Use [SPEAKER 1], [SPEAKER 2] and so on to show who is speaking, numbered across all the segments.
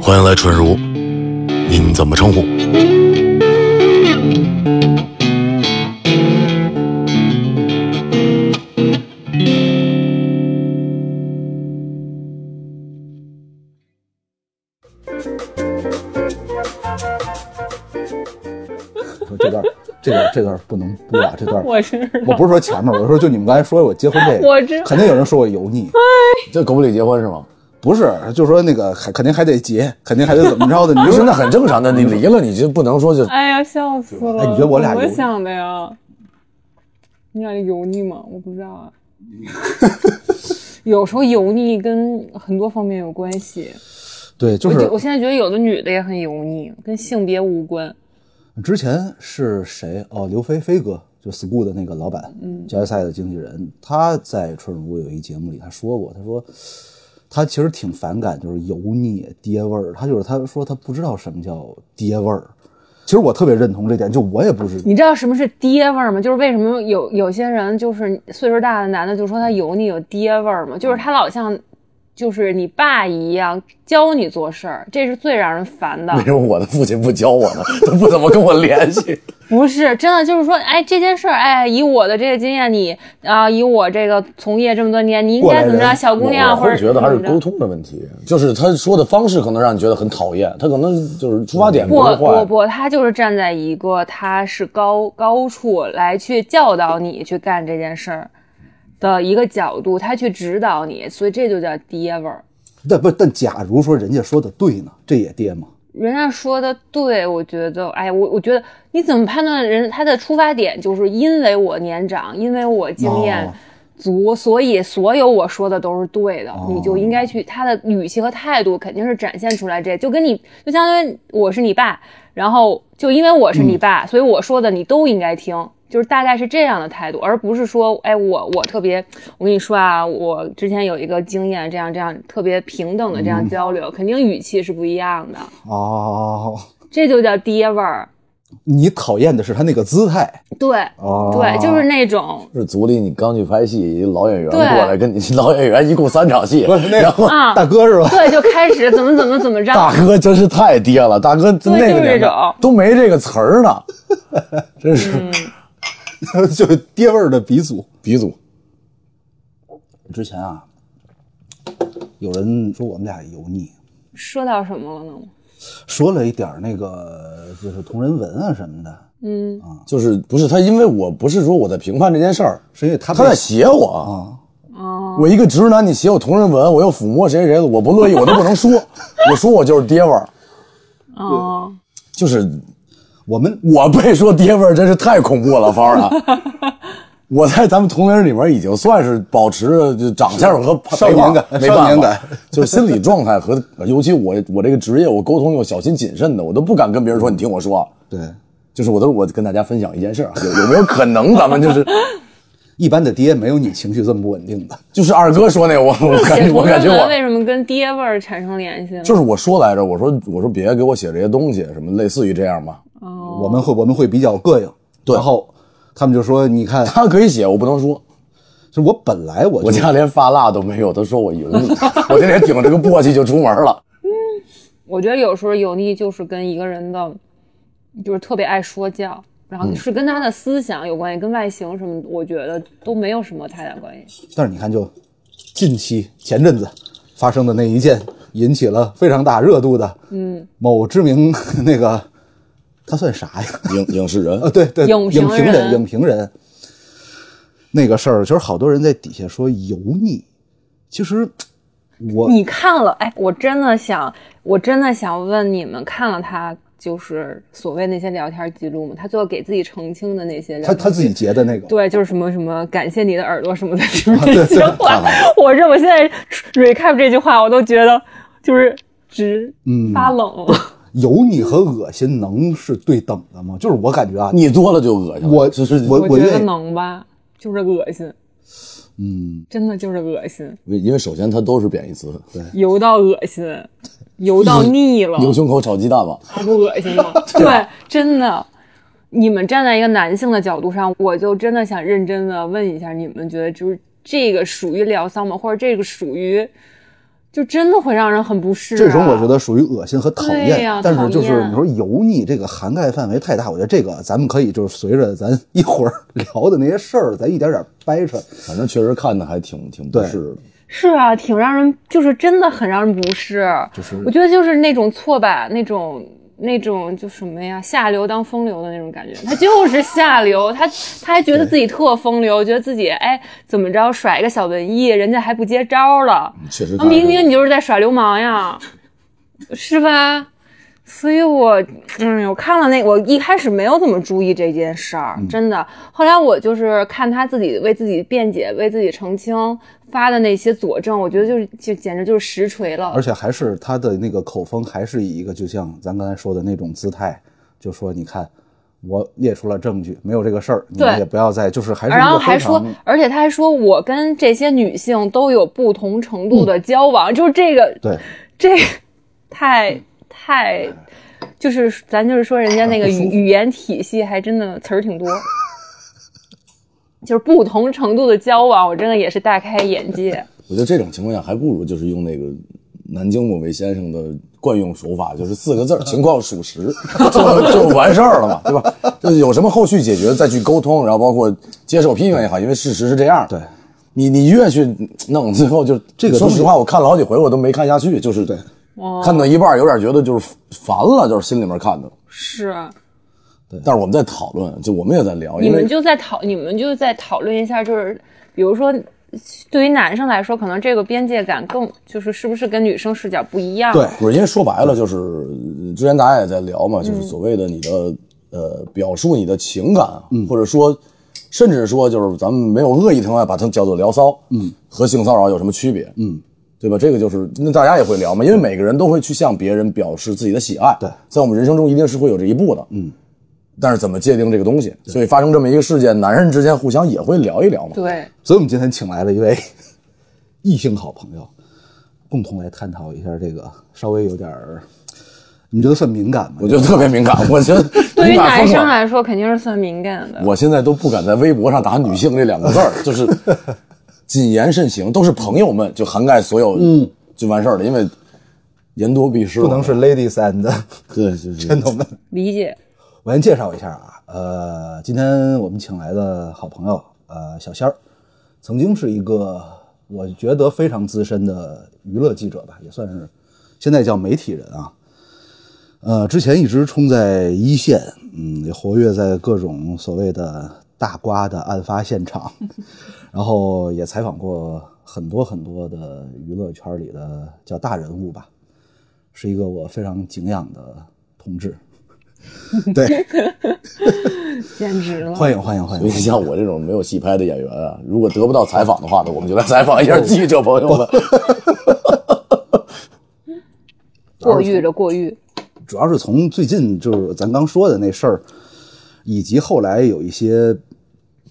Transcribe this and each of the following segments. [SPEAKER 1] 欢迎来春如，您怎么称呼？
[SPEAKER 2] 说这段儿这段儿这段儿不能播啊，这 段儿
[SPEAKER 3] 我知道
[SPEAKER 2] 我不是说前面，我是说就你们刚才说我结婚这个，
[SPEAKER 3] 我知道
[SPEAKER 2] 肯定有人说我油腻，
[SPEAKER 1] 这狗不理结婚是吗？
[SPEAKER 2] 不是，就说那个还肯定还得结，肯定还得怎么着的，你
[SPEAKER 1] 不，
[SPEAKER 2] 就是说
[SPEAKER 1] 那
[SPEAKER 2] 那
[SPEAKER 1] 很正常的。你离了，你就不能说就
[SPEAKER 3] 哎呀，笑死了！
[SPEAKER 2] 哎你觉得我俩
[SPEAKER 3] 怎
[SPEAKER 2] 油
[SPEAKER 3] 么
[SPEAKER 2] 腻
[SPEAKER 3] 想的呀？你俩油腻吗？我不知道 啊。有时候油腻跟很多方面有关系。
[SPEAKER 2] 对，就
[SPEAKER 3] 我觉
[SPEAKER 2] 是
[SPEAKER 3] 我现在觉得有的女的也很油腻，跟性别无关。
[SPEAKER 2] 之前是谁哦，刘飞飞哥，就 school 的那个老板，嗯，决赛的经纪人，他在春如有一节目里他说过，他说他其实挺反感就是油腻爹味儿，他就是他说他不知道什么叫爹味儿，其实我特别认同这点，就我也不知
[SPEAKER 3] 你知道什么是爹味儿吗？就是为什么有有些人就是岁数大的男的就说他油腻有爹味儿吗？就是他老像，就是你爸一样教你做事儿，这是最让人烦的
[SPEAKER 1] 为。什么我的父亲不教我呢？ 他不怎么跟我联系。
[SPEAKER 3] 不是真的，就是说，哎，这件事儿，哎，以我的这个经验，你啊、以我这个从业这么多年，你 应
[SPEAKER 2] 过来
[SPEAKER 3] 该
[SPEAKER 2] 人
[SPEAKER 3] 怎么着，小姑娘
[SPEAKER 1] 我
[SPEAKER 3] 或
[SPEAKER 1] 会
[SPEAKER 3] 者
[SPEAKER 1] 觉得还是沟
[SPEAKER 3] 通。
[SPEAKER 1] 通的问题，就是他说的方式可能让你觉得很讨厌，他可能就是出发点
[SPEAKER 3] 不
[SPEAKER 1] 不是
[SPEAKER 3] 不
[SPEAKER 1] 坏。
[SPEAKER 3] 不，他就是站在一个他是高高处来去教导你去干这件事儿的一个角度，他去指导你，所以这就叫爹味儿。
[SPEAKER 2] 但不，但假如说人家说的对呢，这也爹吗？
[SPEAKER 3] 人家说的对，我觉得，哎，我我觉得你怎么判断人他的出发点，就是因为我年长，因为我经验
[SPEAKER 2] 哦
[SPEAKER 3] 足，所以所有我说的都是对的，
[SPEAKER 2] 哦
[SPEAKER 3] 你就应该去他的语气和态度肯定是展现出来这，就跟你就相当于我是你爸，然后就因为我
[SPEAKER 2] 嗯
[SPEAKER 3] 是你爸，所以我说的你都应该听。就是大概是这样的态度，而不是说，哎，我我特别，我跟你说啊，我之前有一个经验，这样这样特别平等的这
[SPEAKER 2] 嗯
[SPEAKER 3] 样交流，肯定语气是不一样的。
[SPEAKER 2] 哦，
[SPEAKER 3] 这就叫爹味儿。
[SPEAKER 2] 你讨厌的是他那个姿态
[SPEAKER 3] 对，
[SPEAKER 2] 哦，
[SPEAKER 3] 对，就是那种
[SPEAKER 1] 是组里你刚去拍戏，一老演员过
[SPEAKER 3] 对
[SPEAKER 1] 来跟你 老演员一共三场戏，
[SPEAKER 2] 不是那
[SPEAKER 1] 然后
[SPEAKER 3] 啊，
[SPEAKER 2] 大哥是吧？
[SPEAKER 3] 对，就开始怎么怎么怎么着，
[SPEAKER 1] 大哥真是太爹了，大哥
[SPEAKER 3] 就是
[SPEAKER 1] 那个年
[SPEAKER 3] 这
[SPEAKER 1] 代
[SPEAKER 3] 种
[SPEAKER 1] 都没这个词儿呢，真是
[SPEAKER 2] 就是爹味儿的鼻祖。
[SPEAKER 1] 鼻祖。
[SPEAKER 2] 之前啊，有人说我们俩油腻，
[SPEAKER 3] 说到什么了呢？
[SPEAKER 2] 说了一点儿那个就是同人文啊什么的，
[SPEAKER 3] 嗯，
[SPEAKER 1] 就是不是他，因为我不是说我在评判这件事儿，
[SPEAKER 2] 是因为他
[SPEAKER 1] 啊他在
[SPEAKER 2] 被
[SPEAKER 1] 写我，
[SPEAKER 2] 啊，
[SPEAKER 3] 哦，
[SPEAKER 1] 我一个直男，你写我同人文，我又抚摸谁谁的，我 不乐意，我都不能说，我说我就是爹味儿，
[SPEAKER 3] 哦，
[SPEAKER 1] 就是
[SPEAKER 2] 我们
[SPEAKER 1] 我被说爹味儿真是太恐怖了，方儿 啊！我在咱们同龄人里面已经算是保持着就长相和
[SPEAKER 2] 少
[SPEAKER 1] 没办
[SPEAKER 2] 年
[SPEAKER 1] 法
[SPEAKER 2] 感
[SPEAKER 1] 没办法
[SPEAKER 2] 少年感
[SPEAKER 1] 就是心理状态和 尤其我我这个职业，我沟通又小心谨慎的，我都不敢跟别人说你听我说，
[SPEAKER 2] 对
[SPEAKER 1] 就是我都是我跟大家分享一件事儿，啊有有没有可能咱们就是
[SPEAKER 2] 一般的爹没有你情绪这么不稳定的，
[SPEAKER 1] 就是二哥说那我我 感
[SPEAKER 3] 写
[SPEAKER 1] 觉我
[SPEAKER 3] 同
[SPEAKER 1] 感
[SPEAKER 3] 人
[SPEAKER 1] 觉
[SPEAKER 3] 文
[SPEAKER 1] 我
[SPEAKER 3] 为什么跟爹味儿产生联系呢？
[SPEAKER 1] 就是我说来着，我说我说别给我写这些东西，什么类似于这样吧，
[SPEAKER 3] 哦
[SPEAKER 2] 我们会我们会比较膈应，
[SPEAKER 1] 对
[SPEAKER 2] 然后他们就说你看，
[SPEAKER 1] 他可以写，我不能说。
[SPEAKER 2] 就我本来我
[SPEAKER 1] 我
[SPEAKER 2] 就
[SPEAKER 1] 家连发蜡都没有，他说我油腻，我天天顶着个簸箕就出门了。
[SPEAKER 3] 我觉得有时候油腻就是跟一个人的，就是特别爱说教，然
[SPEAKER 1] 嗯
[SPEAKER 3] 后是跟他的思想有关系，跟外形什么，我觉得都没有什么太大关系。
[SPEAKER 2] 但是你看，就近期前阵子发生的那一件引起了非常大热度的，嗯，某知名 那个他算啥呀？
[SPEAKER 1] 影影视人
[SPEAKER 2] 呃，对对，
[SPEAKER 3] 影
[SPEAKER 2] 影
[SPEAKER 3] 评
[SPEAKER 2] 评
[SPEAKER 3] 人
[SPEAKER 2] 影评人那个事儿，就是好多人在底下说油腻，其实我
[SPEAKER 3] 你看了，哎，我真的想，我真的想问你们，看了他就是所谓那些聊天记录吗？他最后给自己澄清的那些聊
[SPEAKER 2] 他
[SPEAKER 3] 天
[SPEAKER 2] 他自己截的那个，
[SPEAKER 3] 对，就是什么什么，感谢你的耳朵什么的，就是
[SPEAKER 2] 啊对
[SPEAKER 3] 这
[SPEAKER 2] 对
[SPEAKER 3] 些话
[SPEAKER 2] 啊。
[SPEAKER 3] 我这我现在 recap 这句话，我都觉得就是直
[SPEAKER 2] 嗯
[SPEAKER 3] 发冷。
[SPEAKER 2] 油腻和恶心能是对等的吗？就是我感觉啊，
[SPEAKER 1] 你多了就恶心了。
[SPEAKER 2] 我
[SPEAKER 1] 就是
[SPEAKER 2] 我
[SPEAKER 3] 觉得
[SPEAKER 2] 愿意
[SPEAKER 3] 能吧，就是恶心，
[SPEAKER 2] 嗯，
[SPEAKER 3] 真的就是恶心，
[SPEAKER 1] 因为首先它都是贬义词，对，
[SPEAKER 3] 油到恶心，油到腻了，
[SPEAKER 1] 牛胸口炒鸡蛋嘛，
[SPEAKER 2] 啊
[SPEAKER 3] 还不恶心吗？对，真的。你们站在一个男性的角度上，我就真的想认真的问一下，你们觉得就是这个属于疗伤吗？或者这个属于，就真的会让人很不适、啊？
[SPEAKER 2] 这种我觉得属于恶心和讨
[SPEAKER 3] 对
[SPEAKER 2] 厌，
[SPEAKER 3] 呀
[SPEAKER 2] 但是就
[SPEAKER 3] 讨
[SPEAKER 2] 是
[SPEAKER 3] 厌
[SPEAKER 2] 你说油腻这个涵盖范围太大，我觉得这个咱们可以就是随着咱一会儿 聊的那些事儿，咱一点点掰扯。
[SPEAKER 1] 反正确实看的还挺挺不
[SPEAKER 2] 对
[SPEAKER 1] 适的。
[SPEAKER 3] 是啊，挺让人，就是真的很让人不适。
[SPEAKER 2] 就是
[SPEAKER 3] 我觉得就是那种错把那种那种就什么呀，下流当风流的那种感觉，他就是下流，他他还觉得自己特风流，觉得自己哎怎么着甩一个小文艺，人家还不接招了，
[SPEAKER 1] 确实
[SPEAKER 3] 啊
[SPEAKER 1] 看
[SPEAKER 3] 明明你就是在耍流氓呀，是吧？所以我，嗯，我看了那，我一开始没有怎么注意这件事儿，真的。后来我就是看他自己为自己辩解、为自己澄清发的那些佐证，我觉得就是就简直就是实锤了。
[SPEAKER 2] 而且还是他的那个口风，还是以一个就像咱刚才说的那种姿态，就说你看，我列出了证据，没有这个事儿，你
[SPEAKER 3] 对
[SPEAKER 2] 们也不要再就是还是一个
[SPEAKER 3] 然后还
[SPEAKER 2] 非常
[SPEAKER 3] 说，而且他还说我跟这些女性都有不同程度的交往，就是这个，
[SPEAKER 2] 嗯对
[SPEAKER 3] 这个太太，就是咱就是说人家那个
[SPEAKER 2] 很不 舒服
[SPEAKER 3] 语语言体系还真的词儿挺多，就是不同程度的交往，我真的也是大开眼 界。
[SPEAKER 1] 我觉得这种情况下还不如就是用那个南京某位先生的惯用手法，就是四个字儿：情况属实， 就就完事儿了嘛，对吧？就是有什么后续解决再去沟通，然后包括接受批评也好，因为事实是这样。
[SPEAKER 2] 对，
[SPEAKER 1] 你你越去弄，最后就
[SPEAKER 2] 这个
[SPEAKER 1] 说
[SPEAKER 2] 东西
[SPEAKER 1] 实话，我看了好几回，我都没看下去，就是对，看到一半儿有点觉得就是烦了，就是心里面看的。
[SPEAKER 3] 是，
[SPEAKER 2] 哦
[SPEAKER 1] 但是我们在讨论，就我们也在聊，
[SPEAKER 3] 你
[SPEAKER 1] 因为
[SPEAKER 3] 们就在讨，你们就在讨论一下，就是比如说。对于男生来说，可能这个边界感更就是是不是跟女生视角不一样？
[SPEAKER 2] 对
[SPEAKER 1] 不是，因为说白了就是，呃之前大家也在聊嘛，就是所谓的你的、呃表述你的情感，啊或者说，甚至说就是咱们没有恶意情况下把它叫做聊骚，嗯，和性骚扰有什么区别？嗯，对吧？这个就是那大家也会聊嘛，因为每个人都会去向别人表示自己的喜爱，
[SPEAKER 2] 对
[SPEAKER 1] 在我们人生中一定是会有这一步的，嗯。但是怎么界定这个东西？所以发生这么一个事件，男人之间互相也会聊一聊嘛。
[SPEAKER 3] 对，
[SPEAKER 2] 所以我们今天请来了一位 异性好朋友，共同来探讨一下这个稍微有点儿，你觉得算敏感吗
[SPEAKER 1] 我？觉得特别敏感，我觉得
[SPEAKER 3] 对于
[SPEAKER 1] 你把
[SPEAKER 3] 男
[SPEAKER 1] 风
[SPEAKER 3] 生
[SPEAKER 1] 管
[SPEAKER 3] 来说肯定是算敏感的。
[SPEAKER 1] 我现在都不敢在微博上打“女性”这两个 字儿，就是谨言慎行，都是朋友们，就涵盖所有，嗯，就完事儿了，因为言多必失，
[SPEAKER 2] 不能是 ladies and
[SPEAKER 1] 对，就是
[SPEAKER 2] gentlemen。
[SPEAKER 3] 理解，
[SPEAKER 2] 我先介绍一下啊，呃，今天我们请来的好朋友，呃，小仙儿，曾经是一个我觉得非常资深的娱乐记者吧，也算是现在叫媒体人啊。呃，之前一直冲在一线，嗯，也活跃在各种所谓的大瓜的案发现场，然后也采访过很多很多的娱乐圈里的叫大人物吧，是一个我非常敬仰的同志。对，
[SPEAKER 3] 简直了。
[SPEAKER 2] 欢迎欢迎欢
[SPEAKER 1] 所以
[SPEAKER 2] 迎！
[SPEAKER 1] 像我这种没有戏拍的演员啊，如果得不到采访的话呢，我们就来采访一下记者朋友们。
[SPEAKER 3] 过誉了，过誉。
[SPEAKER 2] 主要是从最近就是咱刚说的那事儿，以及后来有一些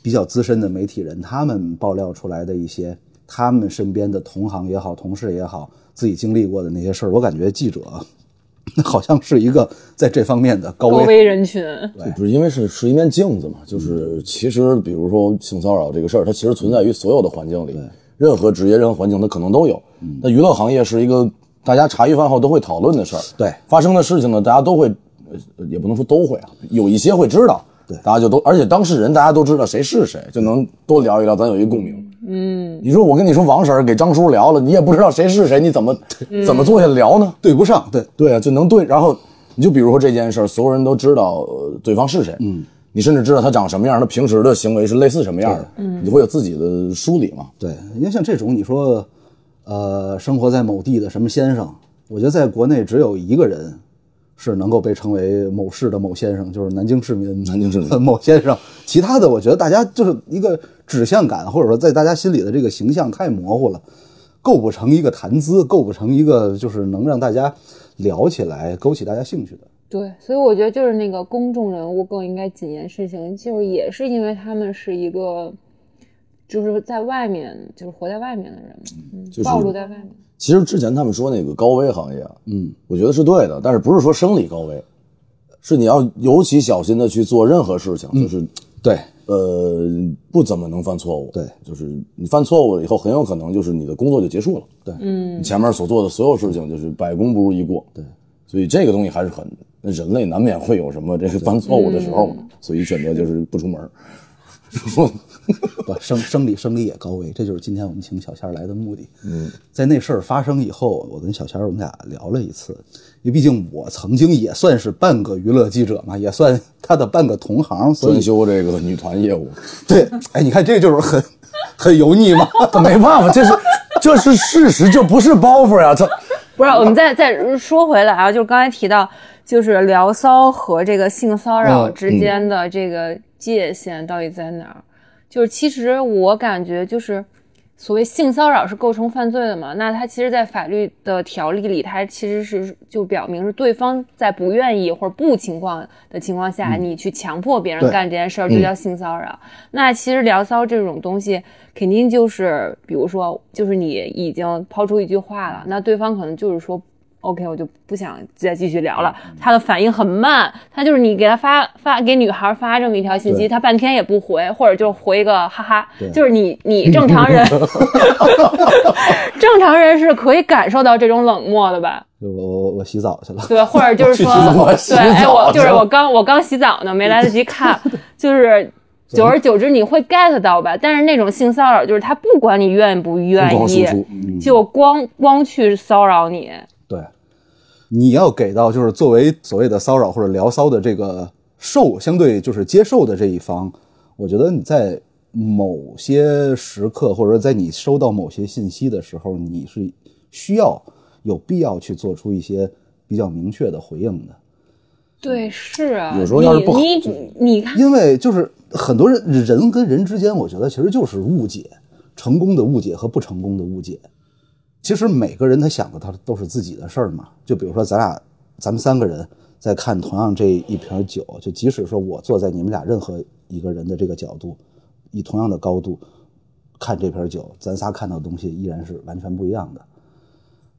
[SPEAKER 2] 比较资深的媒体人，他们爆料出来的一些他们身边的同行也好、同事也好，自己经历过的那些事儿，我感觉记者 好像是一个在这方面的高
[SPEAKER 3] 高
[SPEAKER 2] 危。
[SPEAKER 3] 危人群，
[SPEAKER 1] 对不是因为是是一面镜子嘛，就是其实比如说性骚扰这个事儿，它其实存在于所有的环境里，任何职业、任何环境它可能都有。
[SPEAKER 2] 嗯
[SPEAKER 1] 那娱乐行业是一个大家茶余饭后都会讨论的事儿，
[SPEAKER 2] 对
[SPEAKER 1] 发生的事情呢，大家都会，呃也不能说都会啊，有一些会知道，对，大家就都，而且当事人大家都知道谁是谁，就能多聊一聊，咱有一共鸣。嗯，你说我跟你说王婶儿给张叔聊了，你也不知道谁是谁，你怎么怎么坐下聊呢？
[SPEAKER 2] 对不上，对
[SPEAKER 1] 对啊，就能对。然后你就比如说这件事儿，所有人都知道呃对方是谁，嗯，你甚至知道他长什么样，他平时的行为是类似什么样的，嗯，你就会有自己的梳理嘛。
[SPEAKER 2] 对，因为像这种你说，呃，生活在某地的什么先生，我觉得在国内只有一个人是能够被称为某市的某先生，就是南京市民
[SPEAKER 1] 南京市民
[SPEAKER 2] 某先生。其他的，我觉得大家就是一个指向感，或者说在大家心里的这个形象太模糊了，构不成一个谈资，构不成一个就是能让大家聊起来、勾起大家兴趣的。
[SPEAKER 3] 对，所以我觉得就是那个公众人物更应该谨言慎行，就是也是因为他们是一个，就是在外面，就是活在外面的人嘛，嗯，
[SPEAKER 1] 就是
[SPEAKER 3] 暴露在外面，
[SPEAKER 1] 其实之前他们说那个高危行业，啊
[SPEAKER 2] 嗯，
[SPEAKER 1] 我觉得是对的，但是不是说生理高危，是你要尤其小心的去做任何事情，就是
[SPEAKER 2] 对，
[SPEAKER 1] 呃不怎么能犯错误。
[SPEAKER 2] 对
[SPEAKER 1] 就是你犯错误了以后，很有可能就是你的工作就结束了。
[SPEAKER 2] 对
[SPEAKER 1] 嗯，你前面所做的所有事情就是百功不如一过。对，所以这个东西还是很人类难免会有什么这个犯错误的时候嘛，
[SPEAKER 3] 嗯
[SPEAKER 1] 所以选择就是不出门儿。
[SPEAKER 2] 不生生理生理也高危，这就是今天我们请小仙儿来的目的。嗯，在那事儿发生以后，我跟小仙儿我们俩聊了一次，因为毕竟我曾经也算是半个娱乐记者嘛，也算他的半个同行，所
[SPEAKER 1] 专
[SPEAKER 2] 以
[SPEAKER 1] 修这个女团业务，
[SPEAKER 2] 对，哎，你看这就是很很油腻嘛。
[SPEAKER 1] 没办法，这是这是事实，这不是包袱呀、这
[SPEAKER 3] 不是，我们再再说回来啊，就是刚才提到，就是聊骚和这个性骚扰之间的这个界限到底在哪儿？就是其实我感觉就是。所谓性骚扰是构成犯罪的嘛？那它其实，在法律的条例里，它其实是就表明是对方在不愿意或者不情况的情况下，你去强迫别人
[SPEAKER 2] 对
[SPEAKER 3] 干这件事儿，就叫性骚扰。那其实聊骚这种东西，肯定就是，比如说，就是你已经抛出一句话了，那对方可能就是说，OK，我就不想再继续聊了。他的反应很慢，他就是你给他发发给女孩发这么一条信息，他半天也不回，或者就回一个哈哈，就是你你正常人，正常人是可以感受到这种冷漠的吧？
[SPEAKER 2] 我我我洗澡去了。
[SPEAKER 3] 对，或者就是说
[SPEAKER 1] 去，我洗
[SPEAKER 3] 对，哎，
[SPEAKER 1] 澡
[SPEAKER 3] 我就是
[SPEAKER 1] 去了
[SPEAKER 3] 我刚我刚洗澡呢，没来得及 看，就是久而久之你会 get 到吧？但是那种性骚扰就是他不管你愿不愿
[SPEAKER 1] 疯狂输
[SPEAKER 3] 意，
[SPEAKER 1] 出，嗯
[SPEAKER 3] 就光光去骚扰你，
[SPEAKER 2] 对，你要给到就是作为所谓的骚扰或者聊骚的这个受，相对就是接受的这一方，我觉得你在某些时刻，或者说在你收到某些信息的时候，你是需要有必要去做出一些比较明确的回应的。
[SPEAKER 3] 对，是啊，
[SPEAKER 1] 有时候要是不好
[SPEAKER 3] 你你你看，
[SPEAKER 2] 因为就是很多人人跟人之间，我觉得其实就是误解，成功的误解和不成功的误解。其实每个人他想的他都是自己的事儿嘛。就比如说咱俩，咱们三个人在看同样这一瓶酒，就即使说我坐在你们俩任何一个人的这个角度，以同样的高度看这瓶酒，咱仨看到的东西依然是完全不一样的。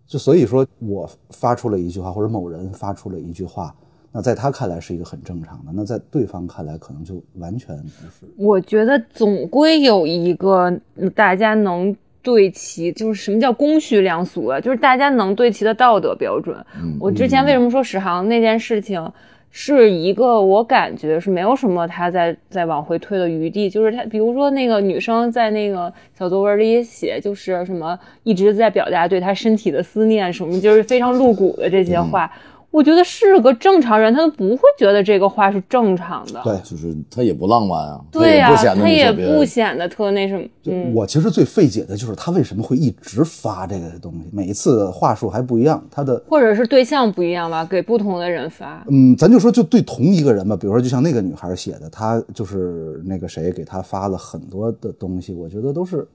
[SPEAKER 2] 就所以说我发出了一句话，或者某人发出了一句话，那在他看来是一个很正常的，那在对方看来可能就完全不是。
[SPEAKER 3] 我觉得总归有一个嗯大家能对齐，就是什么叫公序良俗啊？就是大家能对齐的道德标准。我之前为什么说史航那件事情？是一个我感觉是没有什么他在在往回推的余地，就是他比如说那个女生在那个小作文里写，就是什么一直在表达对他身体的思念什么，就是非常露骨的这些话，我觉得是个正常人，他都不会觉得这个话是正常的。
[SPEAKER 2] 对
[SPEAKER 1] 哎就是他也不浪漫啊，
[SPEAKER 3] 对呀、
[SPEAKER 1] 他也不显得
[SPEAKER 3] 他
[SPEAKER 1] 你
[SPEAKER 3] 也
[SPEAKER 1] 特别
[SPEAKER 3] 不显得特那什么，
[SPEAKER 2] 就
[SPEAKER 3] 嗯，
[SPEAKER 2] 我其实最费解的就是他为什么会一直发这个东西，每一次话术还不一样，他的。
[SPEAKER 3] 或者是对象不一样吧，给不同的人发，
[SPEAKER 2] 嗯，咱就说就对同一个人吧，比如说就像那个女孩写的，她就是那个谁给她发了很多的东西，我觉得都是，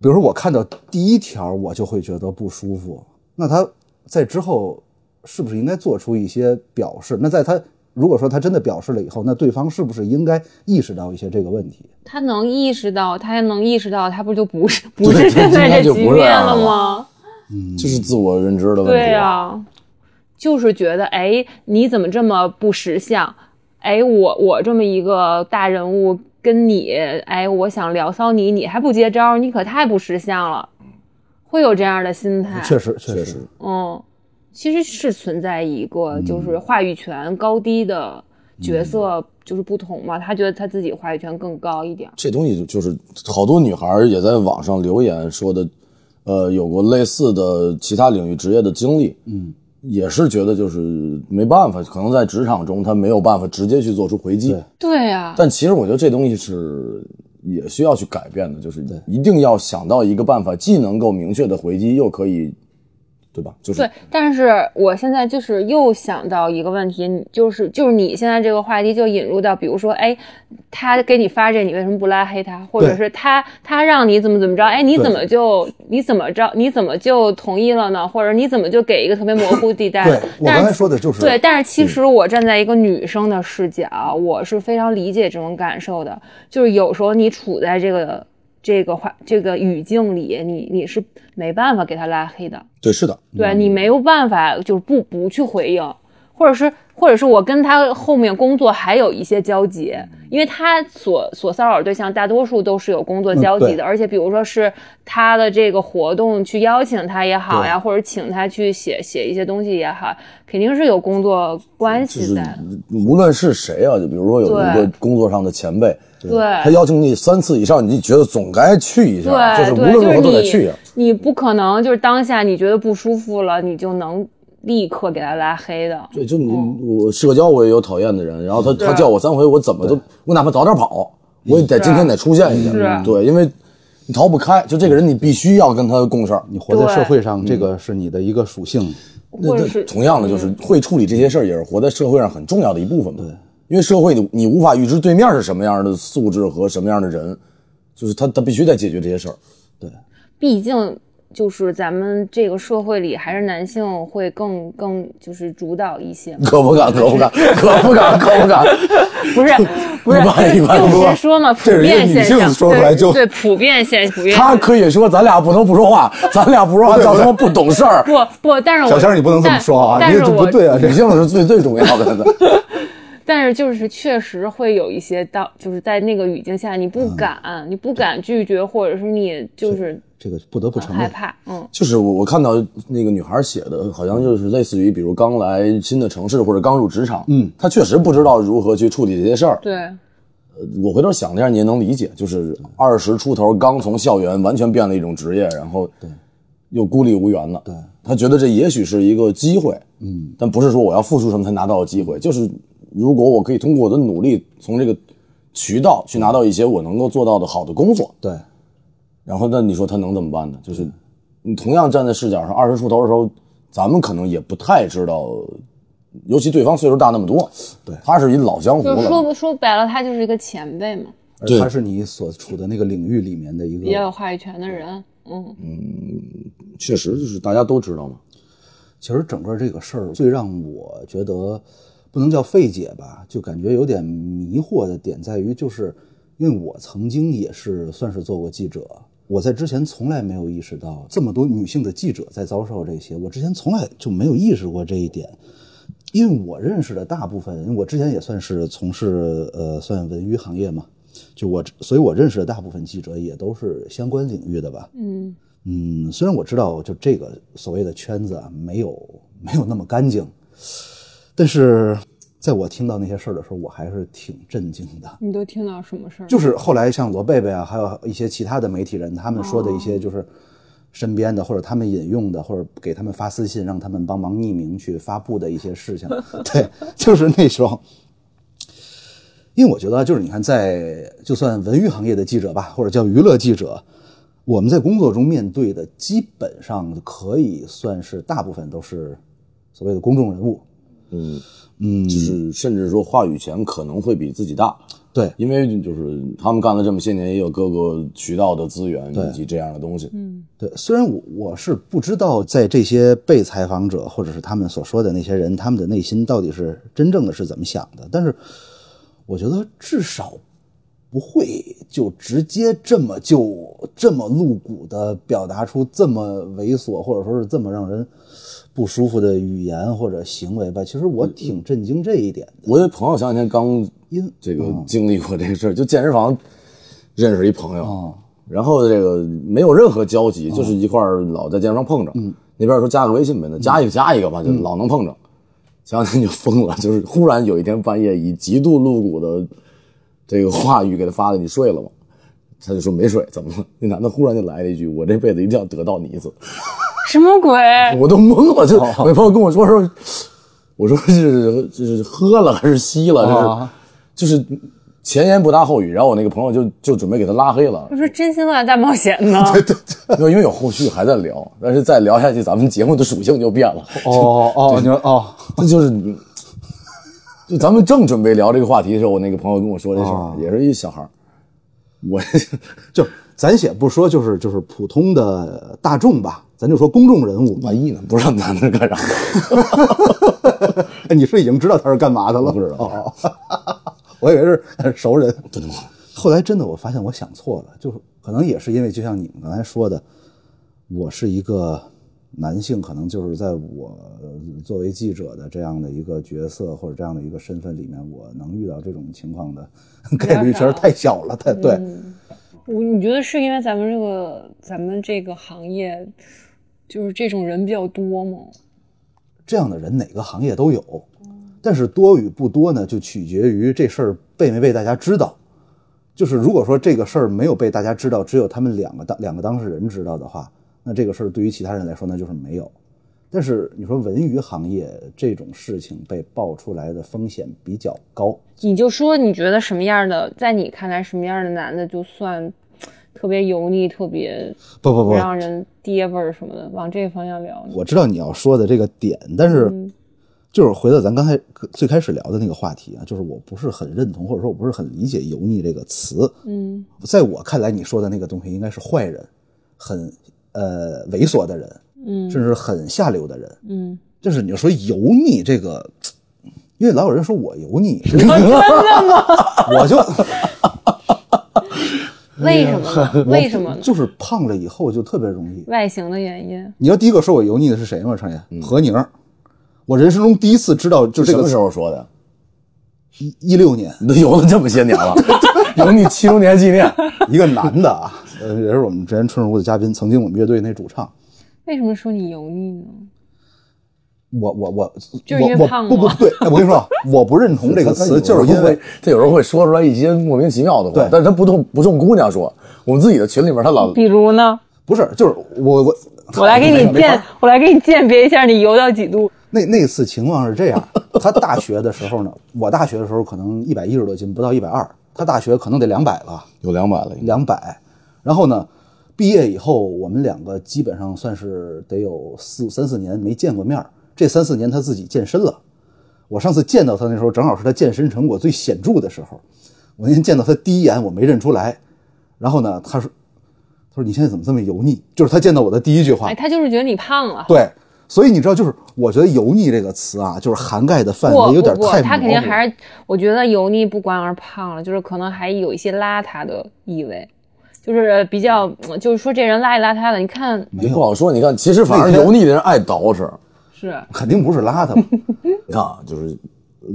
[SPEAKER 2] 比如说我看到第一条我就会觉得不舒服，那她在之后是不是应该做出一些表示？那在她如果说她真的表示了以后，那对方是不是应该意识到一些这个问题？
[SPEAKER 3] 他能意识到，他还能意识到，他不就不 是不是现在这
[SPEAKER 1] 就
[SPEAKER 3] 局
[SPEAKER 1] 不是
[SPEAKER 3] 面
[SPEAKER 1] 啊
[SPEAKER 3] 了吗？
[SPEAKER 1] 这是自我认知的问题。啊
[SPEAKER 3] 对呀、就是觉得，哎，你怎么这么不识相？哎，我我这么一个大人物跟你，哎，我想聊骚你，你还不接招，你可太不识相了，会有这样的心态，
[SPEAKER 2] 确实，确
[SPEAKER 1] 确
[SPEAKER 2] 实
[SPEAKER 1] 实，
[SPEAKER 3] 嗯，其实是存在一个
[SPEAKER 2] 嗯
[SPEAKER 3] 就是话语权高低的角色就是不同嘛，他觉得他自己话语权更高一点儿。
[SPEAKER 1] 这东西就是好多女孩儿也在网上留言说的，呃，有过类似的其他领域职业的经历，嗯，也是觉得就是没办法，可能在职场中她没有办法直接去做出回击
[SPEAKER 2] 对，
[SPEAKER 3] 对呀、
[SPEAKER 1] 但其实我觉得这东西是也需要去改变的，就是一定要想到一个办法，既能够明确的回击，又可以，对吧？就是
[SPEAKER 3] 对，但是我现在就是又想到一个问题，你就是就是你现在这个话题就引入到，比如说，哎，他给你发这，你为什么不拉黑他？或者
[SPEAKER 2] 对
[SPEAKER 3] 是他他让你怎么怎么着，哎，你
[SPEAKER 2] 对
[SPEAKER 3] 怎么就你怎么着你怎么就同意了呢？或者你怎么就给一个特别模糊地带？
[SPEAKER 2] 对我
[SPEAKER 3] 但
[SPEAKER 2] 刚
[SPEAKER 3] 是
[SPEAKER 2] 才说的就是嗯
[SPEAKER 3] 对，但是其实我站在一个女生的视角，啊我是非常理解这种感受的。就是有时候你处在这个这个话这个语境里，你你是没办法给他拉黑的，啊
[SPEAKER 1] 对，是的，
[SPEAKER 3] 对、你没有办法就是不不去回应，或者是或者是我跟他后面工作还有一些交集，
[SPEAKER 1] 嗯
[SPEAKER 3] 因为他所所骚扰对象大多数都是有工作交集
[SPEAKER 2] 嗯
[SPEAKER 3] 的，
[SPEAKER 2] 对
[SPEAKER 3] 而且比如说是他的这个活动去邀请他也好呀，或者请他去写写一些东西也好，肯定是有工作关
[SPEAKER 1] 就
[SPEAKER 3] 系
[SPEAKER 1] 是
[SPEAKER 3] 在。
[SPEAKER 1] 无论是谁啊，就比如说有一
[SPEAKER 3] 对
[SPEAKER 1] 个工作上的前辈，
[SPEAKER 3] 对
[SPEAKER 1] 他邀请你三次以上，你觉得总该去一下，
[SPEAKER 3] 对
[SPEAKER 1] 是无
[SPEAKER 3] 对，
[SPEAKER 1] 论如何都
[SPEAKER 3] 就
[SPEAKER 1] 得
[SPEAKER 3] 是
[SPEAKER 1] 去一下。啊
[SPEAKER 3] 你。你不可能就是当下你觉得不舒服了，你就能立刻给他拉黑的。
[SPEAKER 1] 对，就你
[SPEAKER 3] 嗯
[SPEAKER 1] 我社交我也有讨厌的人，然后他他叫我三回，我怎么都我哪怕早点跑，我也得今天得出现一
[SPEAKER 3] 是
[SPEAKER 1] 下，对，因为你逃不开，就这个人你必须要跟他共事儿。
[SPEAKER 2] 你活在
[SPEAKER 3] 对
[SPEAKER 2] 社会上，这个是你的一个属性。
[SPEAKER 3] 或
[SPEAKER 1] 那
[SPEAKER 3] 者
[SPEAKER 1] 那
[SPEAKER 3] 是嗯
[SPEAKER 1] 同样的，就是会处理这些事儿，也是活在社会上很重要的一部分嘛。对，因为社会你你无法预知对面是什么样的素质和什么样的人，就是他他必须得解决这些事儿。
[SPEAKER 3] 毕竟就是咱们这个社会里，还是男性会更更就是主导一些嘛。
[SPEAKER 1] 可不敢，可不敢，可不敢，可不敢。
[SPEAKER 3] 不是不是，
[SPEAKER 1] 一般一般
[SPEAKER 3] 就是
[SPEAKER 1] 说
[SPEAKER 3] 直说嘛，普
[SPEAKER 1] 这是一个
[SPEAKER 3] 遍
[SPEAKER 1] 女
[SPEAKER 3] 现
[SPEAKER 1] 性
[SPEAKER 3] 象。
[SPEAKER 1] 说出来
[SPEAKER 3] 对
[SPEAKER 1] 就
[SPEAKER 3] 对普遍现普遍。
[SPEAKER 1] 他可以说咱俩不能不说话，咱俩不说话叫他妈不懂事儿。
[SPEAKER 3] 不不，但是 我
[SPEAKER 2] 小仙儿，你不能这么
[SPEAKER 3] 但
[SPEAKER 2] 说啊，
[SPEAKER 3] 但
[SPEAKER 2] 你
[SPEAKER 3] 是
[SPEAKER 2] 这
[SPEAKER 3] 我
[SPEAKER 2] 不对啊，这
[SPEAKER 1] 女性是最最重要的。
[SPEAKER 3] 但是就是确实会有一些到，就是在那个语境下，你
[SPEAKER 2] 嗯
[SPEAKER 3] 不敢，你不敢拒绝，或者是你就是
[SPEAKER 2] 这个不得不承
[SPEAKER 3] 很害
[SPEAKER 2] 认。
[SPEAKER 3] 怕，嗯，
[SPEAKER 1] 就是我我看到那个女孩写的，好像就是类似于，比如刚来新的城市或者刚入职场，嗯，她确实不知道如何去处理这些事儿。
[SPEAKER 3] 对，
[SPEAKER 1] 我回头想了一下，你也能理解，就是二十出头刚从校园完全变了一种职业，然后又孤立无援了。对，他觉得这也许是一个机会，嗯，但不是说我要付出什么才拿到的机会，就是如果我可以通过我的努力从这个渠道去拿到一些我能够做到的好的工作，
[SPEAKER 2] 对，
[SPEAKER 1] 然后那你说他能怎么办呢？就是你同样站在视角上，二十出头的时候，咱们可能也不太知道，尤其对方岁数大那么多，对，他是一老江湖
[SPEAKER 3] 就是
[SPEAKER 1] 了，
[SPEAKER 3] 说说白了，他就是一个前辈嘛，
[SPEAKER 2] 而
[SPEAKER 1] 对
[SPEAKER 2] 它是你所处的那个领域里面的一
[SPEAKER 3] 比较有
[SPEAKER 2] 个。
[SPEAKER 3] 话语权的人，嗯，
[SPEAKER 1] 确实就是大家都知道嘛。
[SPEAKER 2] 其实整个这个事儿最让我觉得不能叫费解吧，就感觉有点迷惑的点在于，就是因为我曾经也是算是做过记者，我在之前从来没有意识到这么多女性的记者在遭受这些，我之前从来就没有意识过这一点。因为我认识的大部分，因为我之前也算是从事呃算文娱行业嘛，就我，所以我认识的大部分记者也都是相关领域的吧。嗯虽然我知道就这个所谓的圈子啊，没有没有那么干净，但是在我听到那些事儿的时候，我还是挺震惊的。
[SPEAKER 3] 你都听到什么事儿？
[SPEAKER 2] 就是后来像罗贝贝啊，还有一些其他的媒体人，他们说的一些就是身边的，或者他们引用的，或者给他们发私信，让他们帮忙匿名去发布的一些事情。对，就是那时候。因为我觉得，啊就是你看在，就算文娱行业的记者吧，或者叫娱乐记者，我们在工作中面对的，基本上可以算是大部分都是所谓的公众人物。
[SPEAKER 1] 就是甚至说话语权可能会比自己大，
[SPEAKER 2] 对，
[SPEAKER 1] 因为就是他们干了这么些年，也有各个渠道的资源
[SPEAKER 2] 对
[SPEAKER 1] 以及这样的东西。
[SPEAKER 3] 嗯
[SPEAKER 2] 对，虽然我我是不知道在这些被采访者或者是他们所说的那些人，他们的内心到底是真正的是怎么想的，但是我觉得至少不会就直接这么就这么露骨的表达出这么猥琐或者说是这么让人不舒服的语言或者行为吧。其实我挺震惊这一点的，
[SPEAKER 1] 我有朋友前两天刚
[SPEAKER 2] 因
[SPEAKER 1] 这个经历过这个事儿，就健身房认识一朋友，
[SPEAKER 2] 哦
[SPEAKER 1] 然后这个没有任何交集，就是一块儿老在健身房碰着。那边说加个微信呗，那加一个加一个吧，就老能碰着。前两天就疯了，就是忽然有一天半夜以极度露骨的这个话语给他发的，你睡了吗？他就说没睡，怎么了？那男的忽然就来了一句：“我这辈子一定要得到你一次。”
[SPEAKER 3] 什么鬼？
[SPEAKER 1] 我都懵了，就
[SPEAKER 2] 哦
[SPEAKER 1] 我朋友跟我说说，我说是就是喝了还是吸了
[SPEAKER 2] 啊，
[SPEAKER 1] 这是就是前言不搭后语，然后我那个朋友就就准备给他拉黑了
[SPEAKER 3] 我，说真心话大冒险呢，
[SPEAKER 1] 因为因为有后续还在聊，但是再聊下去咱们节目的属性就变了，
[SPEAKER 2] 哦哦，你说哦
[SPEAKER 1] 这就是。就咱们正准备聊这个话题的时候，我那个朋友跟我说这事
[SPEAKER 2] 哦
[SPEAKER 1] 儿，也是一小孩儿，我
[SPEAKER 2] 就咱且不说，就是就是普通的大众吧，咱就说公众人物。
[SPEAKER 1] 满意呢，不知道男的干啥，
[SPEAKER 2] 哎你是已经知道他是干嘛的了？
[SPEAKER 1] 不知道
[SPEAKER 2] 哦， 我以为是熟人。后来真的我发现我想错了，就是可能也是因为就像你们刚才说的，我是一个男性可能就是在我作为记者的这样的一个角色或者这样的一个身份里面，我能遇到这种情况的概率实在是太小了，太 对。
[SPEAKER 3] 嗯
[SPEAKER 4] 我你觉得是因为咱们这个咱们这个行业，就是这种人比较多吗？
[SPEAKER 2] 这样的人哪个行业都有，但是多与不多呢，就取决于这事儿被没被大家知道。就是如果说这个事儿没有被大家知道，只有他们两个当两个当事人知道的话，那这个事儿对于其他人来说那就是没有。但是你说文娱行业这种事情被爆出来的风险比较高，
[SPEAKER 3] 你就说你觉得什么样的，在你看来什么样的男的就算特别油腻、特别
[SPEAKER 2] 不不不，
[SPEAKER 3] 让人爹味儿什么的，往这个方向聊呢。
[SPEAKER 2] 我知道你要说的这个点，但是
[SPEAKER 3] 嗯
[SPEAKER 2] 就是回到咱刚才最开始聊的那个话题啊，就是我不是很认同，或者说我不是很理解“油腻”这个词。
[SPEAKER 3] 嗯，
[SPEAKER 2] 在我看来，你说的那个东西应该是坏人，很呃猥琐的人，
[SPEAKER 3] 嗯
[SPEAKER 2] 甚至是很下流的人。
[SPEAKER 3] 嗯，
[SPEAKER 2] 就是你说油腻这个，因为老有人说我油腻， 我就
[SPEAKER 3] 为什
[SPEAKER 2] 哎
[SPEAKER 3] 么呢？为什么呢？
[SPEAKER 2] 就是胖了以后就特别容易
[SPEAKER 3] 外形的原因，
[SPEAKER 2] 你要第一个说我油腻的是谁吗？程爷，何宁儿。我人生中第一次知道，就这
[SPEAKER 1] 嗯什么
[SPEAKER 2] 个
[SPEAKER 1] 时候说的？
[SPEAKER 2] 一一六年，
[SPEAKER 1] 你都游了这么些年了， 有你七周年纪念，
[SPEAKER 2] 一个男的啊，呃，也是我们之前春日屋的嘉宾，曾经我们乐队那主唱。
[SPEAKER 3] 为什么说你油腻呢？
[SPEAKER 2] 我我我，
[SPEAKER 3] 就是因为
[SPEAKER 2] 我我
[SPEAKER 3] 胖吗
[SPEAKER 2] 不不对，哎我跟你说，我不认同这个 词，就是因为
[SPEAKER 1] 他有时候会说出来一些莫名其妙的话
[SPEAKER 2] 对，
[SPEAKER 1] 但是他不冲不冲姑娘说，我们自己的群里面他老
[SPEAKER 3] 比如呢？
[SPEAKER 2] 不是，就是我我
[SPEAKER 3] 我来给你
[SPEAKER 2] 没法
[SPEAKER 3] 鉴，我来给你鉴别一下你油到几度。
[SPEAKER 2] 那那次情况是这样，他大学的时候呢，我大学的时候可能一百一十多斤，不到一百二，他大学可能得两百了。
[SPEAKER 1] 有两百了，应该
[SPEAKER 2] 两百，然后呢，毕业以后我们两个基本上算是得有四三四年没见过面儿。这三四年他自己健身了，我上次见到他那时候正好是他健身成果最显著的时候。我那天见到他第一眼我没认出来，然后呢，他说：“他说你现在怎么这么油腻？”就是他见到我的第一句话
[SPEAKER 3] 哎，。他就是觉得你胖了。
[SPEAKER 2] 对，所以你知道，就是我觉得“油腻”这个词啊，就是涵盖的范
[SPEAKER 3] 不
[SPEAKER 2] 围有
[SPEAKER 3] 不
[SPEAKER 2] 点
[SPEAKER 3] 不，
[SPEAKER 2] 太模糊。
[SPEAKER 3] 他肯定还是，我觉得油腻不光而胖了，就是可能还有一些邋遢的意味，就是比较，嗯就是说这人邋里邋遢的。你看，
[SPEAKER 1] 也不好说。你看，其实反而油腻的人爱捯饬。
[SPEAKER 3] 是
[SPEAKER 2] 肯定不是邋遢嘛
[SPEAKER 1] 你看啊，就是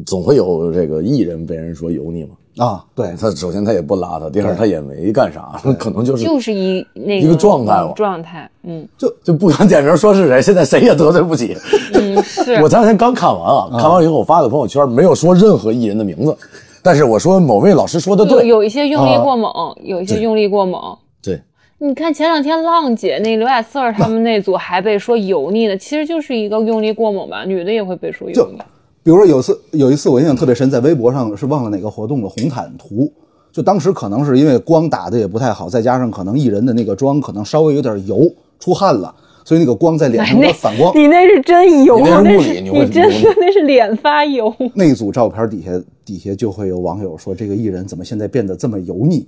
[SPEAKER 1] 总会有这个艺人被人说油腻嘛。
[SPEAKER 2] 啊，对，
[SPEAKER 1] 他首先他也不邋遢，第二
[SPEAKER 2] 对
[SPEAKER 1] 他也没干啥，可能就是
[SPEAKER 3] 就是一那
[SPEAKER 1] 一个状态吧
[SPEAKER 3] 状态， 嗯
[SPEAKER 1] 就不想点名说是谁，现在谁也得罪不起。
[SPEAKER 3] 嗯是
[SPEAKER 1] 我前两天刚看完
[SPEAKER 2] 嗯
[SPEAKER 1] 啊，看完以后我发个朋友圈，没有说任何艺人的名字，但是我说某位老师说的
[SPEAKER 3] 有
[SPEAKER 1] 对，啊
[SPEAKER 3] 有一些用力过猛，有一些用力过猛。
[SPEAKER 1] 对，
[SPEAKER 3] 你看前两天浪姐那刘雅瑟儿他们那组还被说油腻的，其实就是一个用力过猛吧，女的也会被说油
[SPEAKER 2] 就
[SPEAKER 3] 腻。
[SPEAKER 2] 比如说有次有一次我印象特别深，在微博上是忘了哪个活动的红毯图，就当时可能是因为光打的也不太好，再加上可能艺人的那个妆可能稍微有点油，出汗了，所以那个光在脸上有点反光。
[SPEAKER 3] 你那是真油，
[SPEAKER 1] 你那是物理
[SPEAKER 3] 你
[SPEAKER 1] 你会
[SPEAKER 3] 真
[SPEAKER 1] 你
[SPEAKER 3] 的那是脸发油。
[SPEAKER 2] 那一组照片底下底下就会有网友说这个艺人怎么现在变得这么油腻？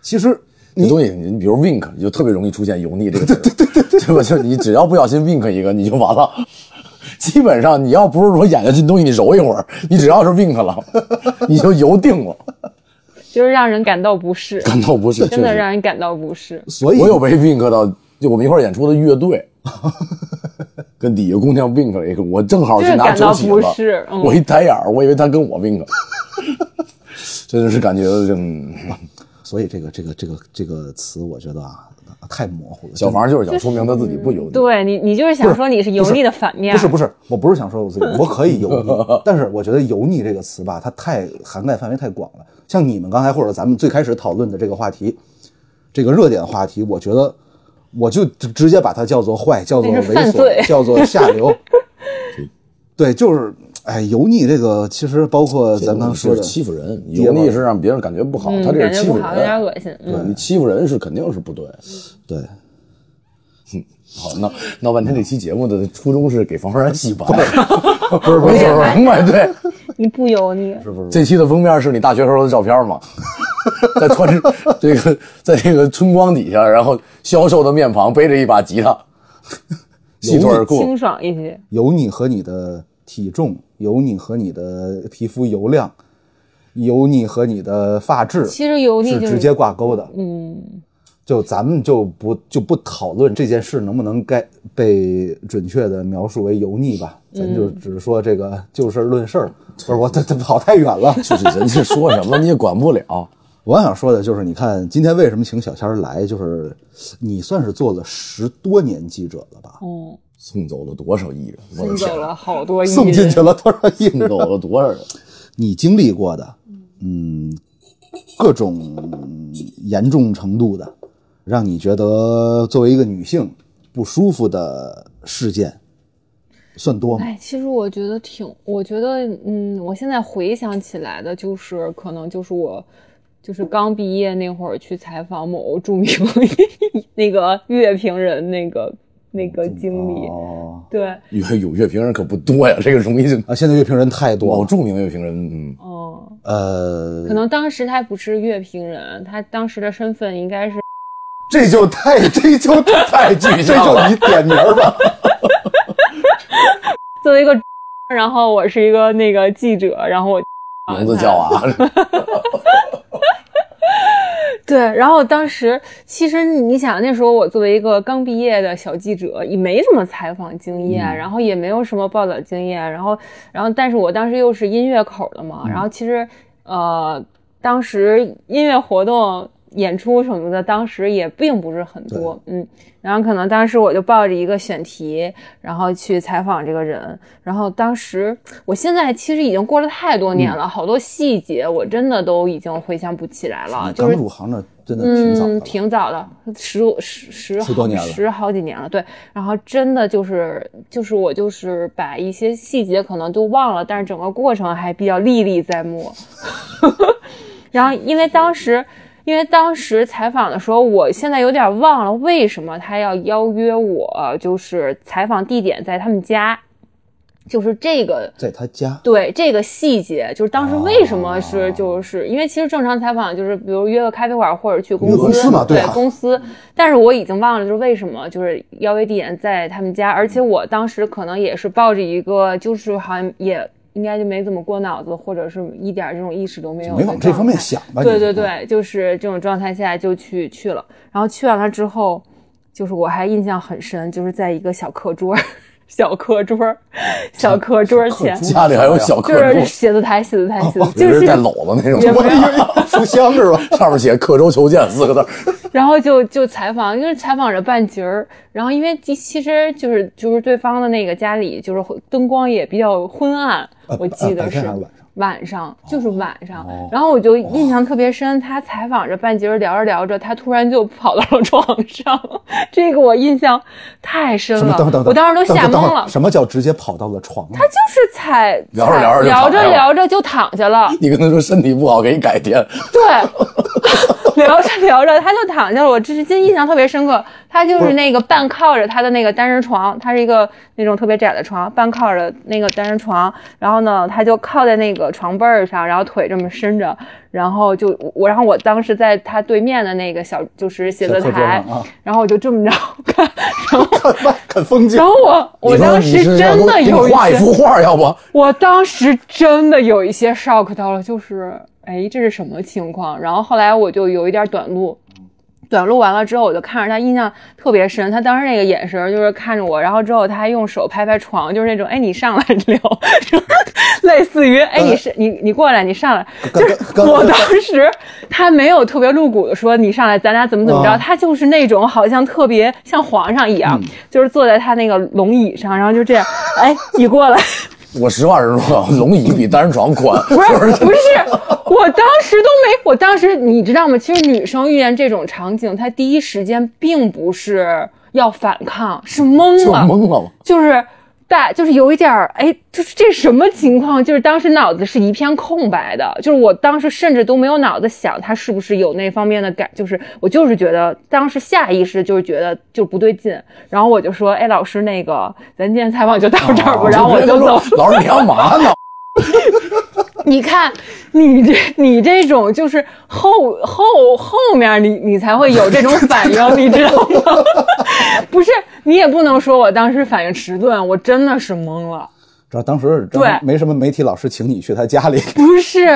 [SPEAKER 2] 其实
[SPEAKER 1] 这东西你比如 wink 你就特别容易出现油腻这个词儿， 对对对吧？就你只要不小心 wink 一个，你就完了。基本上你要不是说眼睛进东西，你揉一会儿，你只要是 wink 了， 你就油定了。
[SPEAKER 3] 就是让人感到不适，
[SPEAKER 1] 感到不是，
[SPEAKER 3] 真
[SPEAKER 1] 确
[SPEAKER 3] 的
[SPEAKER 1] 实
[SPEAKER 3] 让人感到不适。
[SPEAKER 2] 所以
[SPEAKER 1] 我有被 wink 到，就我们一块儿演出的乐队，跟底下姑娘 wink 了一个，我正好去拿手起
[SPEAKER 3] 这感
[SPEAKER 1] 子
[SPEAKER 3] 到不适嗯
[SPEAKER 1] 我一抬眼儿，我以为他跟我 wink，真的是感觉嗯，
[SPEAKER 2] 所以这个这个这个这个词，我觉得啊太模糊了。
[SPEAKER 1] 小王就是想说明他自己不油腻，
[SPEAKER 3] 对你，你就是想说你是油腻的反面，
[SPEAKER 2] 不是不是，我不是想说我自己， 我可以油腻，但是我觉得“油腻”这个词吧，它太涵盖范围太广了。像你们刚才或者咱们最开始讨论的这个话题，这个热点话题，我觉得我就直直接把它叫做坏，叫做
[SPEAKER 3] 那是
[SPEAKER 2] 猥
[SPEAKER 3] 犯罪
[SPEAKER 2] 琐， 叫做下 流。对，就是哎，油腻这个其实包括咱刚说
[SPEAKER 1] 是
[SPEAKER 2] 的，
[SPEAKER 1] 欺负人，油腻是让别人感觉不好，
[SPEAKER 3] 嗯，
[SPEAKER 1] 他这
[SPEAKER 3] 感
[SPEAKER 1] 是
[SPEAKER 3] 觉
[SPEAKER 1] 啊欺
[SPEAKER 3] 不
[SPEAKER 1] 负
[SPEAKER 3] 好，有点
[SPEAKER 1] 人。
[SPEAKER 3] 恶心。嗯，
[SPEAKER 1] 对你欺负人是肯定是不对。
[SPEAKER 2] 对，
[SPEAKER 1] 好，闹闹半天这期节目的初衷是给房凡然洗白，
[SPEAKER 2] 不是不
[SPEAKER 1] 没有明白对。
[SPEAKER 3] 你不油腻，
[SPEAKER 1] 这期的封面是你大学时候的照片吗？在穿着这个，在这个春光底下，然后消瘦的面庞，背着一把吉他，细腿儿裤
[SPEAKER 3] 清，爽一些。
[SPEAKER 2] 油腻和你的体重，油腻和你的皮肤油亮，油腻和你的发质，
[SPEAKER 3] 其实油腻就是
[SPEAKER 2] 直接挂钩的。
[SPEAKER 3] 嗯，
[SPEAKER 2] 就咱们就不就不讨论这件事能不能该被准确的描述为油腻吧，咱
[SPEAKER 3] 嗯
[SPEAKER 2] 就只是说这个就事论事儿。不是我 这这跑太远了，
[SPEAKER 1] 就是人家说什么你也管不了。
[SPEAKER 2] 我想说的就是，你看今天为什么请小仙儿来，就是你算是做了十多年记者了吧？
[SPEAKER 3] 嗯，
[SPEAKER 1] 送走了多少艺人？我
[SPEAKER 3] 送
[SPEAKER 1] 的天啊
[SPEAKER 3] 走了好多艺人，
[SPEAKER 2] 送进去了多少亿？
[SPEAKER 1] 送走了多少人？
[SPEAKER 2] 你经历过的，嗯，各种严重程度的，让你觉得作为一个女性不舒服的事件，算多吗？
[SPEAKER 3] 哎，其实我觉得挺，我觉得，嗯，我现在回想起来的，就是可能就是我，就是刚毕业那会儿去采访某著 名那个乐评人那个那个经历，
[SPEAKER 1] 啊
[SPEAKER 2] 哦，
[SPEAKER 3] 对，
[SPEAKER 1] 有有乐评人可不多呀，这个容易就
[SPEAKER 2] 啊，现在乐评人太多
[SPEAKER 1] 老
[SPEAKER 2] 了，
[SPEAKER 1] 著名乐评人，嗯，
[SPEAKER 3] 嗯，
[SPEAKER 2] 呃
[SPEAKER 3] 可，能当时他不是乐评人，他当时的身份应该是，
[SPEAKER 2] 这就太这就太具象了，这就你点名儿吧。
[SPEAKER 3] 作为一个， 然后我是一个那个记者，然后我
[SPEAKER 1] 名字叫 啊，
[SPEAKER 3] 对，然后当时其实你想，那时候我作为一个刚毕业的小记者，也没什么采访经验，然后也没有什么报道经验，然后，然后，但是我当时又是音乐口的嘛，然后其实，呃，当时音乐活动、演出什么的，当时也并不是很多，嗯，然后可能当时我就抱着一个选题，然后去采访这个人，然后当时我现在其实已经过了太多年了，好多细节我真的都已经回想不起来了，就
[SPEAKER 2] 刚
[SPEAKER 3] 是
[SPEAKER 2] 入行的真的挺早的
[SPEAKER 3] 嗯，
[SPEAKER 2] 了，
[SPEAKER 3] 挺早的，十五十十
[SPEAKER 2] 十
[SPEAKER 3] 好
[SPEAKER 2] 多年了
[SPEAKER 3] 十好几年了。对，然后真的就是就是我就是把一些细节可能都忘了，但是整个过程还比较历历在目。 然后因为当时。因为当时采访的时候，我现在有点忘了为什么他要邀约我，就是采访地点在他们家，就是这个
[SPEAKER 2] 在他家
[SPEAKER 3] 对这个细节，就是当时为什么
[SPEAKER 2] 哦
[SPEAKER 3] 是就是、因为其实正常采访就是比如约个咖啡馆或者去公司
[SPEAKER 2] 约公司嘛
[SPEAKER 3] 对
[SPEAKER 2] 对啊
[SPEAKER 3] 公司，但是我已经忘了就是为什么就是邀约地点在他们家，而且我当时可能也是抱着一个就是好像也应该就没怎么过脑子，或者是一点这种意识都没有，
[SPEAKER 2] 没往这方面。想吧？
[SPEAKER 3] 对
[SPEAKER 2] 你
[SPEAKER 3] 对，对，就是这种状态下就去去了，然后去完了之后，就是我还印象很深，就是在一个小课桌儿， 小课桌儿，小课桌儿前，
[SPEAKER 1] 家里还有 小
[SPEAKER 3] 就
[SPEAKER 1] 课
[SPEAKER 3] 是
[SPEAKER 1] 桌，
[SPEAKER 3] 写字台，写字台，
[SPEAKER 2] 哦
[SPEAKER 3] 写字台，
[SPEAKER 1] 有
[SPEAKER 3] 就
[SPEAKER 1] 人
[SPEAKER 3] 是
[SPEAKER 1] 带篓子那种，
[SPEAKER 2] 我以为 书香是吧？
[SPEAKER 1] 上面写“刻舟求剑”四个字儿，
[SPEAKER 3] 然后就就采访，因为采访着半截儿，然后因为其其实就是就是对方的那个家里就是灯光也比较昏暗，
[SPEAKER 2] 呃
[SPEAKER 3] 我记
[SPEAKER 2] 呃白
[SPEAKER 3] 得
[SPEAKER 2] 天
[SPEAKER 3] 是
[SPEAKER 2] 还是晚上哦
[SPEAKER 3] 晚上就是晚上，然后我就印象特别深，他采访着半截儿聊着聊着，他突然就跑到了床上， 这个我印象太深
[SPEAKER 2] 什么？
[SPEAKER 3] 了
[SPEAKER 2] 等会儿等，会儿
[SPEAKER 3] 嗯我当时都
[SPEAKER 2] 等会
[SPEAKER 3] 吓
[SPEAKER 2] 儿等会
[SPEAKER 3] 懵
[SPEAKER 2] 儿
[SPEAKER 3] 了，
[SPEAKER 2] 什么叫直接跑到了床啊上？
[SPEAKER 3] 他就是采
[SPEAKER 1] 聊着
[SPEAKER 3] 采
[SPEAKER 1] 聊
[SPEAKER 3] 聊
[SPEAKER 1] 着就躺下
[SPEAKER 3] 着
[SPEAKER 1] 了
[SPEAKER 3] 聊着就躺下了。
[SPEAKER 1] 你跟他说身体不好，给你改天。
[SPEAKER 3] 对， 聊着聊着他就躺下了。我至今印象特别深刻，他就是那个半靠着他的那个单人床，他是一个那种特别窄的床，半靠着那个单人床，然后呢，他就靠在那个床背儿上，然后腿这么伸着，然后就我，然后我当时在他对面的那个小就是写字
[SPEAKER 2] 小课桌
[SPEAKER 3] 台
[SPEAKER 2] 上，啊，
[SPEAKER 3] 然后我就这么着看，然后
[SPEAKER 2] 看外看风景
[SPEAKER 3] 然，后我我
[SPEAKER 1] 你说
[SPEAKER 3] 当
[SPEAKER 1] 你
[SPEAKER 3] 时
[SPEAKER 1] 是要
[SPEAKER 3] 真
[SPEAKER 1] 给我
[SPEAKER 3] 的
[SPEAKER 1] 给你
[SPEAKER 3] 有
[SPEAKER 1] 画一
[SPEAKER 3] 些
[SPEAKER 1] 幅画，要不
[SPEAKER 3] 我当时真的有一些 shock 到了，就是哎，这是什么情况？然后后来我就有一点短路，短路完了之后，我就看着他，印象特别深。他当时那个眼神就是看着我，然后之后他还用手拍拍床，就是那种哎，你上来聊， 类似于哎，你是你你过来，你上来。
[SPEAKER 2] 刚刚
[SPEAKER 3] 我当时他没有特别露骨的说你上来，咱俩怎么怎么着，
[SPEAKER 2] 啊
[SPEAKER 3] 他就是那种好像特别像皇上一样，就是坐在他那个龙椅上，然后就这样，哎，你过来。
[SPEAKER 1] 我实话实说，龙椅比单人 床宽，
[SPEAKER 3] 不是不是，我当时都没，我当时你知道吗？其实女生遇见这种场景，她第一时间并不是要反抗，是懵
[SPEAKER 1] 就
[SPEAKER 3] 了，
[SPEAKER 1] 懵了嘛。
[SPEAKER 3] 就是大，就是有一点儿，哎，就是这什么情况？就是当时脑子是一片空白的，就是我当时甚至都没有脑子想他是不是有那方面的感，就是我就是觉得当时下意识就是觉得就不对劲，然后我就说，哎，老师那个咱今天采访就到这儿吧，然后我哦就走。
[SPEAKER 1] 老师，你干嘛呢？
[SPEAKER 3] 你看，你这你这种就是后后后面你你才会有这种反应，你知道吗？不是，你也不能说我当时反应迟钝，我真的是懵了。
[SPEAKER 2] 知道当时
[SPEAKER 3] 对
[SPEAKER 2] 没什么媒体老师请你去他家里，
[SPEAKER 3] 不是，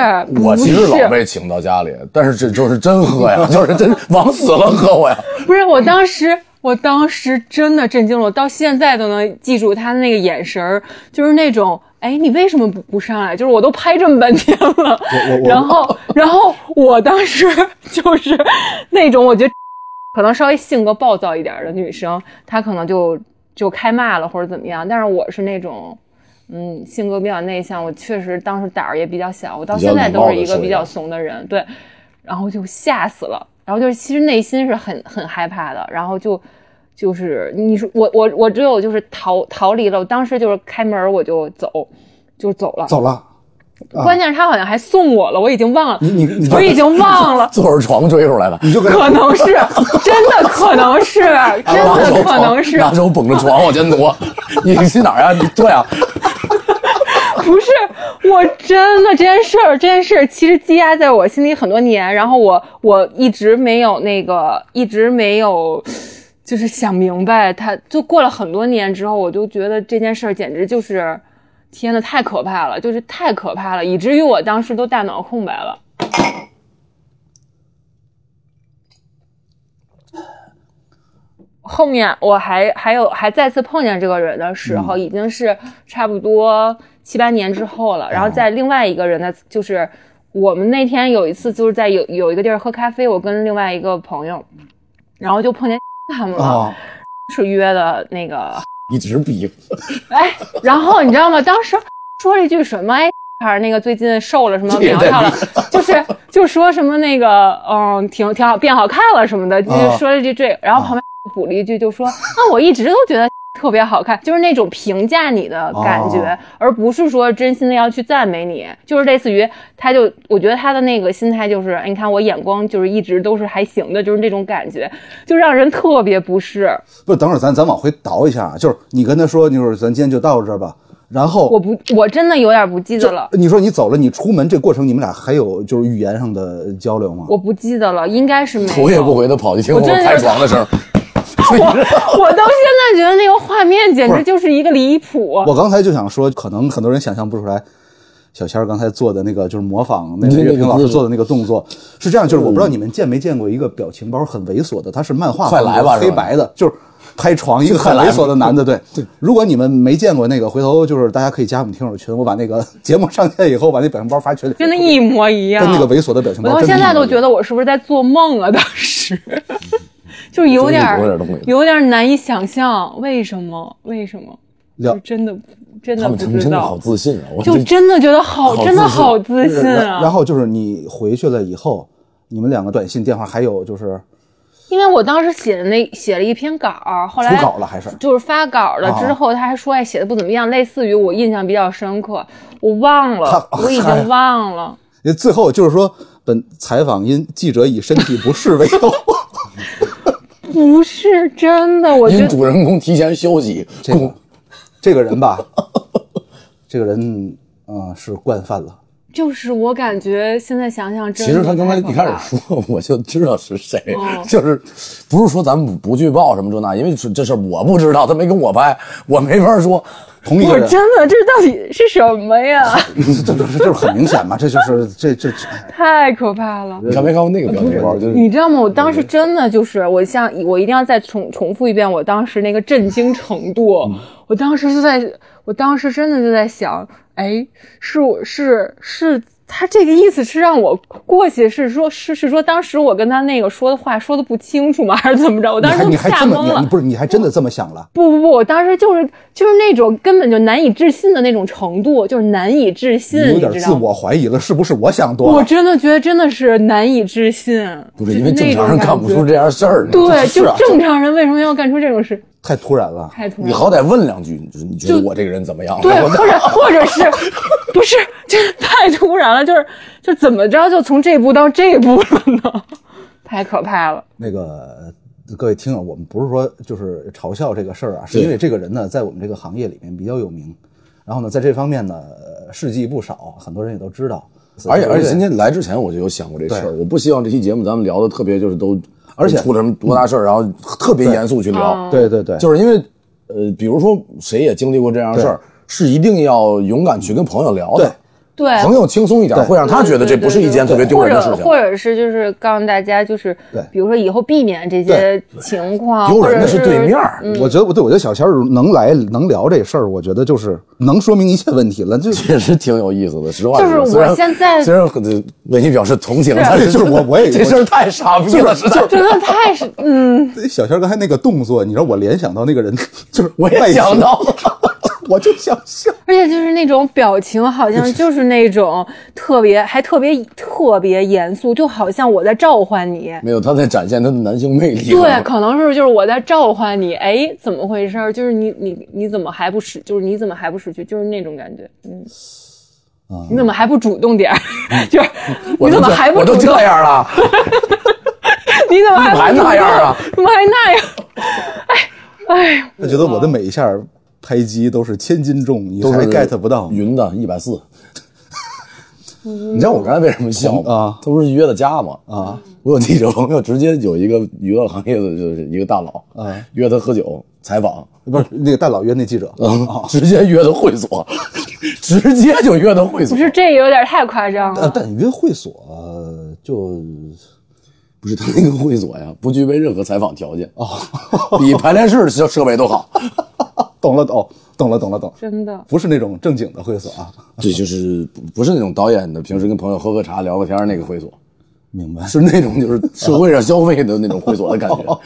[SPEAKER 3] 不
[SPEAKER 1] 我其实
[SPEAKER 3] 是
[SPEAKER 1] 老被请到家里，但是这就是真喝呀， 就是真往死了喝我呀。
[SPEAKER 3] 不是，我当时，我当时真的震惊了，我到现在都能记住他那个眼神儿，就是那种，哎，你为什么不不上来？就是我都拍这么半天了，
[SPEAKER 2] 我我
[SPEAKER 3] 然 后，然后我当时就是那种，我觉得可能稍微性格暴躁一点的女生，她可能就就开骂了或者怎么样，但是我是那种。嗯，性格比较内向，我确实当时胆儿也比较小，我到
[SPEAKER 1] 比较
[SPEAKER 3] 现在
[SPEAKER 1] 礼
[SPEAKER 3] 都
[SPEAKER 1] 貌
[SPEAKER 3] 是
[SPEAKER 1] 地
[SPEAKER 3] 一个
[SPEAKER 1] 说
[SPEAKER 3] 比
[SPEAKER 1] 一
[SPEAKER 3] 较
[SPEAKER 1] 下，
[SPEAKER 3] 怂的人，对。然后就吓死了，然后就是其实内心是很很害怕的，然后就就是你说我我我只有就是逃逃离了，我当时就是开门我就走，就走了。
[SPEAKER 2] 走了，啊
[SPEAKER 3] 关键是他好像还送我了，我已经忘了，
[SPEAKER 2] 你你你
[SPEAKER 3] 我已经 忘了
[SPEAKER 1] 坐着床追出来的，
[SPEAKER 2] 你就跟
[SPEAKER 3] 可能是真的，可能 是
[SPEAKER 2] 啊
[SPEAKER 3] 真
[SPEAKER 1] 拿手
[SPEAKER 3] 的，可
[SPEAKER 1] 捧
[SPEAKER 3] 能是
[SPEAKER 1] 拿手捧着床往前挪，你去哪儿呀？你对啊，
[SPEAKER 3] 不是，我真的这件事儿，这件事儿其实积压在我心里很多年，然后我我一直没有那个，一直没有，就是想明白它，就过了很多年之后，我就觉得这件事儿简直就是，天呐，太可怕了，就是太可怕了，以至于我当时都大脑空白了。后面我还还有还再次碰见这个人的时候，已经是差不多七八年之后了。然后在另外一个人的，就是我们那天有一次就是在有有一个地儿喝咖啡，我跟另外一个朋友，然后就碰见 他们了，
[SPEAKER 2] 啊，
[SPEAKER 3] 是约的那个
[SPEAKER 1] 一直比
[SPEAKER 3] 哎，然后你知道吗？当时说了一句什么？哎，还是那个最近瘦了什么苗条了，就是就说什么那个嗯，挺挺好，变好看了什么的，就
[SPEAKER 2] 啊
[SPEAKER 3] 说了一句这个，然后旁边补了一句，就说啊，我一直都觉得特别好看，就是那种评价你的感觉，
[SPEAKER 2] 哦
[SPEAKER 3] 而不是说真心的要去赞美你，就是类似于他就我觉得他的那个心态就是，哎你看我眼光就是一直都是还行的，就是那种感觉，就让人特别不适。
[SPEAKER 2] 不，等会儿咱咱往回倒一下啊，就是你跟他说，就是咱今天就到这儿吧，然后
[SPEAKER 3] 我不，我真的有点不记得了。
[SPEAKER 2] 你说你走了，你出门这过程你们俩还有就是语言上的交流吗？
[SPEAKER 3] 我不记得了，应该是没有。
[SPEAKER 1] 头也不回的跑去听
[SPEAKER 3] 我
[SPEAKER 1] 我
[SPEAKER 3] 真的
[SPEAKER 1] 开
[SPEAKER 3] 是
[SPEAKER 1] 床的声儿，
[SPEAKER 3] 我到现在觉得那个画面简直就是一个离谱。
[SPEAKER 2] 我刚才就想说，可能很多人想象不出来，小千儿刚才做的那个就是模仿那个
[SPEAKER 1] 那
[SPEAKER 2] 岳
[SPEAKER 1] 个
[SPEAKER 2] 平老师
[SPEAKER 1] 姿势
[SPEAKER 2] 做的那个动作是这样，就是我不知道你们见没见过一个表情包很猥琐的，它是漫画
[SPEAKER 1] 快
[SPEAKER 2] 风
[SPEAKER 1] 来
[SPEAKER 2] 格
[SPEAKER 1] 吧是吧
[SPEAKER 2] 黑白的，就是。拍床一个很猥琐的男的，对。如果你们没见过那个，回头就是大家可以加我们听友群，我把那个节目上线以后，把那表情包发群里。
[SPEAKER 3] 真的，一模一样。
[SPEAKER 2] 跟那个猥琐的表情
[SPEAKER 3] 我
[SPEAKER 2] 包，
[SPEAKER 3] 到
[SPEAKER 2] 真的
[SPEAKER 3] 现在都
[SPEAKER 2] 一模一样
[SPEAKER 3] 觉得我是不是在做梦啊？当 时就是有点儿
[SPEAKER 1] 真的有点东西
[SPEAKER 3] 有点难以想象，为什么？为什么？
[SPEAKER 2] 了
[SPEAKER 3] 就真的真
[SPEAKER 1] 他
[SPEAKER 3] 的
[SPEAKER 1] 们
[SPEAKER 3] 不
[SPEAKER 1] 他们
[SPEAKER 3] 知
[SPEAKER 1] 真的好
[SPEAKER 3] 道，
[SPEAKER 1] 自信啊！我
[SPEAKER 3] 就
[SPEAKER 1] 这
[SPEAKER 3] 真的觉得好，
[SPEAKER 1] 好
[SPEAKER 3] 真的
[SPEAKER 1] 自信
[SPEAKER 3] 好自信
[SPEAKER 2] 然然
[SPEAKER 3] 啊！
[SPEAKER 2] 后就是你回去了以后，你们两个短信、电话，还有就是
[SPEAKER 3] 因为我当时写的那写了一篇稿儿，后
[SPEAKER 2] 投
[SPEAKER 3] 来
[SPEAKER 2] 稿了，还是
[SPEAKER 3] 就是发稿
[SPEAKER 1] 哦
[SPEAKER 3] 了之后，他还说哎写的不怎么样，类似于我印象比较深刻，我忘了，
[SPEAKER 2] 他
[SPEAKER 3] 我
[SPEAKER 1] 哎
[SPEAKER 3] 已经忘了。
[SPEAKER 2] 呃最后就是说，本采访因记者以身体不适为由。
[SPEAKER 3] 不是真的，我觉
[SPEAKER 1] 因
[SPEAKER 3] 得
[SPEAKER 1] 主人公提前休息，
[SPEAKER 2] 这个 这个人吧，这个人啊、呃是惯犯了。
[SPEAKER 3] 就是我感觉现在想想真
[SPEAKER 1] 其
[SPEAKER 3] 的
[SPEAKER 1] 实
[SPEAKER 3] 太可怕了。哦
[SPEAKER 1] 他刚才一开始说，我就知道是谁，就是不是说咱们不剧报什么这那，因为这这事儿我不知道，他没跟我拍，我没法说。
[SPEAKER 2] 同一个
[SPEAKER 3] 我
[SPEAKER 2] 人，
[SPEAKER 3] 真的这到底是什么呀？
[SPEAKER 2] 这这这就是很明显嘛，这就是这这这
[SPEAKER 3] 太可怕了。
[SPEAKER 1] 你看没看过那个表情包？就是
[SPEAKER 3] 你知道吗？我当时真的就是，我像我一定要再重重复一遍我当时那个震惊程度。
[SPEAKER 2] 嗯
[SPEAKER 3] 我当时就在，我当时真的就在想，哎，是我是是他这个意思是让我过去，是说是是说当时我跟他那个说的话说的不清楚吗？还是怎么着？
[SPEAKER 2] 你
[SPEAKER 3] 我当时
[SPEAKER 2] 还
[SPEAKER 3] 都
[SPEAKER 2] 你还
[SPEAKER 3] 吓
[SPEAKER 2] 这么
[SPEAKER 3] 懵
[SPEAKER 2] 你
[SPEAKER 3] 了
[SPEAKER 2] 你。不是你还真的这么想了？
[SPEAKER 3] 不不不，我当时就是就是那种根本就难以置信的那种程度，就是难以置信，
[SPEAKER 2] 你有
[SPEAKER 3] 你
[SPEAKER 2] 点
[SPEAKER 3] 知
[SPEAKER 2] 自
[SPEAKER 3] 道吗？
[SPEAKER 2] 我怀疑了，是不是我想多
[SPEAKER 3] 我
[SPEAKER 2] 了？
[SPEAKER 3] 真的觉得真的是难以置信，
[SPEAKER 1] 不
[SPEAKER 3] 就是
[SPEAKER 1] 因为
[SPEAKER 3] 那
[SPEAKER 1] 正常
[SPEAKER 3] 种
[SPEAKER 1] 人
[SPEAKER 3] 感
[SPEAKER 1] 干不
[SPEAKER 3] 觉
[SPEAKER 1] 出这样事儿，
[SPEAKER 3] 对，
[SPEAKER 1] 是
[SPEAKER 3] 就
[SPEAKER 1] 啊，
[SPEAKER 3] 正常人为什么要干出这种事？
[SPEAKER 2] 太突然了。
[SPEAKER 3] 太突然
[SPEAKER 1] 你
[SPEAKER 3] 了。
[SPEAKER 1] 好歹问两句，就是你觉得
[SPEAKER 3] 就
[SPEAKER 1] 我这个人怎么样？
[SPEAKER 3] 对，
[SPEAKER 1] 我
[SPEAKER 3] 或 者或者是，不是，就是太突然了，就是就怎么着就从这步到这步了呢？太可怕了。
[SPEAKER 2] 那个呃各位听友，我们不是说就是嘲笑这个事儿啊，是
[SPEAKER 1] 对
[SPEAKER 2] 因为这个人呢，在我们这个行业里面比较有名，然后呢，在这方面呢，呃事迹不少，很多人也都知道。
[SPEAKER 1] 而且
[SPEAKER 2] 对
[SPEAKER 1] 而且今天来之前我就有想过这事儿，
[SPEAKER 2] 对
[SPEAKER 1] 我不希望这期节目咱们聊的特别就是都，
[SPEAKER 2] 而且
[SPEAKER 1] 出了什么多大事儿，然后特别严肃去聊，
[SPEAKER 3] 哦
[SPEAKER 2] 对对对，
[SPEAKER 1] 就是因为呃，比如说谁也经历过这样的事儿，是一定要勇敢去跟朋友聊的。
[SPEAKER 3] 对，
[SPEAKER 1] 朋友轻松一点，
[SPEAKER 2] 对
[SPEAKER 1] 会让他觉得这不是一件特别丢
[SPEAKER 3] 或
[SPEAKER 1] 人
[SPEAKER 3] 者
[SPEAKER 1] 的事情。
[SPEAKER 3] 或者是就是告诉大家，就是
[SPEAKER 2] 对
[SPEAKER 3] 比如说以后避免这些情况，
[SPEAKER 1] 丢
[SPEAKER 3] 或
[SPEAKER 1] 人
[SPEAKER 3] 者嗯
[SPEAKER 1] 的是对面儿，
[SPEAKER 2] 我觉得我对我觉得小仙儿能来能聊这事儿，我觉得就是能说明一切问题了。就
[SPEAKER 1] 确实挺有意思的。实话
[SPEAKER 3] 就是
[SPEAKER 1] 说
[SPEAKER 3] 我
[SPEAKER 1] 虽然
[SPEAKER 3] 现在啊
[SPEAKER 1] 虽然很为你表示同情，但
[SPEAKER 2] 就是我我也
[SPEAKER 1] 这事儿太傻逼了，实在
[SPEAKER 3] 真的太是嗯，
[SPEAKER 2] 小仙儿刚才那个动作，你知道我联想到那个人，就是
[SPEAKER 1] 我也
[SPEAKER 2] 外形
[SPEAKER 1] 想到了，
[SPEAKER 2] 我就想笑。
[SPEAKER 3] 而且就是那种表情，好像就是那种特别还特别特别严肃，就好像我在召唤你。
[SPEAKER 1] 没有他在展现他的男性魅力。
[SPEAKER 3] 对，可能是就是我在召唤你，哎，怎么回事儿？就是你你你怎么还不识？就是你怎么还不识趣？就是那种感觉，嗯，你怎么还不主动点儿？ 就是
[SPEAKER 1] 啊嗯我
[SPEAKER 3] 你
[SPEAKER 1] 都
[SPEAKER 3] 怎么
[SPEAKER 1] 这
[SPEAKER 3] 还不
[SPEAKER 1] 我
[SPEAKER 3] 主
[SPEAKER 1] 都
[SPEAKER 3] 动？
[SPEAKER 1] 这样了，
[SPEAKER 3] 你怎么还不
[SPEAKER 1] 还
[SPEAKER 3] 主
[SPEAKER 1] 那样
[SPEAKER 3] 动
[SPEAKER 1] 啊？
[SPEAKER 3] 怎么还那样？ 哎
[SPEAKER 2] 他觉得我的每一下拍击都是千斤重，你
[SPEAKER 1] 都
[SPEAKER 2] 还
[SPEAKER 1] 是
[SPEAKER 2] get 不到。
[SPEAKER 1] 云的一百四。你知道我刚才为什么笑吗？
[SPEAKER 2] 啊
[SPEAKER 1] 他不是约的家吗？
[SPEAKER 2] 啊，
[SPEAKER 1] 我有记者朋友直接有一个娱乐行业的就是一个大佬
[SPEAKER 2] 啊，
[SPEAKER 1] 约他喝酒采访，
[SPEAKER 2] 不是那个大老约那记者，啊
[SPEAKER 1] 直接约他会所，直接就约他会所
[SPEAKER 3] 不。是这有点太夸张
[SPEAKER 2] 但
[SPEAKER 3] 了。
[SPEAKER 2] 呃但约会所呃就
[SPEAKER 1] 不是他那个会所 呀，不具备任何采访条件哦， 比排练室设设备都好。
[SPEAKER 2] 懂了懂懂了懂了懂，
[SPEAKER 3] 真的，
[SPEAKER 2] 不是那种正经的会所啊，
[SPEAKER 1] 这就是不不是那种导演的，平时跟朋友喝喝茶聊个天儿那个会所，
[SPEAKER 2] 明白？
[SPEAKER 1] 是那种就是社会上消费的那种会所的 感觉。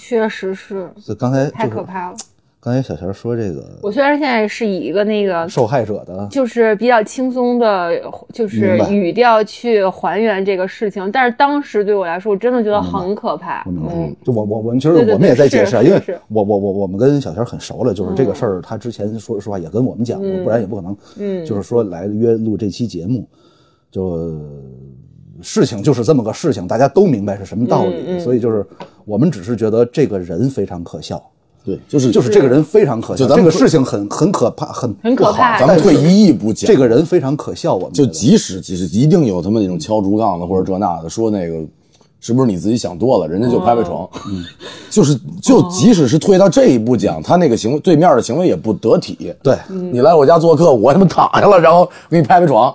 [SPEAKER 3] 确实是
[SPEAKER 2] 就刚才
[SPEAKER 3] 太
[SPEAKER 2] 就
[SPEAKER 3] 可
[SPEAKER 2] 是
[SPEAKER 3] 怕了。
[SPEAKER 2] 刚才小贤说这个
[SPEAKER 3] 我虽然现在是以一个那个
[SPEAKER 2] 受害者的，
[SPEAKER 3] 就是比较轻松的，就是
[SPEAKER 2] 明白
[SPEAKER 3] 语调去还原这个事情。但是当时对我来说，我真的觉得很可怕。
[SPEAKER 2] 我明白
[SPEAKER 3] 嗯，
[SPEAKER 2] 就我我我们其实
[SPEAKER 3] 对对
[SPEAKER 2] 我们也
[SPEAKER 3] 对
[SPEAKER 2] 在解
[SPEAKER 3] 是
[SPEAKER 2] 释啊，
[SPEAKER 3] 是
[SPEAKER 2] 因为
[SPEAKER 3] 是嗯
[SPEAKER 2] 我我我我们跟小贤很熟了，就是这个事儿，他之前说实话也跟我们讲过，不然也不可能，嗯，就是说来约录这期节目，就事情就是这么个事情，大家都明白是什么道
[SPEAKER 3] 嗯
[SPEAKER 2] 理，所以就是我们只是觉得这个人非常可笑，
[SPEAKER 1] 对，就是
[SPEAKER 2] 就是这个人非常可笑，
[SPEAKER 1] 就咱
[SPEAKER 2] 这
[SPEAKER 1] 们
[SPEAKER 2] 个事情很很可怕，很
[SPEAKER 3] 很可怕
[SPEAKER 1] 咱们退一亿步讲，
[SPEAKER 2] 这个人非常可笑，我们
[SPEAKER 1] 就
[SPEAKER 2] 觉得
[SPEAKER 1] 即使即使一定有他们那种敲竹杠的或者这那的，说那个是不是你自己想多了，人家就拍拍床，嗯，哦就是就即使是退到这一步讲，他那个行为对面的行为也不得体。
[SPEAKER 2] 对
[SPEAKER 3] 嗯
[SPEAKER 1] 你来我家做客，我他妈躺下了，然后给你拍拍床，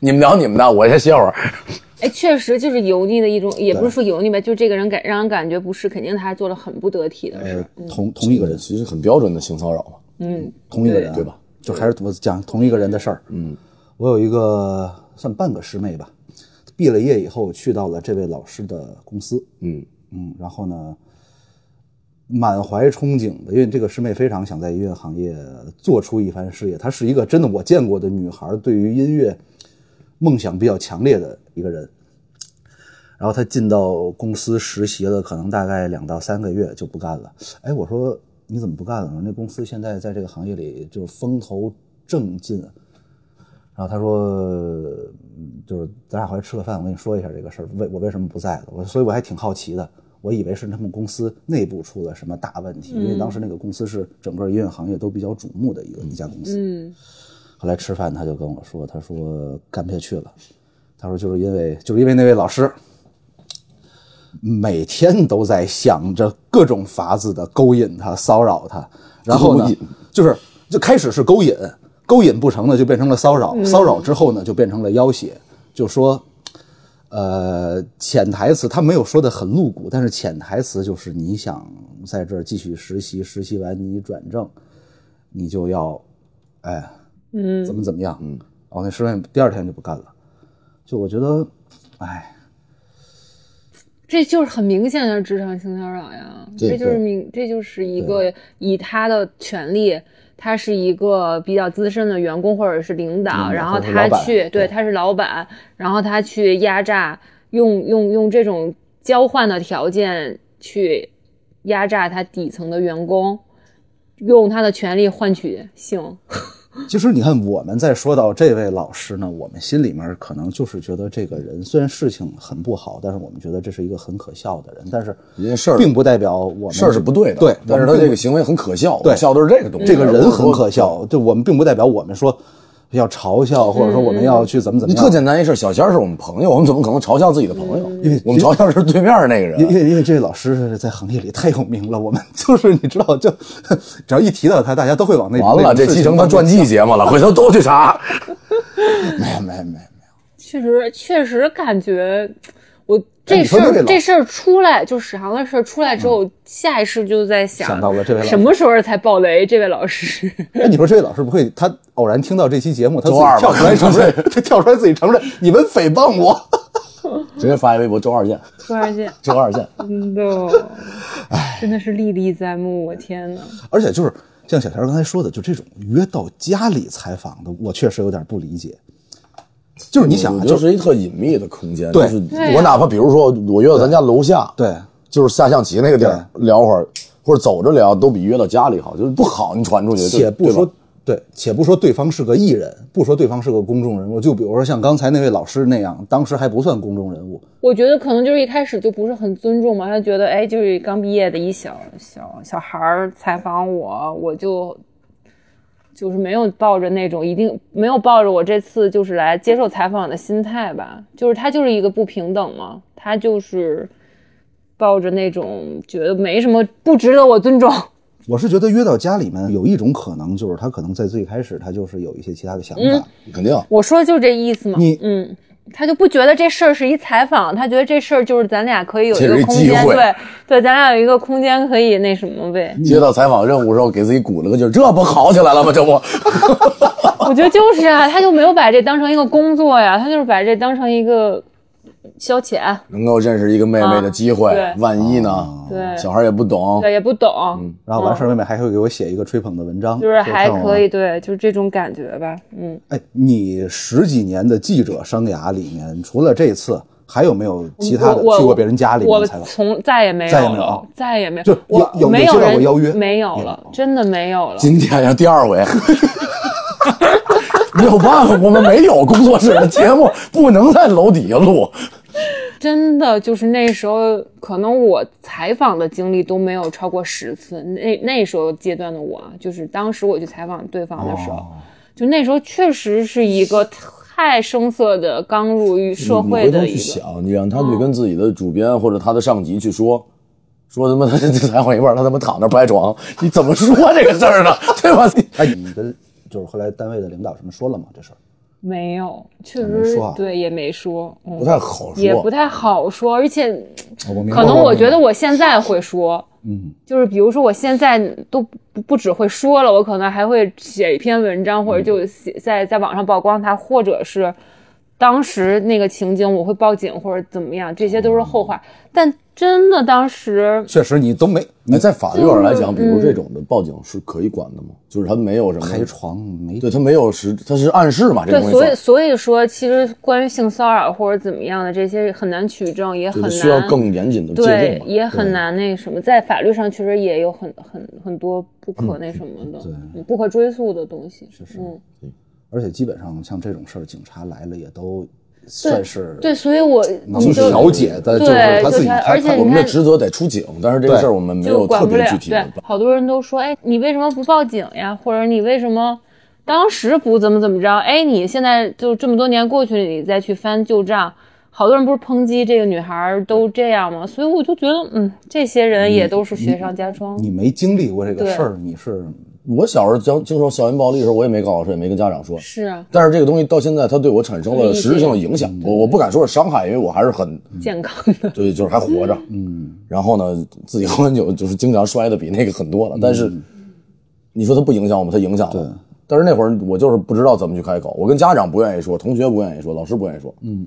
[SPEAKER 1] 你们聊你们的，我先歇会儿。
[SPEAKER 3] 哎，确实就是油腻的一种，也不
[SPEAKER 2] 对
[SPEAKER 3] 是说油腻吧，就这个人感让人感觉不是，肯定他是做了很不得体的事
[SPEAKER 2] 呃。同同一个人，
[SPEAKER 1] 其实很标准的性骚扰嘛，
[SPEAKER 3] 嗯
[SPEAKER 2] 同一个人、啊，
[SPEAKER 1] 对吧？
[SPEAKER 2] 就还是我讲同一个人的事儿。嗯，我有一个算半个师妹吧，毕了业以后去到了这位老师的公司。
[SPEAKER 1] 嗯
[SPEAKER 2] 嗯，然后呢，满怀憧憬的，因为这个师妹非常想在音乐行业做出一番事业。她是一个真的我见过的女孩，对于音乐梦想比较强烈的一个人。然后她进到公司实习了，可能大概两到三个月就不干了。哎，我说你怎么不干了？那公司现在在这个行业里就是风头正劲啊。然后他说，嗯就是咱俩回来吃个饭，我跟你说一下这个事儿，为我为什么不在了？我所以我还挺好奇的，我以为是他们公司内部出了什么大问题，因为当时那个公司是整个音乐行业都比较瞩目的一个一家公司。
[SPEAKER 3] 嗯，
[SPEAKER 2] 后来吃饭他就跟我说，他说干不下去了，他说就是因为就是因为那位老师每天都在想着各种法子的勾引他、骚扰他，然后呢
[SPEAKER 1] 勾引，
[SPEAKER 2] 就是就开始是勾引，勾引不成呢就变成了骚扰，
[SPEAKER 1] 嗯
[SPEAKER 2] 骚扰之后呢就变成了要挟，就说。呃，潜台词他没有说的很露骨，但是潜台词就是你想在这儿继续实习，实习完你转正，你就要，哎，嗯，怎么怎么样，嗯，哦，那师妹第二天就不干了，就我觉得，哎，
[SPEAKER 3] 这就是很明显的职场性骚扰呀，
[SPEAKER 1] 对
[SPEAKER 3] 这就是
[SPEAKER 1] 对
[SPEAKER 3] 明，这就是一个以他的权利，他是一个比较资深的员工或者是领导，
[SPEAKER 2] 嗯
[SPEAKER 3] 然后
[SPEAKER 2] 或者是
[SPEAKER 3] 他
[SPEAKER 2] 老板
[SPEAKER 3] 去，
[SPEAKER 2] 对
[SPEAKER 3] 对，他是老板，然后他去压榨，用用用这种交换的条件去压榨他底层的员工，用他的权利换取性，
[SPEAKER 2] 其实你看我们在说到这位老师呢，我们心里面可能就是觉得这个人虽然事情很不好，但是我们觉得这是一个很可笑的人，但是
[SPEAKER 1] 人家事儿
[SPEAKER 2] 并不代表我们
[SPEAKER 1] 事儿是不对的，
[SPEAKER 2] 对，
[SPEAKER 1] 但是
[SPEAKER 2] 我
[SPEAKER 1] 他
[SPEAKER 2] 们并
[SPEAKER 1] 这
[SPEAKER 2] 不
[SPEAKER 1] 个行为很可笑，
[SPEAKER 2] 对
[SPEAKER 1] 我笑的是这个东西，
[SPEAKER 2] 这个人很可笑，就我们并不代表我们说，要嘲笑，或者说我们要去怎么怎么
[SPEAKER 1] 你
[SPEAKER 2] 样。
[SPEAKER 1] 特简单一事，小仙儿是我们朋友，我们怎么可能嘲笑自己的朋友？因
[SPEAKER 2] 为
[SPEAKER 1] 我们嘲笑是对面那个
[SPEAKER 2] 因因
[SPEAKER 1] 人。
[SPEAKER 2] 为因为这位老师是在行业里太有名了，我们 就是你知道，就 只要一提到他，大家都会往那
[SPEAKER 1] 完
[SPEAKER 2] 那种
[SPEAKER 1] 了，这
[SPEAKER 2] 事
[SPEAKER 1] 期
[SPEAKER 2] 情
[SPEAKER 1] 成他
[SPEAKER 2] 方面
[SPEAKER 1] 传记节目了，回头都去查。
[SPEAKER 2] 没有没有没有，
[SPEAKER 3] 确实确实感觉我
[SPEAKER 2] 哎
[SPEAKER 3] 这
[SPEAKER 2] 你
[SPEAKER 3] 事
[SPEAKER 2] 说对
[SPEAKER 3] 儿
[SPEAKER 2] 了嗯
[SPEAKER 3] 这事儿出来，就史航的事儿出来之后，下意识就在想
[SPEAKER 2] 想到了这位老师
[SPEAKER 3] 什么时候才爆雷？这位老师，
[SPEAKER 2] 哎，你说这位老师不会，他偶然听到这期节目，他自
[SPEAKER 1] 周二
[SPEAKER 2] 己
[SPEAKER 1] 吧
[SPEAKER 2] 跳出来承认， 他跳出来自己承认，你们诽谤我。
[SPEAKER 1] 直接发一微博，周二见，
[SPEAKER 3] 突然间，嗯
[SPEAKER 1] 周二见。
[SPEAKER 3] 真 的，
[SPEAKER 2] 哎
[SPEAKER 3] 真的是历历在目。我天哪！
[SPEAKER 2] 而且就是像小田刚才说的，就这种约到家里采访的，我确实有点不理解。就是你想
[SPEAKER 1] 我
[SPEAKER 2] 啊，
[SPEAKER 1] 觉得
[SPEAKER 2] 就是
[SPEAKER 1] 是一特隐秘的空间。
[SPEAKER 2] 对
[SPEAKER 1] 就是我哪怕比如说，我约到咱家楼下，
[SPEAKER 2] 对，
[SPEAKER 1] 就是下象棋那个地儿
[SPEAKER 2] 嗯
[SPEAKER 1] 聊会儿，或者走着聊，都比约到家里好。就是不好，你传出去，就
[SPEAKER 2] 且不
[SPEAKER 1] 对吧
[SPEAKER 2] 说对，且不说对方是个艺人，不说对方是个公众人物，就比如说像刚才那位老师那样，当时还不算公众人物，
[SPEAKER 3] 我觉得可能就是一开始就不是很尊重嘛，他觉得哎，就是刚毕业的一小小小孩儿采访我，我就就是没有抱着那种一定没有抱着我这次就是来接受采访的心态吧，就是他就是一个不平等嘛，他就是抱着那种觉得没什么不值得我尊重，
[SPEAKER 2] 我是觉得约到家里面有一种可能，就是他可能在最开始他就是有一些其他的想法，
[SPEAKER 1] 肯定
[SPEAKER 3] 我说的就是这意思嘛，
[SPEAKER 2] 你
[SPEAKER 3] 嗯。他就不觉得这事儿是一采访，他觉得这事儿就是咱俩可以有一
[SPEAKER 1] 这是
[SPEAKER 3] 个
[SPEAKER 1] 一
[SPEAKER 3] 空
[SPEAKER 1] 机
[SPEAKER 3] 间，
[SPEAKER 1] 会
[SPEAKER 3] 对对，咱俩有一个空间可以那什么呗。
[SPEAKER 1] 接到采访任务的时候，给自己鼓了个劲儿，这不好起来了吗？这不，
[SPEAKER 2] 嗯
[SPEAKER 3] 我觉得就是啊，他就没有把这当成一个工作呀，他就是把这当成一个消
[SPEAKER 2] 哦
[SPEAKER 3] 遣，
[SPEAKER 1] 能够认识一个妹妹的机会，
[SPEAKER 3] 啊对
[SPEAKER 1] 万一呢？
[SPEAKER 3] 对
[SPEAKER 1] 小孩也不懂，
[SPEAKER 3] 对，也不懂，
[SPEAKER 2] 然后完事儿妹妹还会给我写一个吹捧的文章，
[SPEAKER 3] 嗯就是还
[SPEAKER 2] 看我
[SPEAKER 3] 可以，对，就是这种感觉吧，嗯。
[SPEAKER 2] 哎，你十几年的记者生涯里面，除了这次，还有没有其他的
[SPEAKER 3] 我我
[SPEAKER 2] 去过别人家里
[SPEAKER 3] 我
[SPEAKER 2] 面采访？
[SPEAKER 3] 从再也没有
[SPEAKER 2] 再也没有啊
[SPEAKER 3] 了，再也没有，
[SPEAKER 2] 就
[SPEAKER 3] 我
[SPEAKER 2] 有有
[SPEAKER 3] 没
[SPEAKER 2] 有接到
[SPEAKER 3] 人
[SPEAKER 2] 过邀约哦
[SPEAKER 3] 没有了，真的没有了。
[SPEAKER 1] 今天要第二回。 没有办法，我们没有工作室的节目，不能在楼底下录。
[SPEAKER 3] 真的就是那时候，可能我采访的经历都没有超过十次。那那时候阶段的我啊，就是当时我去采访对方的时候，
[SPEAKER 2] 哦
[SPEAKER 3] 就那时候确实是一个太生涩的刚入于社
[SPEAKER 1] 你
[SPEAKER 3] 会
[SPEAKER 1] 回头
[SPEAKER 3] 的
[SPEAKER 1] 去
[SPEAKER 3] 一个。嗯
[SPEAKER 1] 想，你让他去跟自己的主编或者他的上级去说，说他妈他 这采访一半儿，他他妈躺那儿不爱床，你怎么说这个事儿呢？ 对吧？你
[SPEAKER 2] 哎，你跟就是后来单位的领导什么说了吗？这事儿
[SPEAKER 3] 没有，确
[SPEAKER 2] 没
[SPEAKER 3] 实
[SPEAKER 2] 说啊
[SPEAKER 3] 对也没说，嗯
[SPEAKER 1] 不太好说，
[SPEAKER 3] 也不太好说，而且
[SPEAKER 2] 哦我明白
[SPEAKER 3] 可能我觉得我现在会说，
[SPEAKER 2] 嗯，
[SPEAKER 3] 就是比如说我现在都不不只会说了，我可能还会写一篇文章，
[SPEAKER 1] 嗯
[SPEAKER 3] 或者就写在在网上曝光它，或者是当时那个情景我会报警或者怎么样，这些都是后话。
[SPEAKER 1] 嗯
[SPEAKER 3] 但真的当时
[SPEAKER 2] 确实你都没，
[SPEAKER 1] 哎，
[SPEAKER 3] 嗯
[SPEAKER 2] 你
[SPEAKER 1] 在法律上来讲，比如这种的报警是可以管的吗？就是他没有什么
[SPEAKER 2] 开床没
[SPEAKER 1] 对他没有实，他是暗示嘛？这
[SPEAKER 3] 对，
[SPEAKER 1] 东西
[SPEAKER 3] 所以
[SPEAKER 1] 算
[SPEAKER 3] 所以说，其实关于性骚扰或者怎么样的这些很难取证，也很
[SPEAKER 1] 就
[SPEAKER 3] 难
[SPEAKER 1] 是需要更严谨的界
[SPEAKER 3] 对
[SPEAKER 1] 定，嘛。
[SPEAKER 3] 也很难那什么，在法律上确实也有很很很多不可那什么的、
[SPEAKER 2] 对
[SPEAKER 3] 不可追溯的东西。
[SPEAKER 2] 确实
[SPEAKER 3] 嗯，
[SPEAKER 2] 而且基本上像这种事儿，警察来了也都算是
[SPEAKER 3] 对，所以我
[SPEAKER 2] 能
[SPEAKER 3] 你就
[SPEAKER 2] 调解的，
[SPEAKER 3] 对
[SPEAKER 2] 就是他
[SPEAKER 3] 就
[SPEAKER 2] 自己
[SPEAKER 3] 他
[SPEAKER 2] 他
[SPEAKER 3] 而且
[SPEAKER 2] 他
[SPEAKER 1] 我
[SPEAKER 3] 你
[SPEAKER 1] 们的
[SPEAKER 3] 看
[SPEAKER 1] 职责得出警，但是这个
[SPEAKER 2] 对
[SPEAKER 1] 事儿我们没
[SPEAKER 3] 就
[SPEAKER 1] 有
[SPEAKER 3] 管
[SPEAKER 1] 特
[SPEAKER 3] 不
[SPEAKER 1] 别
[SPEAKER 3] 了
[SPEAKER 1] 具。体
[SPEAKER 3] 对
[SPEAKER 1] 的。，
[SPEAKER 3] 好多人都说，哎，你为什么不报警呀？或者你为什么当时不怎么怎么着？哎，你现在就这么多年过去，你再去翻旧账。好多人不是抨击这个女孩儿都这样吗？所以我就觉得，嗯，这些人也都是雪上加霜。
[SPEAKER 2] 你没经历过这个
[SPEAKER 3] 对
[SPEAKER 2] 事儿，你是
[SPEAKER 1] 我小时候经经受校园暴力的时候，我也没告老师，也没跟家长说。
[SPEAKER 3] 是啊，
[SPEAKER 1] 但是这个东西到现在，它对我产生了实质性的影响。我我不敢说是伤害，因为我还是很
[SPEAKER 3] 健康的。
[SPEAKER 1] 对，就是还活着。嗯，然后呢，自己喝完酒就是经常摔的比那个很多了。但是你说它不影响我们，它影响
[SPEAKER 2] 对
[SPEAKER 1] 了。但是那会儿我就是不知道怎么去开口，我跟家长不愿意说，同学不愿意说，老师不愿意说，嗯，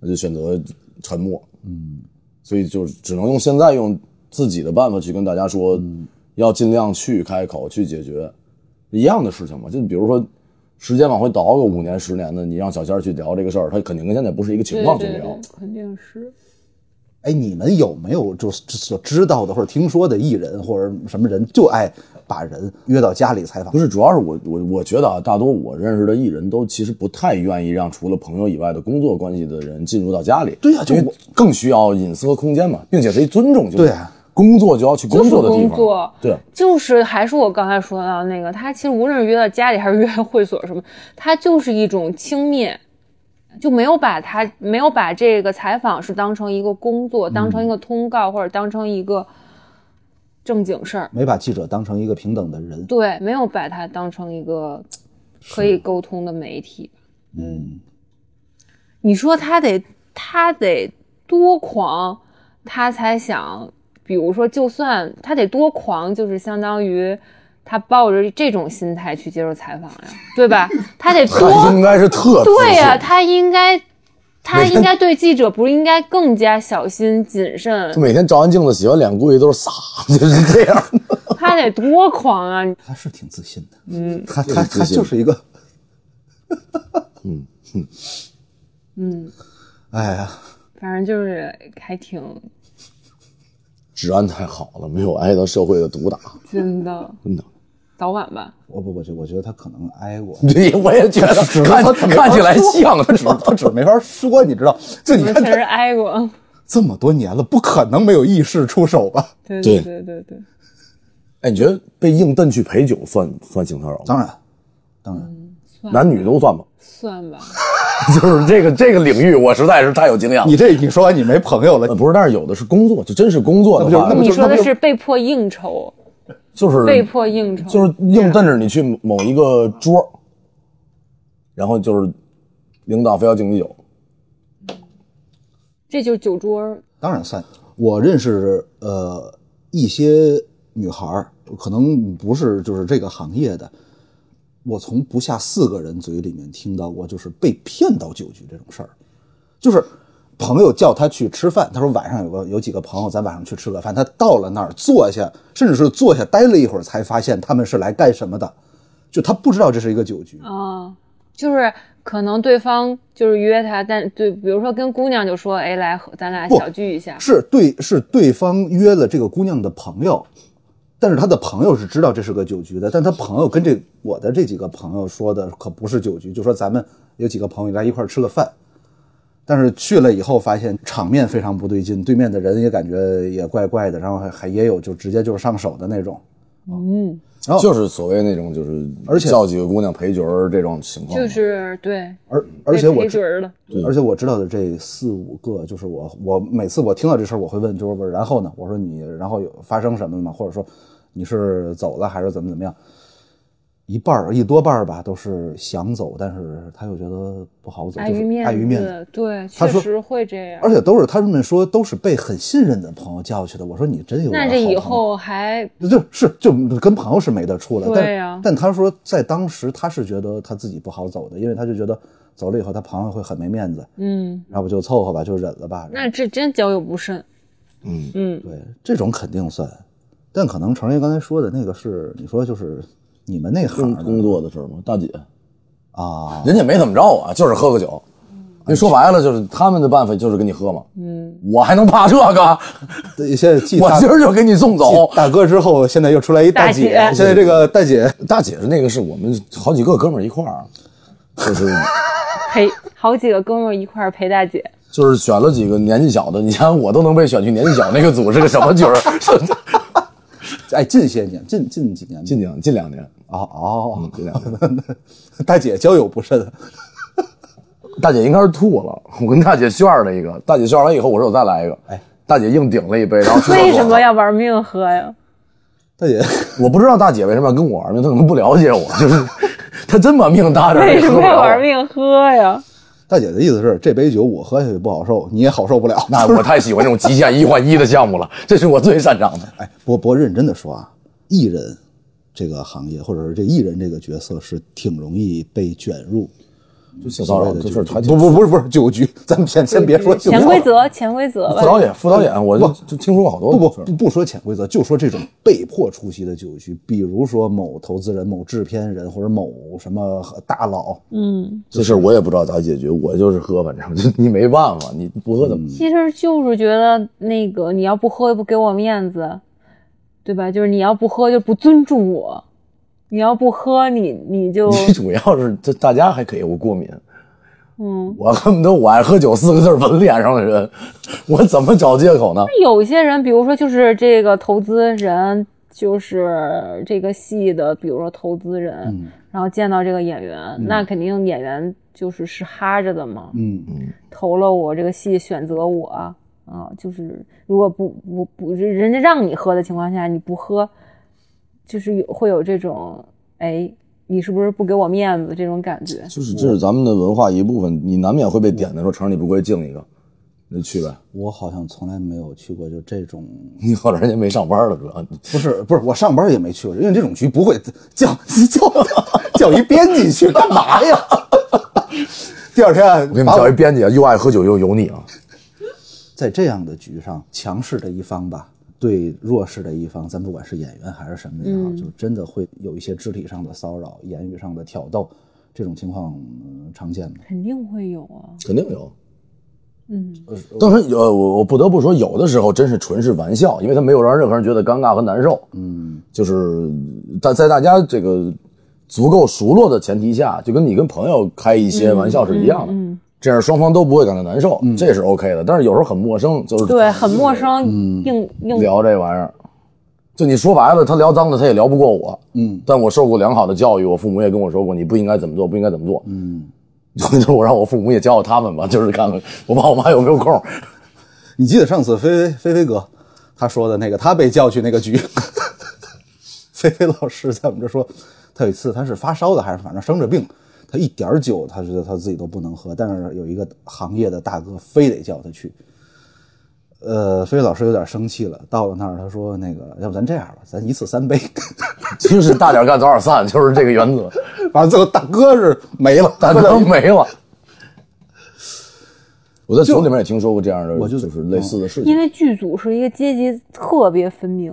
[SPEAKER 1] 我就选择沉默，嗯，所以就只能用现在用自己的办法去跟大家说，要尽量去开口去解决一样的事情嘛，就比如说。时间往回倒个五年十年的，你让小仙儿去聊这个事儿，他肯定跟现在不是一个情况去聊。，
[SPEAKER 3] 肯定是。
[SPEAKER 2] 哎，你们有没有就是所知道的或者听说的艺人或者什么人就爱把人约到家里采访
[SPEAKER 1] 不？是，主要是我我我觉得啊，大多我认识的艺人都其实不太愿意让除了朋友以外的工作关系的人进入到家里。
[SPEAKER 2] 对呀就
[SPEAKER 1] 因为
[SPEAKER 2] 我
[SPEAKER 1] 更需要隐私和空间嘛，并且是一尊重。就是
[SPEAKER 2] 对啊，
[SPEAKER 1] 工作就要去工作的地
[SPEAKER 3] 工
[SPEAKER 1] 方。
[SPEAKER 3] 作，
[SPEAKER 1] 对，
[SPEAKER 3] 就是还是我刚才说到那个，他其实无论是约到家里还是约到会所什么，他就是一种轻蔑，就没有把他没有把这个采访是当成一个工作，当成一个通告或者当成一个正经事儿，
[SPEAKER 2] 没把记者当成一个平等的人。
[SPEAKER 3] 对，没有把它当成一个可以沟通的媒体。
[SPEAKER 2] 嗯，
[SPEAKER 3] 你说他得他得多狂，他才想，比如说，就算他得多狂，就是相当于他抱着这种心态去接受采访呀，对吧？他得
[SPEAKER 1] 他
[SPEAKER 3] 多
[SPEAKER 1] 应该是特自
[SPEAKER 3] 对呀、
[SPEAKER 1] 信
[SPEAKER 3] 他应该他应该对记者不是应该更加小心谨慎
[SPEAKER 1] 就，每天照完镜子洗完脸，估计都是撒，就是这样。
[SPEAKER 3] 他得多狂啊！
[SPEAKER 2] 他是挺自信的。嗯，他他
[SPEAKER 1] 挺自
[SPEAKER 2] 他
[SPEAKER 1] 信嗯
[SPEAKER 2] 就是一个，嗯嗯，哎呀，
[SPEAKER 3] 反正就是还挺
[SPEAKER 1] 治安太好了，没有挨到社会的毒打，
[SPEAKER 3] 真的，
[SPEAKER 1] 真的。
[SPEAKER 3] 早晚吧。
[SPEAKER 2] 我不，我觉我觉得 他可能挨过。
[SPEAKER 1] 对，我也觉 得看看起来像，
[SPEAKER 2] 他只他只没法说，你知道？就你
[SPEAKER 3] 我
[SPEAKER 2] 看
[SPEAKER 3] 确实
[SPEAKER 2] 他
[SPEAKER 3] 挨过，
[SPEAKER 2] 这么多年了，不可能没有意识出手吧？
[SPEAKER 3] 对
[SPEAKER 1] 对
[SPEAKER 3] 对对对，
[SPEAKER 1] 哎，你觉得被硬蹬去陪酒算算性骚扰吗？
[SPEAKER 2] 当然，当然，
[SPEAKER 1] 男女都算吧，
[SPEAKER 3] 算吧。
[SPEAKER 1] 就是这个这个领域，我实在是太有经验了。
[SPEAKER 2] 你这你说完你没朋友了
[SPEAKER 1] 呃，不是，但是有的是工作，就真是工作的话，
[SPEAKER 2] 那不
[SPEAKER 3] 你
[SPEAKER 2] 就是
[SPEAKER 3] 说的
[SPEAKER 2] 就是
[SPEAKER 3] 被迫应酬，
[SPEAKER 1] 就是
[SPEAKER 3] 被迫应酬，
[SPEAKER 1] 就是硬瞪着你去某一个桌，然后就是领导非要敬你酒，
[SPEAKER 3] 这就是酒桌儿。
[SPEAKER 2] 当然算。我认识呃一些女孩儿，可能不是就是这个行业的，我从不下四个人嘴里面听到过，就是被骗到酒局这种事儿，就是。朋友叫他去吃饭，他说晚上有个有几个朋友，咱晚上去吃个饭。他到了那儿坐下，甚至是坐下待了一会儿，才发现他们是来干什么的，就他不知道这是一个酒局。
[SPEAKER 3] 啊，就是可能对方就是约他，但对，比如说跟姑娘就说，哎，来，咱俩
[SPEAKER 2] 不
[SPEAKER 3] 小聚一下，
[SPEAKER 2] 是对，是对方约了这个姑娘的朋友，但是他的朋友是知道这是个酒局的，但他朋友跟这我的这几个朋友说的可不是酒局，就说咱们有几个朋友来一块儿吃个饭，但是去了以后发现场面非常不对劲，对面的人也感觉也怪怪的，然后还还也有就直接就是上手的那种，哦
[SPEAKER 1] 就是所谓那种就是
[SPEAKER 2] 而且
[SPEAKER 1] 叫几个姑娘陪酒儿这种情况，
[SPEAKER 3] 就是对，
[SPEAKER 2] 而而且
[SPEAKER 3] 被
[SPEAKER 2] 我
[SPEAKER 3] 陪
[SPEAKER 2] 知
[SPEAKER 3] 局儿了，
[SPEAKER 2] 而且我知道的这四五个，就是我我每次我听到这事儿，我会问，就是我然后呢？我说你然后有发生什么了吗？或者说你是走了还是怎么怎么样？一半儿一多半儿吧，都是想走，但是他又觉得不好走，
[SPEAKER 3] 碍
[SPEAKER 2] 就是
[SPEAKER 3] 于面
[SPEAKER 2] 碍于面子。
[SPEAKER 3] 子，对，
[SPEAKER 2] 他
[SPEAKER 3] 确
[SPEAKER 2] 说
[SPEAKER 3] 实会这样
[SPEAKER 2] 而。且都是他们说都是被很信任的朋友叫去的。我说你真有点
[SPEAKER 3] 那这
[SPEAKER 2] 好朋
[SPEAKER 3] 以
[SPEAKER 2] 友
[SPEAKER 3] 后还
[SPEAKER 2] 就是就跟朋友是没得处了。
[SPEAKER 3] 对呀
[SPEAKER 2] 但但他说在当时他是觉得他自己不好走的，因为他就觉得走了以后他朋友会很没面子，
[SPEAKER 3] 嗯，
[SPEAKER 2] 要不就凑合吧，就忍了吧。
[SPEAKER 3] 那这真交友不慎，
[SPEAKER 2] 嗯
[SPEAKER 3] 嗯
[SPEAKER 2] 对，这种肯定算，但可能程爷刚才说的那个是，你说就是你们那行
[SPEAKER 1] 工
[SPEAKER 2] 的
[SPEAKER 1] 工作的事儿嘛。大姐，
[SPEAKER 2] 啊，
[SPEAKER 1] 人家没怎么着我，就是喝个酒。那说白了就是他们的办法就是跟你喝嘛，嗯，我还能怕这个？
[SPEAKER 2] 对现在 继
[SPEAKER 1] 我
[SPEAKER 2] 大
[SPEAKER 1] 今儿就给哦你送走。
[SPEAKER 2] 继大哥之后，现在又出来一大姐，
[SPEAKER 3] 大姐
[SPEAKER 2] 现在这个大姐
[SPEAKER 1] 大姐是那个是我们好几个哥们儿一块儿，就是
[SPEAKER 3] 陪好几个哥们儿一块儿陪大姐，
[SPEAKER 1] 就是选了几个年纪小的，你想我都能被选去年纪小那个组是个什么局儿？
[SPEAKER 2] 哎，近些年，近近几年，
[SPEAKER 1] 近两近两年，
[SPEAKER 2] 哦哦，
[SPEAKER 1] 近两年，
[SPEAKER 2] 大姐交友不慎，
[SPEAKER 1] 大姐应该是吐了。我跟大姐炫了一个，大姐炫完以后，我说我再来一个，哎，大姐硬顶了一杯，然后去厕 所
[SPEAKER 3] 为什么要玩命喝呀？
[SPEAKER 2] 大姐
[SPEAKER 1] 我不知道大姐为什么要跟我玩命，她可能不了解我，就是她真把命搭 着，
[SPEAKER 3] 为什么
[SPEAKER 1] 喝不
[SPEAKER 3] 要
[SPEAKER 1] 了
[SPEAKER 3] 玩？命喝呀？
[SPEAKER 2] 大姐的意思是，这杯酒我喝下去不好受，你也好受不了。
[SPEAKER 1] 那我太喜欢这种极限一换一的项目了，这是我最擅长的。
[SPEAKER 2] 哎，不不过认真的说啊，艺人这个行业，或者是这艺人这个角色，是挺容易被卷入。
[SPEAKER 1] 就
[SPEAKER 2] 哦
[SPEAKER 1] 性骚扰这事儿还
[SPEAKER 2] 不
[SPEAKER 1] 挺
[SPEAKER 2] 不不是不是酒局，咱们先先别说酒局
[SPEAKER 3] 潜规则，潜规则
[SPEAKER 1] 副导
[SPEAKER 3] 吧。
[SPEAKER 1] 演，副导演，我就就听说过好多
[SPEAKER 2] 不不
[SPEAKER 1] 事儿
[SPEAKER 2] 不不说潜规则，就说这种被迫出席的酒局，比如说某投资人、某制片人或者某什么大佬，
[SPEAKER 3] 嗯，
[SPEAKER 1] 这事儿我也不知道咋解决，我就是喝，反正就你没办法，你不喝怎么？
[SPEAKER 3] 其实就是觉得那个你要不喝又不给我面子，对吧？就是你要不喝就不尊重我， 你要不喝你你就
[SPEAKER 1] 你主要是这大家还可以，我过敏，嗯，我恨不得我爱喝酒四个字纹脸上的人，我怎么找借口呢？
[SPEAKER 3] 有一些人，比如说就是这个投资人，就是这个戏的，比如说投资人，然后见到这个演员，那肯定演员就是是哈着的嘛，
[SPEAKER 2] 嗯
[SPEAKER 3] 投了我这个戏，选择我啊，就是如果不不不，人家让你喝的情况下你不喝，就是有会有这种哎，你是不是不给我面子这种感觉？
[SPEAKER 1] 就是这是咱们的文化一部分，你难免会被点的说成你不会敬一个，那去呗。
[SPEAKER 2] 我好像从来没有去过就这种，
[SPEAKER 1] 你好，人家没上班了，主要
[SPEAKER 2] 不是不是，我上班也没去过，因为这种局不会叫叫叫一编辑去干嘛呀？ 第二天
[SPEAKER 1] 我给你
[SPEAKER 2] 把
[SPEAKER 1] 们
[SPEAKER 2] 我
[SPEAKER 1] 找一编辑，啊，又爱喝酒又油腻啊。
[SPEAKER 2] 在这样的局上，强势的一方吧，对弱势的一方，咱不管是演员还是什么也好，就真的会有一些肢体上的骚扰、言语上的挑逗，这种情况、嗯常见吗？
[SPEAKER 3] 肯定会有啊，
[SPEAKER 1] 肯定有。
[SPEAKER 3] 嗯，
[SPEAKER 1] 但是呃，我我不得不说，有的时候真是纯是玩笑，因为他没有让任何人觉得尴尬和难受。嗯，就是在在大家这个足够熟络的前提下，就跟你跟朋友开一些玩笑是一样的，
[SPEAKER 3] 嗯
[SPEAKER 1] 这样双方都不会感到难受，
[SPEAKER 2] 嗯
[SPEAKER 1] 这是 OK 的。但是有时候很陌生，就是
[SPEAKER 3] 对，很陌生，
[SPEAKER 1] 嗯
[SPEAKER 3] 硬
[SPEAKER 2] 嗯
[SPEAKER 3] 硬
[SPEAKER 1] 聊这玩意儿。就你说白了，他聊脏的他也聊不过我，
[SPEAKER 2] 嗯，
[SPEAKER 1] 但我受过良好的教育，我父母也跟我说过，你不应该怎么做，不应该怎么做，嗯， 就是我让我父母也教教他们吧，就是看看我爸我妈有没有空，
[SPEAKER 2] 你记得上次飞飞飞飞哥他说的那个，他被叫去那个局， 飞飞老师在我们这说，他有一次他是发烧的还是反正生着病，他一点儿酒他觉得他自己都不能喝，但是有一个行业的大哥非得叫他去。呃，飞飞老师有点生气了，到了那儿他说那个，要不咱这样吧，咱一次三杯，
[SPEAKER 1] 就是大点干早点散，就是这个原则，
[SPEAKER 2] 反正最后大哥是没了，
[SPEAKER 1] 大
[SPEAKER 2] 喝
[SPEAKER 1] 哥
[SPEAKER 2] 的
[SPEAKER 1] 没了。我在组里面也听说过这样的，
[SPEAKER 2] 我就
[SPEAKER 1] 就是类似的事情
[SPEAKER 3] 因，为剧组是一个阶级特别分明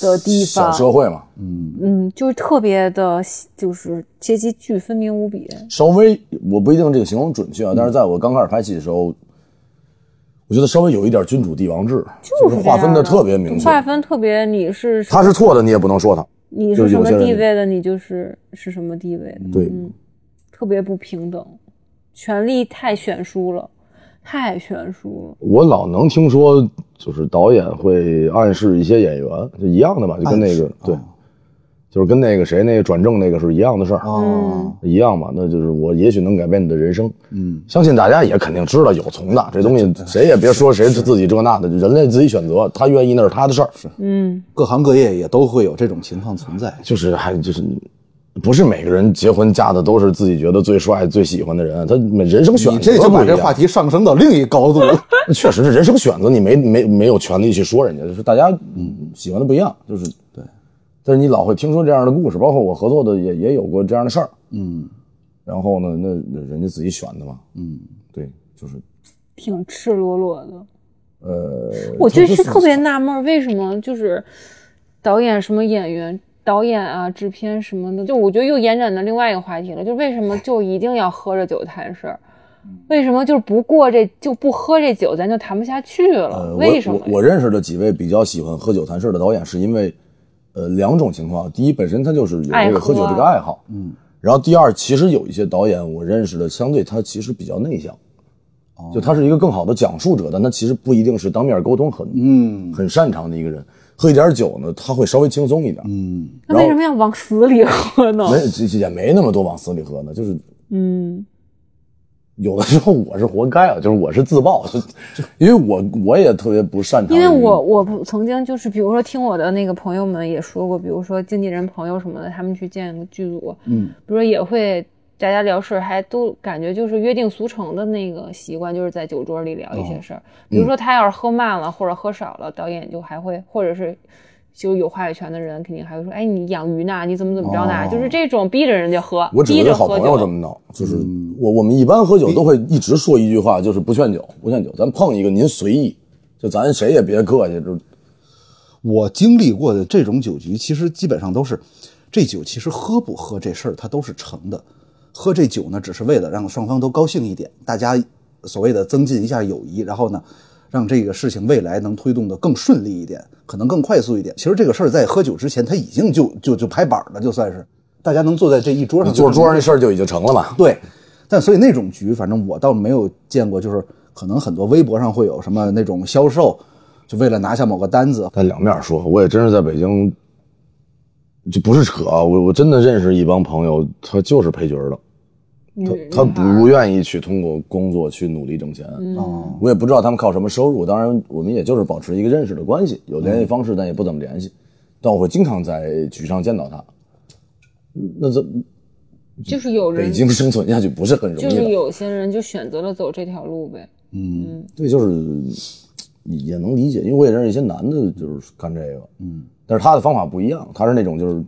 [SPEAKER 3] 的地
[SPEAKER 1] 小
[SPEAKER 3] 方，
[SPEAKER 1] 社会嘛，
[SPEAKER 3] 嗯，就是特别的，就是阶级巨分明无比。
[SPEAKER 1] 稍微我不一定这个形容准确啊，但是在我刚开始拍戏的时候，我觉得稍微有一点君主帝王制，
[SPEAKER 3] 就
[SPEAKER 1] 就是
[SPEAKER 3] 是啊
[SPEAKER 1] 划分
[SPEAKER 3] 的
[SPEAKER 1] 的特别明确。
[SPEAKER 3] 划分特别，你是什
[SPEAKER 1] 他是错的，你也不能说他。
[SPEAKER 3] 你
[SPEAKER 1] 就是
[SPEAKER 3] 什
[SPEAKER 1] 有
[SPEAKER 3] 么
[SPEAKER 1] 些人
[SPEAKER 3] 地位的，你就是是什么地位的，
[SPEAKER 1] 对，
[SPEAKER 3] 特别不平等，权力太悬殊了，太悬殊了。
[SPEAKER 1] 我老能听说，就是导演会暗示一些演员，就一样的嘛，就跟那个对，就是跟那个谁那个转正那个是一样的事儿。
[SPEAKER 2] 哦，
[SPEAKER 1] 一样嘛，那就是我也许能改变你的人生。
[SPEAKER 2] 嗯，
[SPEAKER 1] 相信大家也肯定知道有从的这东西，谁也别说谁自己这那的，人类自己选择，他愿意那是他的事儿。是，
[SPEAKER 3] 嗯，
[SPEAKER 2] 各行各业也都会有这种情况存在。
[SPEAKER 1] 就是还就是，不是每个人结婚嫁的都是自己觉得最帅、最喜欢的人，啊他每人生选择
[SPEAKER 2] 你这就
[SPEAKER 1] 不
[SPEAKER 2] 把
[SPEAKER 1] 一
[SPEAKER 2] 这
[SPEAKER 1] 样
[SPEAKER 2] 话题上升到另一高度了。
[SPEAKER 1] 确实是人生选择，你没没没有权利去说人家，就是大家嗯喜欢的不一样，就是对。但是你老会听说这样的故事，包括我合作的也也有过这样的事儿。
[SPEAKER 2] 嗯，
[SPEAKER 1] 然后呢，那那人家自己选的嘛。
[SPEAKER 2] 嗯，
[SPEAKER 1] 对，就是
[SPEAKER 3] 挺赤裸裸的。
[SPEAKER 1] 呃，
[SPEAKER 3] 我
[SPEAKER 1] 就
[SPEAKER 3] 就是特别纳闷儿，为什么就是导演什么演员、导演啊、制片什么的，就我觉得又延展到另外一个话题了，就为什么就一定要喝着酒谈事儿？为什么就是不过这就不喝这酒，咱就谈不下去了？
[SPEAKER 1] 呃，
[SPEAKER 3] 啊为什么
[SPEAKER 1] 我我我认识的几位比较喜欢喝酒谈事的导演，是因为，呃，两种情况：第一，本身他就是有这个喝酒这个
[SPEAKER 3] 啊
[SPEAKER 1] 爱好，嗯。然后第二，其实有一些导演我认识的，相对他其实比较内向，
[SPEAKER 3] 哦
[SPEAKER 1] 就他是一个更好的讲述者，但他其实不一定是当面沟通很、
[SPEAKER 2] 嗯
[SPEAKER 1] 很擅长的一个人。喝一点酒呢，他会稍微轻松一点，
[SPEAKER 2] 嗯，
[SPEAKER 3] 那为什么要往死里喝呢？
[SPEAKER 1] 没这这也没那么多往死里喝呢，就是
[SPEAKER 3] 嗯，
[SPEAKER 1] 有的时候我是活该啊，就是我是自爆， 就就因为我我也特别不擅长于，
[SPEAKER 3] 因为我我曾经就是，比如说听我的那个朋友们也说过，比如说经纪人朋友什么的，他们去见剧组，
[SPEAKER 2] 嗯，
[SPEAKER 3] 比如说也会大家聊事儿，还都感觉就是约定俗成的那个习惯，就是在酒桌里聊
[SPEAKER 1] 哦
[SPEAKER 3] 一些事儿。比
[SPEAKER 1] 嗯
[SPEAKER 3] 如说他要是喝慢了或者喝少了，导演就还会，或者是就有话语权的人肯定还会说，哎，你养鱼呢，你怎么怎么着呢？
[SPEAKER 2] 哦
[SPEAKER 3] 就是这种逼着人家喝，
[SPEAKER 1] 我只
[SPEAKER 3] 逼
[SPEAKER 1] 能
[SPEAKER 3] 着
[SPEAKER 1] 跟好
[SPEAKER 3] 喝
[SPEAKER 1] 朋友这
[SPEAKER 3] 酒。
[SPEAKER 1] 么闹，就是我我们一般喝酒都会一直说一句话，就是不劝酒，不劝酒，咱碰一个您随意，就咱谁也别客气，就
[SPEAKER 2] 我经历过的这种酒局，其实基本上都是，这酒其实喝不喝这事儿它都是成的，喝这酒呢只是为了让双方都高兴一点，大家所谓的增进一下友谊，然后呢，让这个事情未来能推动的更顺利一点，可能更快速一点。其实这个事儿在喝酒之前，它已经就就就拍板了，就算是大家能坐在这一桌上，
[SPEAKER 1] 坐桌上那事儿就已经成了嘛。
[SPEAKER 2] 对，但所以那种局，反正我倒没有见过，就是可能很多微博上会有什么那种销售，就为了拿下某个单子，
[SPEAKER 1] 但两面说，我也真是在北京，这不是扯啊，我我真的认识一帮朋友，他就是配角的，
[SPEAKER 3] 嗯
[SPEAKER 1] 他他不愿意去通过工作去努力挣钱，
[SPEAKER 3] 嗯
[SPEAKER 2] 哦
[SPEAKER 1] 我也不知道他们靠什么收入，当然我们也就是保持一个认识的关系，有联系方式，但也不怎么联系，但我会经常在局上见到他，嗯那这
[SPEAKER 3] 就是有
[SPEAKER 1] 北
[SPEAKER 3] 人，
[SPEAKER 1] 京生存下去不是很容
[SPEAKER 3] 就
[SPEAKER 1] 易
[SPEAKER 3] 是
[SPEAKER 1] 的，
[SPEAKER 3] 有些人就选择了走这条路呗。
[SPEAKER 1] 对，就是也能理解，因为我也认识一些男的，就是干这个，嗯，但是他的方法不一样，他是那种就是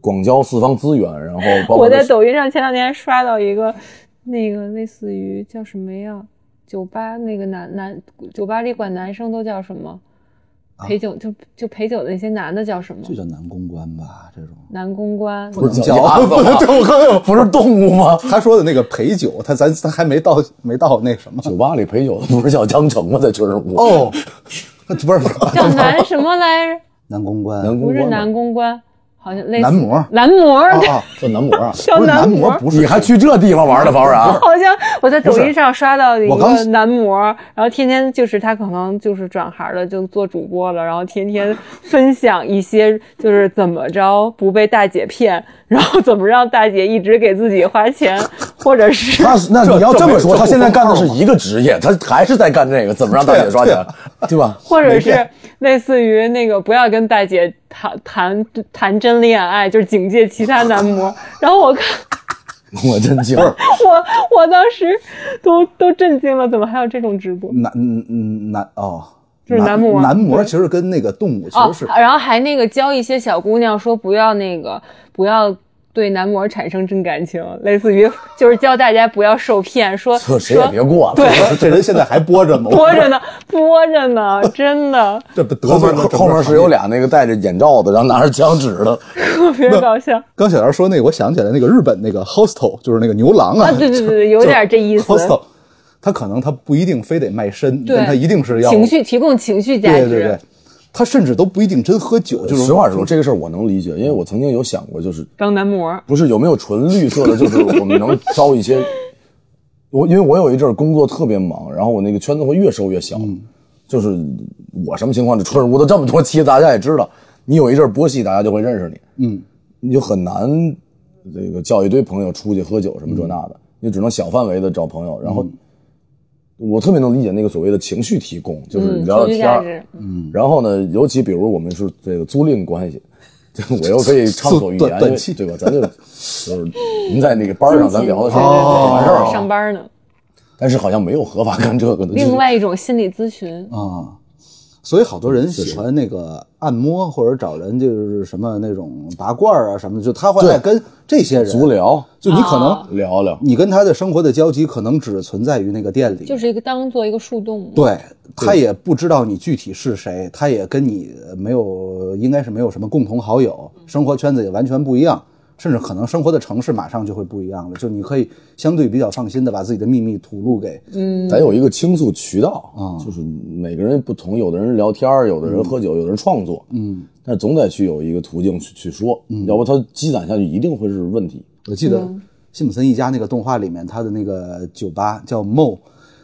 [SPEAKER 1] 广交四方资源，然后包括
[SPEAKER 3] 我在抖音上前两天刷到一个，那个类似于叫什么呀？酒吧那个男男，酒吧里管男生都叫什么？
[SPEAKER 1] 啊
[SPEAKER 3] 陪酒就就陪酒的那些男的叫什么
[SPEAKER 2] 这？叫男公关吧？这种
[SPEAKER 3] 男公 关。
[SPEAKER 1] 不是
[SPEAKER 2] 脚
[SPEAKER 1] 鸭子吗？
[SPEAKER 2] 对我刚有
[SPEAKER 1] 不是动物吗？
[SPEAKER 2] 他说的那个陪酒，他咱咱还没到没到那什么
[SPEAKER 1] 酒吧里陪酒的不是叫江城吗？在军人屋，
[SPEAKER 2] 哦，不是 不是
[SPEAKER 3] 叫男什么来着？
[SPEAKER 2] 男公关，
[SPEAKER 1] 男
[SPEAKER 3] 不
[SPEAKER 1] 公
[SPEAKER 3] 是
[SPEAKER 1] 关吗
[SPEAKER 3] 男公关，好像类似
[SPEAKER 2] 男 模啊
[SPEAKER 3] 男模，
[SPEAKER 1] 哦
[SPEAKER 3] 对
[SPEAKER 2] 啊，
[SPEAKER 1] 这男模啊，
[SPEAKER 3] 叫
[SPEAKER 2] 不是
[SPEAKER 3] 男
[SPEAKER 2] 男
[SPEAKER 3] 模
[SPEAKER 2] 模，不是
[SPEAKER 1] 你还去这地方玩呢，啊王然？
[SPEAKER 3] 好像我在抖音上刷到一
[SPEAKER 2] 我刚
[SPEAKER 3] 个男模，然后天天就是他可能就是转行了，就做主播了，然后天天分享一些就是怎么着不被大姐骗，然后怎么让大姐一直给自己花钱，或者 是
[SPEAKER 1] 他那你要这么说，
[SPEAKER 2] 这
[SPEAKER 1] 他现在干的
[SPEAKER 2] 这
[SPEAKER 1] 是
[SPEAKER 2] 不
[SPEAKER 1] 一个职业，他还是在干这个，怎么让大姐刷钱，对吧？
[SPEAKER 3] 或者
[SPEAKER 2] 没
[SPEAKER 3] 是类似于那个不要跟大姐谈谈谈真恋爱，就是警戒其他男模。然后我看
[SPEAKER 1] 我真惊，
[SPEAKER 3] 我我当时都都震惊了，怎么还有这种直播？
[SPEAKER 2] 男嗯嗯男哦，
[SPEAKER 3] 就是男模
[SPEAKER 2] 男模其实跟那个动物其
[SPEAKER 3] 哦
[SPEAKER 2] 实是，
[SPEAKER 3] 然后还那个教一些小姑娘说不要那个不要对男模产生真感情，类似于就是教大家不要受骗， 说
[SPEAKER 1] 这谁也别
[SPEAKER 3] 说
[SPEAKER 1] 过了。
[SPEAKER 3] 对
[SPEAKER 2] 这人现在还播着吗？
[SPEAKER 3] 播着呢，播着 呢，真的
[SPEAKER 2] 这不得
[SPEAKER 1] 后
[SPEAKER 2] 罪
[SPEAKER 1] 面
[SPEAKER 2] 了整个
[SPEAKER 1] 后面是有
[SPEAKER 2] 行业
[SPEAKER 1] 俩那个戴着眼罩的，然后拿着枪指的，
[SPEAKER 3] 特别搞笑
[SPEAKER 2] 刚小姚说那个，我想起来那个日本那个 hostel，就是那个牛郎啊，
[SPEAKER 3] 啊！对对对对，有点这意思，
[SPEAKER 2] hostel，他可能他不一定非得卖身，
[SPEAKER 3] 对
[SPEAKER 2] 但他一定是要
[SPEAKER 3] 情绪提供情绪价
[SPEAKER 2] 对
[SPEAKER 3] 值，
[SPEAKER 2] 对对，他甚至都不一定真喝酒，就是
[SPEAKER 1] 实话实说，这个事儿我能理解，因为我曾经有想过，就是
[SPEAKER 3] 当男模。
[SPEAKER 1] 不是有没有纯绿色的，就是我们能招一些。我因为我有一阵儿工作特别忙，然后我那个圈子会越收越小，就是我什么情况，这春日屋都这么多期，大家也知道，你有一阵儿播戏，大家就会认识你，嗯，你就很难这个叫一堆朋友出去喝酒什么这那的，你只能小范围的找朋友，然后。我特别能理解那个所谓的情绪提供，就是
[SPEAKER 3] 嗯
[SPEAKER 1] 聊聊
[SPEAKER 3] 情绪
[SPEAKER 1] 天
[SPEAKER 3] 价
[SPEAKER 1] 儿
[SPEAKER 3] 值，
[SPEAKER 1] 嗯，然后呢，尤其比如我们是这个租赁关系， 这我又可以畅所欲言，
[SPEAKER 2] 短短期
[SPEAKER 1] 对吧？咱就就是您在那个班儿上，咱聊的是
[SPEAKER 2] 哦
[SPEAKER 1] 完事儿啊嗯
[SPEAKER 3] 上
[SPEAKER 1] 了，
[SPEAKER 3] 班呢，
[SPEAKER 1] 但是好像没有合法干这个的。
[SPEAKER 3] 另外一种心理咨询，
[SPEAKER 2] 啊。所以好多人喜欢那个按摩，或者找人就是什么那种拔罐儿啊什么的，就他会爱跟这些
[SPEAKER 1] 就是足
[SPEAKER 2] 人。
[SPEAKER 1] 疗
[SPEAKER 2] 就你可
[SPEAKER 3] 啊
[SPEAKER 2] 能
[SPEAKER 1] 聊聊，
[SPEAKER 2] 你跟他的生活的交集，可能只存在于那个店里，
[SPEAKER 3] 就是一个当做一个树洞嘛。
[SPEAKER 2] 对他也不知道你具体是谁，他也跟你呃没有，应该是没有什么共同好友，生活圈子也完全不一样，甚至可能生活的城市马上就会不一样了。就你可以相对比较放心的把自己的秘密吐露给，
[SPEAKER 3] 嗯
[SPEAKER 1] 咱有一个倾诉渠道啊，
[SPEAKER 2] 嗯
[SPEAKER 1] 就是每个人不同，有的人聊天儿，有的人喝酒，有的人创作，嗯，但是总得去有一个途径去去说，
[SPEAKER 2] 嗯
[SPEAKER 1] 要不它积攒下去一定会是问题。
[SPEAKER 2] 我记得辛普森一家那个动画里面，他的那个酒吧叫 Mo，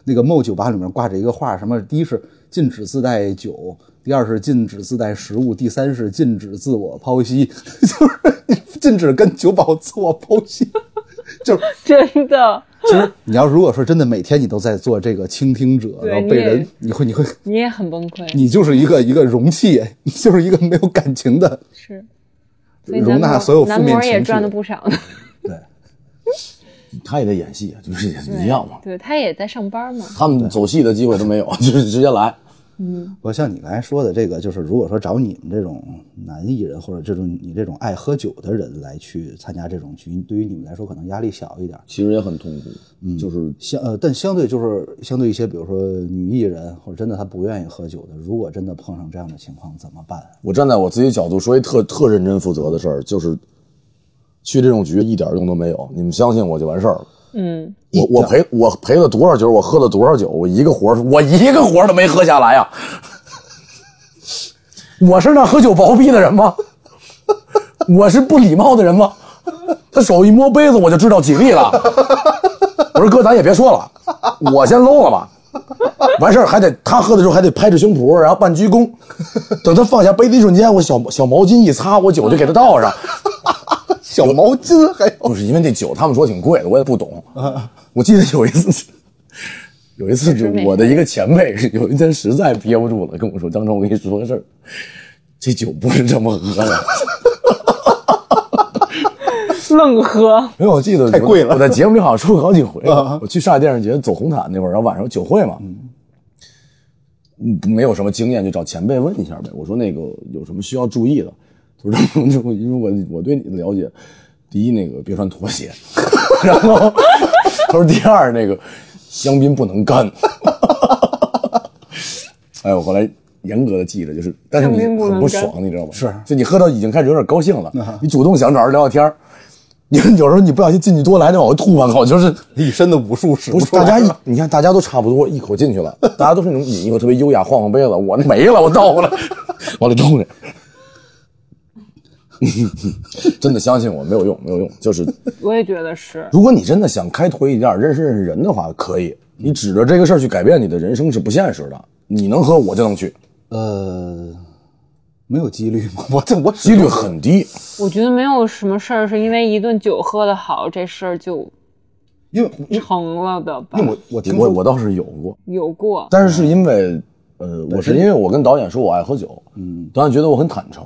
[SPEAKER 2] 那个 Mo 酒吧里面挂着一个画，什么第一是禁止自带酒，第二是禁止自带食物，第三是禁止自我剖析， 就是禁止跟酒保自我剖析， 就是。
[SPEAKER 3] 真的，
[SPEAKER 2] 其 实你要如果说真的每天你都在做这个倾听者，
[SPEAKER 3] 对
[SPEAKER 2] 然后被
[SPEAKER 3] 你
[SPEAKER 2] 人
[SPEAKER 3] 也，
[SPEAKER 2] 你会你会
[SPEAKER 3] 你也很崩溃。
[SPEAKER 2] 你就是一个一个容器， 你就是一个没有感情 的。
[SPEAKER 3] 是，
[SPEAKER 2] 容纳
[SPEAKER 3] 男模
[SPEAKER 2] 所有负
[SPEAKER 3] 男
[SPEAKER 2] 面
[SPEAKER 3] 模
[SPEAKER 2] 情
[SPEAKER 3] 也
[SPEAKER 2] 绪
[SPEAKER 3] 赚了不少呢。
[SPEAKER 1] 他也得演戏啊，就是也 一样嘛，
[SPEAKER 3] 对他也在上班嘛，
[SPEAKER 1] 他们走戏的机会都没有， 就是直接来。
[SPEAKER 2] 嗯我像你刚才说的这个，就是如果说找你们这种男艺人或者这种你这种爱喝酒的人来去参加这种局，对于你们来说可能压力小一点。
[SPEAKER 1] 其实也很痛苦，就是
[SPEAKER 2] 相呃，但相对就是相对一些，比如说女艺人或者真的她不愿意喝酒的，如果真的碰上这样的情况怎么办？
[SPEAKER 1] 我站在我自己角度说一特特认真负责的事儿，就是去这种局一点用都没有，你们相信我就完事儿了。
[SPEAKER 3] 嗯，
[SPEAKER 1] 我我赔我赔了多少酒，我喝了多少酒，我一个活儿我一个活儿都没喝下来呀、 我是那喝酒薄逼的人吗？我是不礼貌的人吗？他手一摸杯子，我就知道几粒了。我说哥，咱也别说了，我先搂了吧。完事儿还得他喝的时候还得拍着胸脯，然后半鞠躬。等他放下杯子一瞬间，我小小毛巾一擦，我酒就给他倒上。
[SPEAKER 5] 小毛巾还有啊
[SPEAKER 1] 不是因为那酒他们说挺贵的，我也不懂。我记得有一次， 有一次就我的一个前辈有一天实在憋不住了，跟我说：“张成，我跟你说个事儿，这酒不是这么喝的。
[SPEAKER 3] 愣喝”
[SPEAKER 1] 因为我记得
[SPEAKER 5] 太贵了
[SPEAKER 1] 我在节目里好像说过好几回。我去上海电视节走红毯那会儿，然后晚上有酒会嘛，嗯，没有什么经验，就找前辈问一下呗。我说那个有什么需要注意的？他说：“因为我我对你的了解，第一那个别穿拖鞋，然后他说第二那个香槟不能干。”哎，我后来严格的记着，就是，但是你
[SPEAKER 3] 香槟不能
[SPEAKER 1] 很不
[SPEAKER 3] 干
[SPEAKER 1] 爽，你知道吗？
[SPEAKER 2] 是
[SPEAKER 1] 就你喝到已经开始有点高兴了，你主动想找人聊聊天儿你有时候你不小心进去多来，就往外吐半口，就是
[SPEAKER 5] 一身的武术使
[SPEAKER 1] 不是
[SPEAKER 5] 出来
[SPEAKER 1] 大家一，你看大家都差不多一口进去了，大家都是那种饮一口特别优雅，晃晃杯子，我那没了，我倒过来，往里冲去。 真的相信我，没有用，没有用。就是
[SPEAKER 3] 我也觉得是。
[SPEAKER 1] 如果你真的想开拓一点认识认识人的话，可以，你指着这个事儿去改变你的人生是不现实的。你能喝，我就能去，
[SPEAKER 2] 呃，没有几率吗？
[SPEAKER 5] 我这我
[SPEAKER 1] 几率很低。
[SPEAKER 3] 我觉得没有什么事儿是因为一顿酒喝的好，这事儿就
[SPEAKER 5] 因为因
[SPEAKER 3] 成了的吧？
[SPEAKER 5] 为我我听
[SPEAKER 1] 我
[SPEAKER 5] 说嗯
[SPEAKER 1] 我倒是有过，
[SPEAKER 3] 有过，
[SPEAKER 1] 但是是因为，呃，我是因为我跟导演说我爱喝酒，嗯，导演觉得我很坦诚，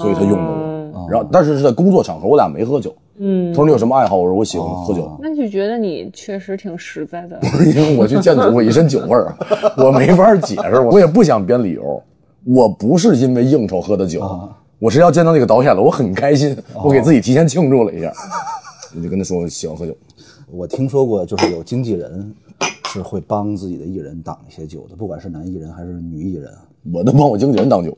[SPEAKER 1] 所以他用了
[SPEAKER 3] 哦
[SPEAKER 1] 我。然后，但是是在工作场合，我俩没喝酒。嗯，他说你有什么爱好？我说我喜欢喝酒，
[SPEAKER 3] 那就觉得你确实挺实在的。
[SPEAKER 1] 因为我去见酒，我一身酒味 儿，我没法解释，我也不想编理由。我不是因为应酬喝的酒，我是要见到那个导演了，我很开心，我给自己提前庆祝了一下。我就跟他说我喜欢喝酒，
[SPEAKER 2] 我听说过，就是有经纪人是会帮自己的艺人挡一些酒的，不管是男艺人还是女艺人啊。
[SPEAKER 1] 我都帮我经纪人挡酒。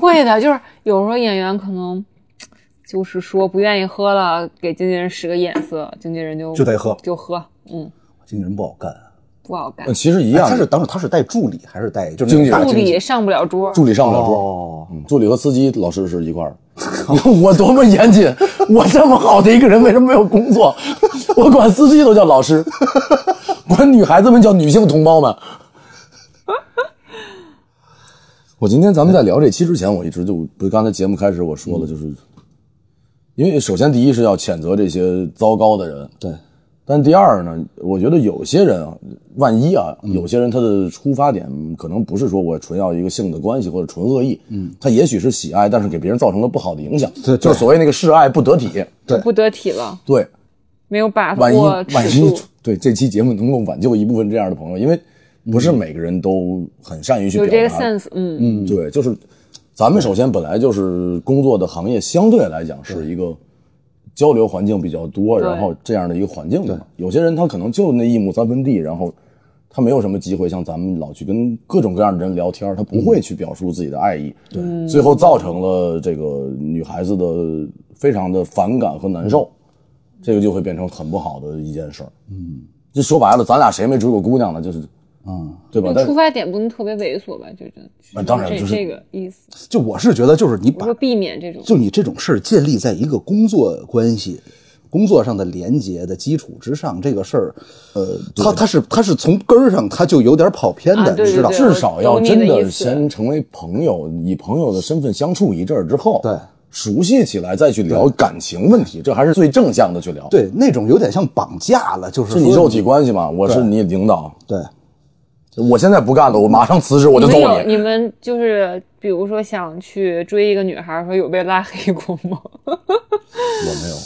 [SPEAKER 3] 会的，就是有时候演员可能就是说不愿意喝了，给经纪人使个眼色，经纪人就
[SPEAKER 2] 就得喝
[SPEAKER 3] 就喝，嗯，
[SPEAKER 2] 经纪人不好干，
[SPEAKER 3] 不好干
[SPEAKER 1] 呃，其实一
[SPEAKER 5] 哎
[SPEAKER 1] 样
[SPEAKER 5] 他，是当时他是带助理还是带就是
[SPEAKER 1] 经纪
[SPEAKER 5] 那
[SPEAKER 1] 人
[SPEAKER 5] 种
[SPEAKER 3] 助
[SPEAKER 5] 大
[SPEAKER 3] 理上不了桌，
[SPEAKER 1] 助理上不了桌。
[SPEAKER 2] 哦，
[SPEAKER 1] 嗯助理和司机老师是一块儿。 我多么严谨！我这么好的一个人，为什么没有工作？我管司机都叫老师，管女孩子们叫女性同胞们。我今天咱们在聊这期之前，我一直就不是刚才节目开始我说了，就是、
[SPEAKER 3] 嗯
[SPEAKER 1] 因为首先第一是要谴责这些糟糕的人，
[SPEAKER 2] 对，
[SPEAKER 1] 但第二呢，我觉得有些人啊，万一啊，
[SPEAKER 3] 嗯
[SPEAKER 1] 有些人他的出发点可能不是说我纯要一个性的关系或者纯恶意，嗯，他也许是喜爱，但是给别人造成了不好的影响，
[SPEAKER 2] 对对
[SPEAKER 1] 就是所谓那个示爱不得体，
[SPEAKER 3] 就不得体了，
[SPEAKER 1] 对，
[SPEAKER 3] 没有把
[SPEAKER 1] 万一
[SPEAKER 3] 握
[SPEAKER 1] 万
[SPEAKER 3] 啊尺
[SPEAKER 1] 一
[SPEAKER 3] 度，
[SPEAKER 1] 对这期节目能够挽救一部分这样的朋友，因为不是每个人都很善于去
[SPEAKER 3] 嗯有
[SPEAKER 1] 表
[SPEAKER 3] 这个
[SPEAKER 1] 达，
[SPEAKER 3] sense，嗯。
[SPEAKER 1] 嗯，对，就是咱们首先本来就是工作的行业，相对来讲是一个交流环境比较多，
[SPEAKER 3] 对
[SPEAKER 1] 然后这样的一个环境嘛。有些人他可能就那一亩三分地，然后他没有什么机会像咱们老去跟各种各样的人聊天，他不会去表述自己的爱意，嗯对，嗯最后造成了这个女孩子的非常的反感和难受，这个就会变成很不好的一件事儿。嗯，就说白了，咱俩谁没追过姑娘呢？就是。嗯，对吧？
[SPEAKER 3] 就
[SPEAKER 1] 但
[SPEAKER 3] 出发点不能特别猥琐吧，就
[SPEAKER 1] 那
[SPEAKER 3] 这，
[SPEAKER 1] 当然
[SPEAKER 3] 这
[SPEAKER 1] 就是
[SPEAKER 3] 这个意思。
[SPEAKER 2] 就我是觉得，就是你
[SPEAKER 3] 我
[SPEAKER 2] 把
[SPEAKER 3] 说避免这种，
[SPEAKER 2] 就你这种事儿建立在一个工作关系、工作上的连接的基础之上，这个事儿，呃，它它是它是从根儿上，它就有点跑偏的，
[SPEAKER 3] 啊对
[SPEAKER 2] 你知道？
[SPEAKER 3] 对
[SPEAKER 1] 至少要
[SPEAKER 3] 懂你的
[SPEAKER 1] 真
[SPEAKER 3] 意
[SPEAKER 1] 的
[SPEAKER 3] 思
[SPEAKER 1] 先成为朋友，以朋友的身份相处一阵儿之后，
[SPEAKER 2] 对，
[SPEAKER 1] 熟悉起来再去聊感情问题，这还是最正向的去聊。，
[SPEAKER 2] 对，那种有点像绑架了，就是
[SPEAKER 1] 是你
[SPEAKER 2] 说
[SPEAKER 1] 肉体关系嘛，我是你领导，
[SPEAKER 2] 对，
[SPEAKER 1] 我现在不干了，我马上辞职，我就
[SPEAKER 3] 你
[SPEAKER 1] 揍
[SPEAKER 3] 们有
[SPEAKER 1] 你。
[SPEAKER 3] 你们就是，比如说想去追一个女孩儿，说有被拉黑过吗？
[SPEAKER 1] 我没有，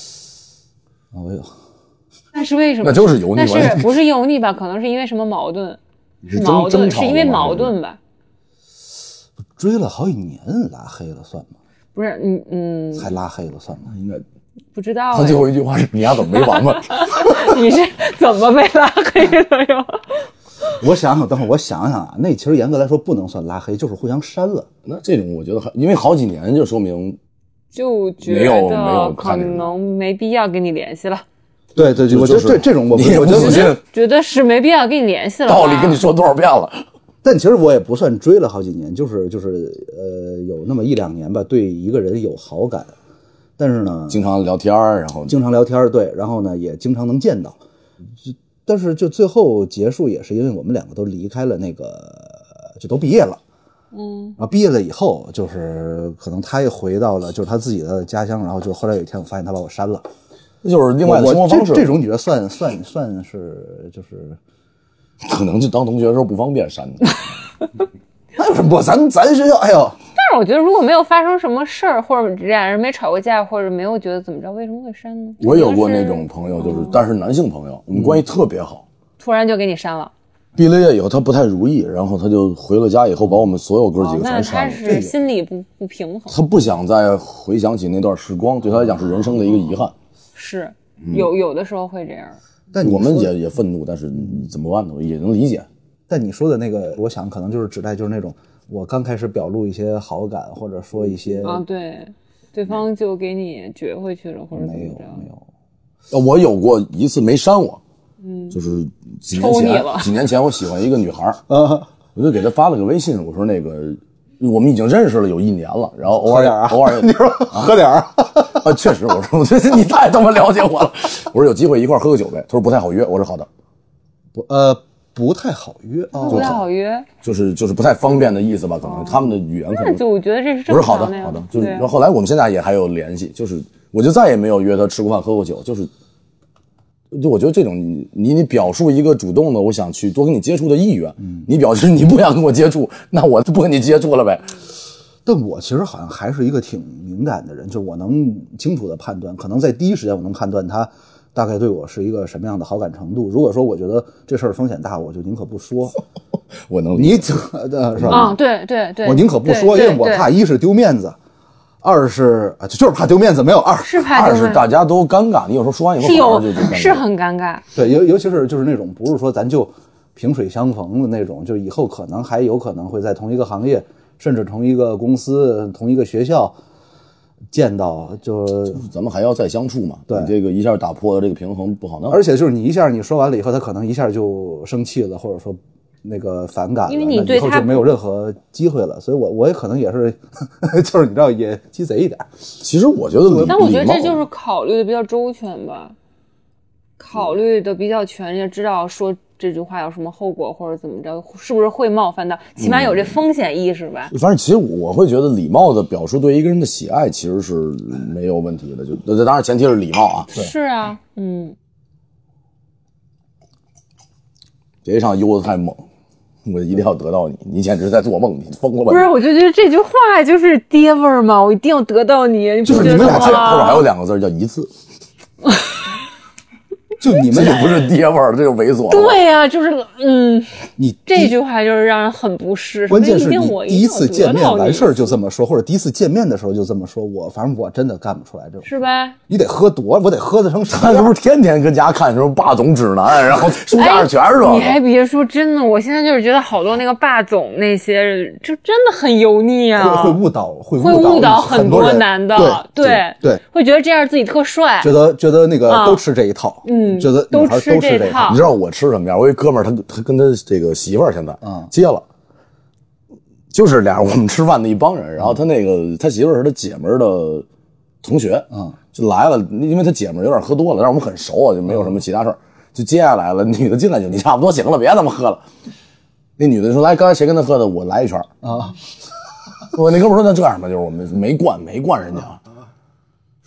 [SPEAKER 2] 啊我有
[SPEAKER 3] 那是为什么？
[SPEAKER 1] 那就是油腻
[SPEAKER 3] 那
[SPEAKER 1] 吧。
[SPEAKER 3] 是不是油腻吧？可能是因为什么矛盾？是
[SPEAKER 1] 争
[SPEAKER 3] 矛
[SPEAKER 1] 争
[SPEAKER 3] 盾，
[SPEAKER 1] 吵啊
[SPEAKER 3] 是因为
[SPEAKER 1] 过吗
[SPEAKER 3] 矛盾吧？
[SPEAKER 2] 追了好几年，拉黑了算吗？
[SPEAKER 3] 不是，嗯嗯，
[SPEAKER 2] 还拉黑了算吗？
[SPEAKER 1] 应该
[SPEAKER 3] 不知道
[SPEAKER 1] 他
[SPEAKER 3] 哎、
[SPEAKER 1] 最后一句话是：“你丫怎么没完吧？”
[SPEAKER 3] 你是怎么被拉黑的呀？
[SPEAKER 2] 我想想，等会儿我想想啊，那其实严格来说不能算拉黑，就是互相删了。
[SPEAKER 1] 那这种我觉得还，因为好几年就说明
[SPEAKER 3] 就觉
[SPEAKER 1] 没有没有
[SPEAKER 3] 得可
[SPEAKER 1] 看这个
[SPEAKER 3] 能没必要跟你联系了，
[SPEAKER 2] 对对，对，我觉得
[SPEAKER 1] 就是
[SPEAKER 2] 对这种我
[SPEAKER 1] 你也
[SPEAKER 2] 我
[SPEAKER 1] 不
[SPEAKER 2] 觉
[SPEAKER 1] 死
[SPEAKER 2] 得，
[SPEAKER 1] 心，
[SPEAKER 3] 觉得是没必要跟你联系了吧。
[SPEAKER 1] 道理跟你说多少遍了。
[SPEAKER 2] 但其实我也不算追了好几年，就是就是呃有那么一两年吧，对一个人有好感，但是呢，
[SPEAKER 1] 经常聊天儿，然后
[SPEAKER 2] 经常聊天儿，对，然后呢也经常能见到，就但是就最后结束也是因为我们两个都离开了那个，就都毕业了，嗯，然后毕业了以后，就是可能他也回到了就是他自己的家乡，然后就后来有一天我发现他把我删了，
[SPEAKER 1] 这就是另外的
[SPEAKER 2] 我
[SPEAKER 1] 生活
[SPEAKER 2] 我
[SPEAKER 1] 方式
[SPEAKER 2] 这。这种你觉得算算算是就是
[SPEAKER 1] 可能就当同学的时候不方便删的。
[SPEAKER 2] 那有什么不？咱咱学校，哎呦，
[SPEAKER 3] 但是我觉得如果没有发生什么事儿，或者俩人没吵过架，或者没有觉得怎么着，为什么会删呢？
[SPEAKER 1] 我有过那种朋友，
[SPEAKER 3] 嗯
[SPEAKER 1] 就是但是男性朋友，我们关系特别好。
[SPEAKER 3] 突然就给你删了，
[SPEAKER 1] 毕了业以后，他不太如意，然后他就回了家以后，把我们所有哥几个
[SPEAKER 3] 哦那他
[SPEAKER 1] 全删了。
[SPEAKER 3] 是心里不不平衡，
[SPEAKER 1] 他不想再回想起那段时光，对他来讲是人生的一个遗憾。
[SPEAKER 3] 是
[SPEAKER 1] 嗯
[SPEAKER 3] 有有的时候会这样。
[SPEAKER 2] 但你
[SPEAKER 1] 我们
[SPEAKER 2] 说
[SPEAKER 1] 也也愤怒，但是怎么办呢？也能理解。
[SPEAKER 2] 但你说的那个，我想可能就是指代就是那种我刚开始表露一些好感，或者说一些
[SPEAKER 3] 啊，对，对方就给你撅回去了，或者怎
[SPEAKER 2] 没
[SPEAKER 3] 么
[SPEAKER 2] 有
[SPEAKER 3] 着，
[SPEAKER 2] 没有，
[SPEAKER 1] 呃我有过一次没删我，嗯，就是几年
[SPEAKER 3] 抽你
[SPEAKER 1] 前
[SPEAKER 3] 了，
[SPEAKER 1] 几年前我喜欢一个女孩儿，我就给她发了个微信，我说那个我们已经认识了有一年了，然后偶
[SPEAKER 2] 喝
[SPEAKER 1] 尔
[SPEAKER 2] 点儿啊
[SPEAKER 1] 偶 尔你说
[SPEAKER 5] 喝点儿，
[SPEAKER 1] 啊，确实，我说我觉得你太他妈了解我了，我说有机会一块儿喝个酒呗，她说不太好约，我说好的，
[SPEAKER 2] 不呃不太好约啊。
[SPEAKER 3] 不太好约。
[SPEAKER 1] 就是就是不太方便的意思吧，可能他们的语言可
[SPEAKER 3] 哦那
[SPEAKER 1] 能
[SPEAKER 3] 就我觉得这是
[SPEAKER 1] 不
[SPEAKER 3] 正
[SPEAKER 1] 是好
[SPEAKER 3] 常
[SPEAKER 1] 的
[SPEAKER 3] 呀。
[SPEAKER 1] 好的，就是
[SPEAKER 3] 对啊
[SPEAKER 1] 然后后来我们现在也还有联系，就是我就再也没有约她吃过饭喝过酒，就是。就我觉得这种你你你表述一个主动的，我想去多跟你接触的意愿，你表示你不想跟我接触，那我就不跟你接触了呗。
[SPEAKER 2] 但我其实好像还是一个挺敏感的人，就是我能清楚的判断，可能在第一时间我能判断他大概对我是一个什么样的好感程度。如果说我觉得这事儿风险大，我就宁可不说。
[SPEAKER 1] 我能理解
[SPEAKER 2] 你怎么的是吧？
[SPEAKER 3] 啊，对对对，
[SPEAKER 2] 我宁可不说，因
[SPEAKER 3] 对
[SPEAKER 2] 为我怕一是丢面子，二是啊就就是怕丢面子，没有二
[SPEAKER 3] 是怕
[SPEAKER 1] 二
[SPEAKER 3] 就是
[SPEAKER 1] 大家都尴尬，你有时候说完以后
[SPEAKER 3] 是
[SPEAKER 1] 反
[SPEAKER 3] 有
[SPEAKER 1] 而就就尴尬
[SPEAKER 3] 是很尴尬，
[SPEAKER 2] 对，尤尤其是就是那种不是说咱就萍水相逢的那种，就以后可能还有可能会在同一个行业，甚至同一个公司、同一个学校见到，就
[SPEAKER 1] 咱们还要再相处嘛。
[SPEAKER 2] 对
[SPEAKER 1] 你这个一下打破了这个平衡不好弄。
[SPEAKER 2] 而且就是你一下你说完了以后，他可能一下就生气了，或者说那个反感了，
[SPEAKER 3] 因为你
[SPEAKER 2] 那以
[SPEAKER 3] 对
[SPEAKER 2] 后
[SPEAKER 3] 他
[SPEAKER 2] 就没有任何机会了。所以我我也可能也是， 就是你知道也鸡贼一点，
[SPEAKER 1] 其实我觉得礼，
[SPEAKER 3] 但我觉得
[SPEAKER 1] 礼貌
[SPEAKER 3] 这就是考虑的比较周全吧，考虑的比较全，也知道说这句话有什么后果或者怎么着，是不是会冒犯到，起码有这风险意识吧。
[SPEAKER 1] 反正其实我会觉得礼貌的表述对一个人的喜爱其实是没有问题的，就那当然前提是礼貌啊。
[SPEAKER 3] 是啊，嗯，
[SPEAKER 1] 别一上悠的太猛，我一定要得到你，你简直在做梦，你疯了吧
[SPEAKER 3] 不？是，我就觉得这句话就是爹味儿嘛，我一定要得到你，你不
[SPEAKER 1] 就是
[SPEAKER 3] 觉
[SPEAKER 1] 你
[SPEAKER 3] 得啊
[SPEAKER 1] 们俩
[SPEAKER 3] 吗
[SPEAKER 1] 这后边还有两个字儿叫一次，
[SPEAKER 2] 就你
[SPEAKER 1] 这
[SPEAKER 2] 们
[SPEAKER 1] 就不是爹味儿，这就猥琐了。
[SPEAKER 3] 对呀、就是嗯，
[SPEAKER 2] 你
[SPEAKER 3] 这句话就是让人很不适。
[SPEAKER 2] 关键
[SPEAKER 3] 什
[SPEAKER 2] 是
[SPEAKER 3] 么一
[SPEAKER 2] 你
[SPEAKER 3] 定我
[SPEAKER 2] 第
[SPEAKER 3] 定
[SPEAKER 2] 一
[SPEAKER 3] 要
[SPEAKER 2] 次
[SPEAKER 3] 得
[SPEAKER 2] 见面
[SPEAKER 3] 到
[SPEAKER 2] 完
[SPEAKER 3] 你
[SPEAKER 2] 事儿就这么说，或者第一次见面的时候就这么说，我反正我真的干不出来这种。
[SPEAKER 3] 是吧？
[SPEAKER 2] 你得喝多，我得喝的成啥
[SPEAKER 1] 他是
[SPEAKER 2] 样？
[SPEAKER 1] 不是天天跟家看什么霸总指南，然后书架上全是
[SPEAKER 3] 哎你
[SPEAKER 1] 这
[SPEAKER 3] 还
[SPEAKER 1] 个？
[SPEAKER 3] 别说，真的，我现在就是觉得好多那个霸总那些，就真的很油腻啊，
[SPEAKER 2] 会会误导，会
[SPEAKER 3] 会误导
[SPEAKER 2] 很
[SPEAKER 3] 多
[SPEAKER 2] 人
[SPEAKER 3] 男的，
[SPEAKER 2] 对对，
[SPEAKER 3] 会觉得这样自己特帅，
[SPEAKER 2] 觉得觉得那个
[SPEAKER 3] 啊
[SPEAKER 2] 都吃这一套，
[SPEAKER 3] 嗯
[SPEAKER 2] 觉得女孩
[SPEAKER 3] 吃
[SPEAKER 2] 都吃这
[SPEAKER 3] 这
[SPEAKER 2] 一套。
[SPEAKER 1] 你知道我吃什么样？我一哥们儿，他他跟他这个媳妇儿现在
[SPEAKER 2] 嗯
[SPEAKER 1] 结了，就是俩我们吃饭的一帮人。然后他那个他媳妇儿是他姐们儿的同学，
[SPEAKER 2] 嗯，
[SPEAKER 1] 就来了，因为他姐们儿有点喝多了，但是我们很熟啊，就没有什么其他事儿。就接下来了，女的进来就你差不多行了，别他妈喝了。那女的说：“来，刚才谁跟他喝的？我来一圈啊。” 我那哥们儿说：“那这样吧，就是我们没灌，没灌人家。”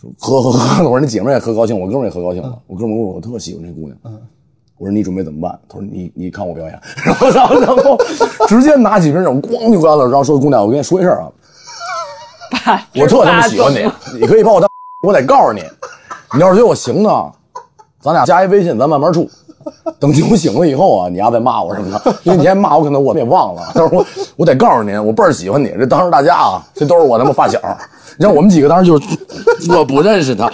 [SPEAKER 1] 说喝喝喝了，我说那姐们儿也喝高兴，我哥们儿也喝高兴了。我哥们儿跟我说：“我特喜欢这姑娘。”我说你准备怎么办？他说你你看我表演， 然后然后然后直接拿起瓶酒咣就干了，然后说姑娘，我跟你说一事儿啊，我特他妈喜欢你，你可以把我当， 我得告诉你，你要是觉得我行呢，咱俩加一微信，咱慢慢处。 等酒醒了以后啊，你丫再骂我什么的，因为你先骂我，可能我也忘了。但是我我得告诉您，我倍儿喜欢你。这当时大家啊，这都是我他妈发小。你像我们几个当时就是，我不认识他。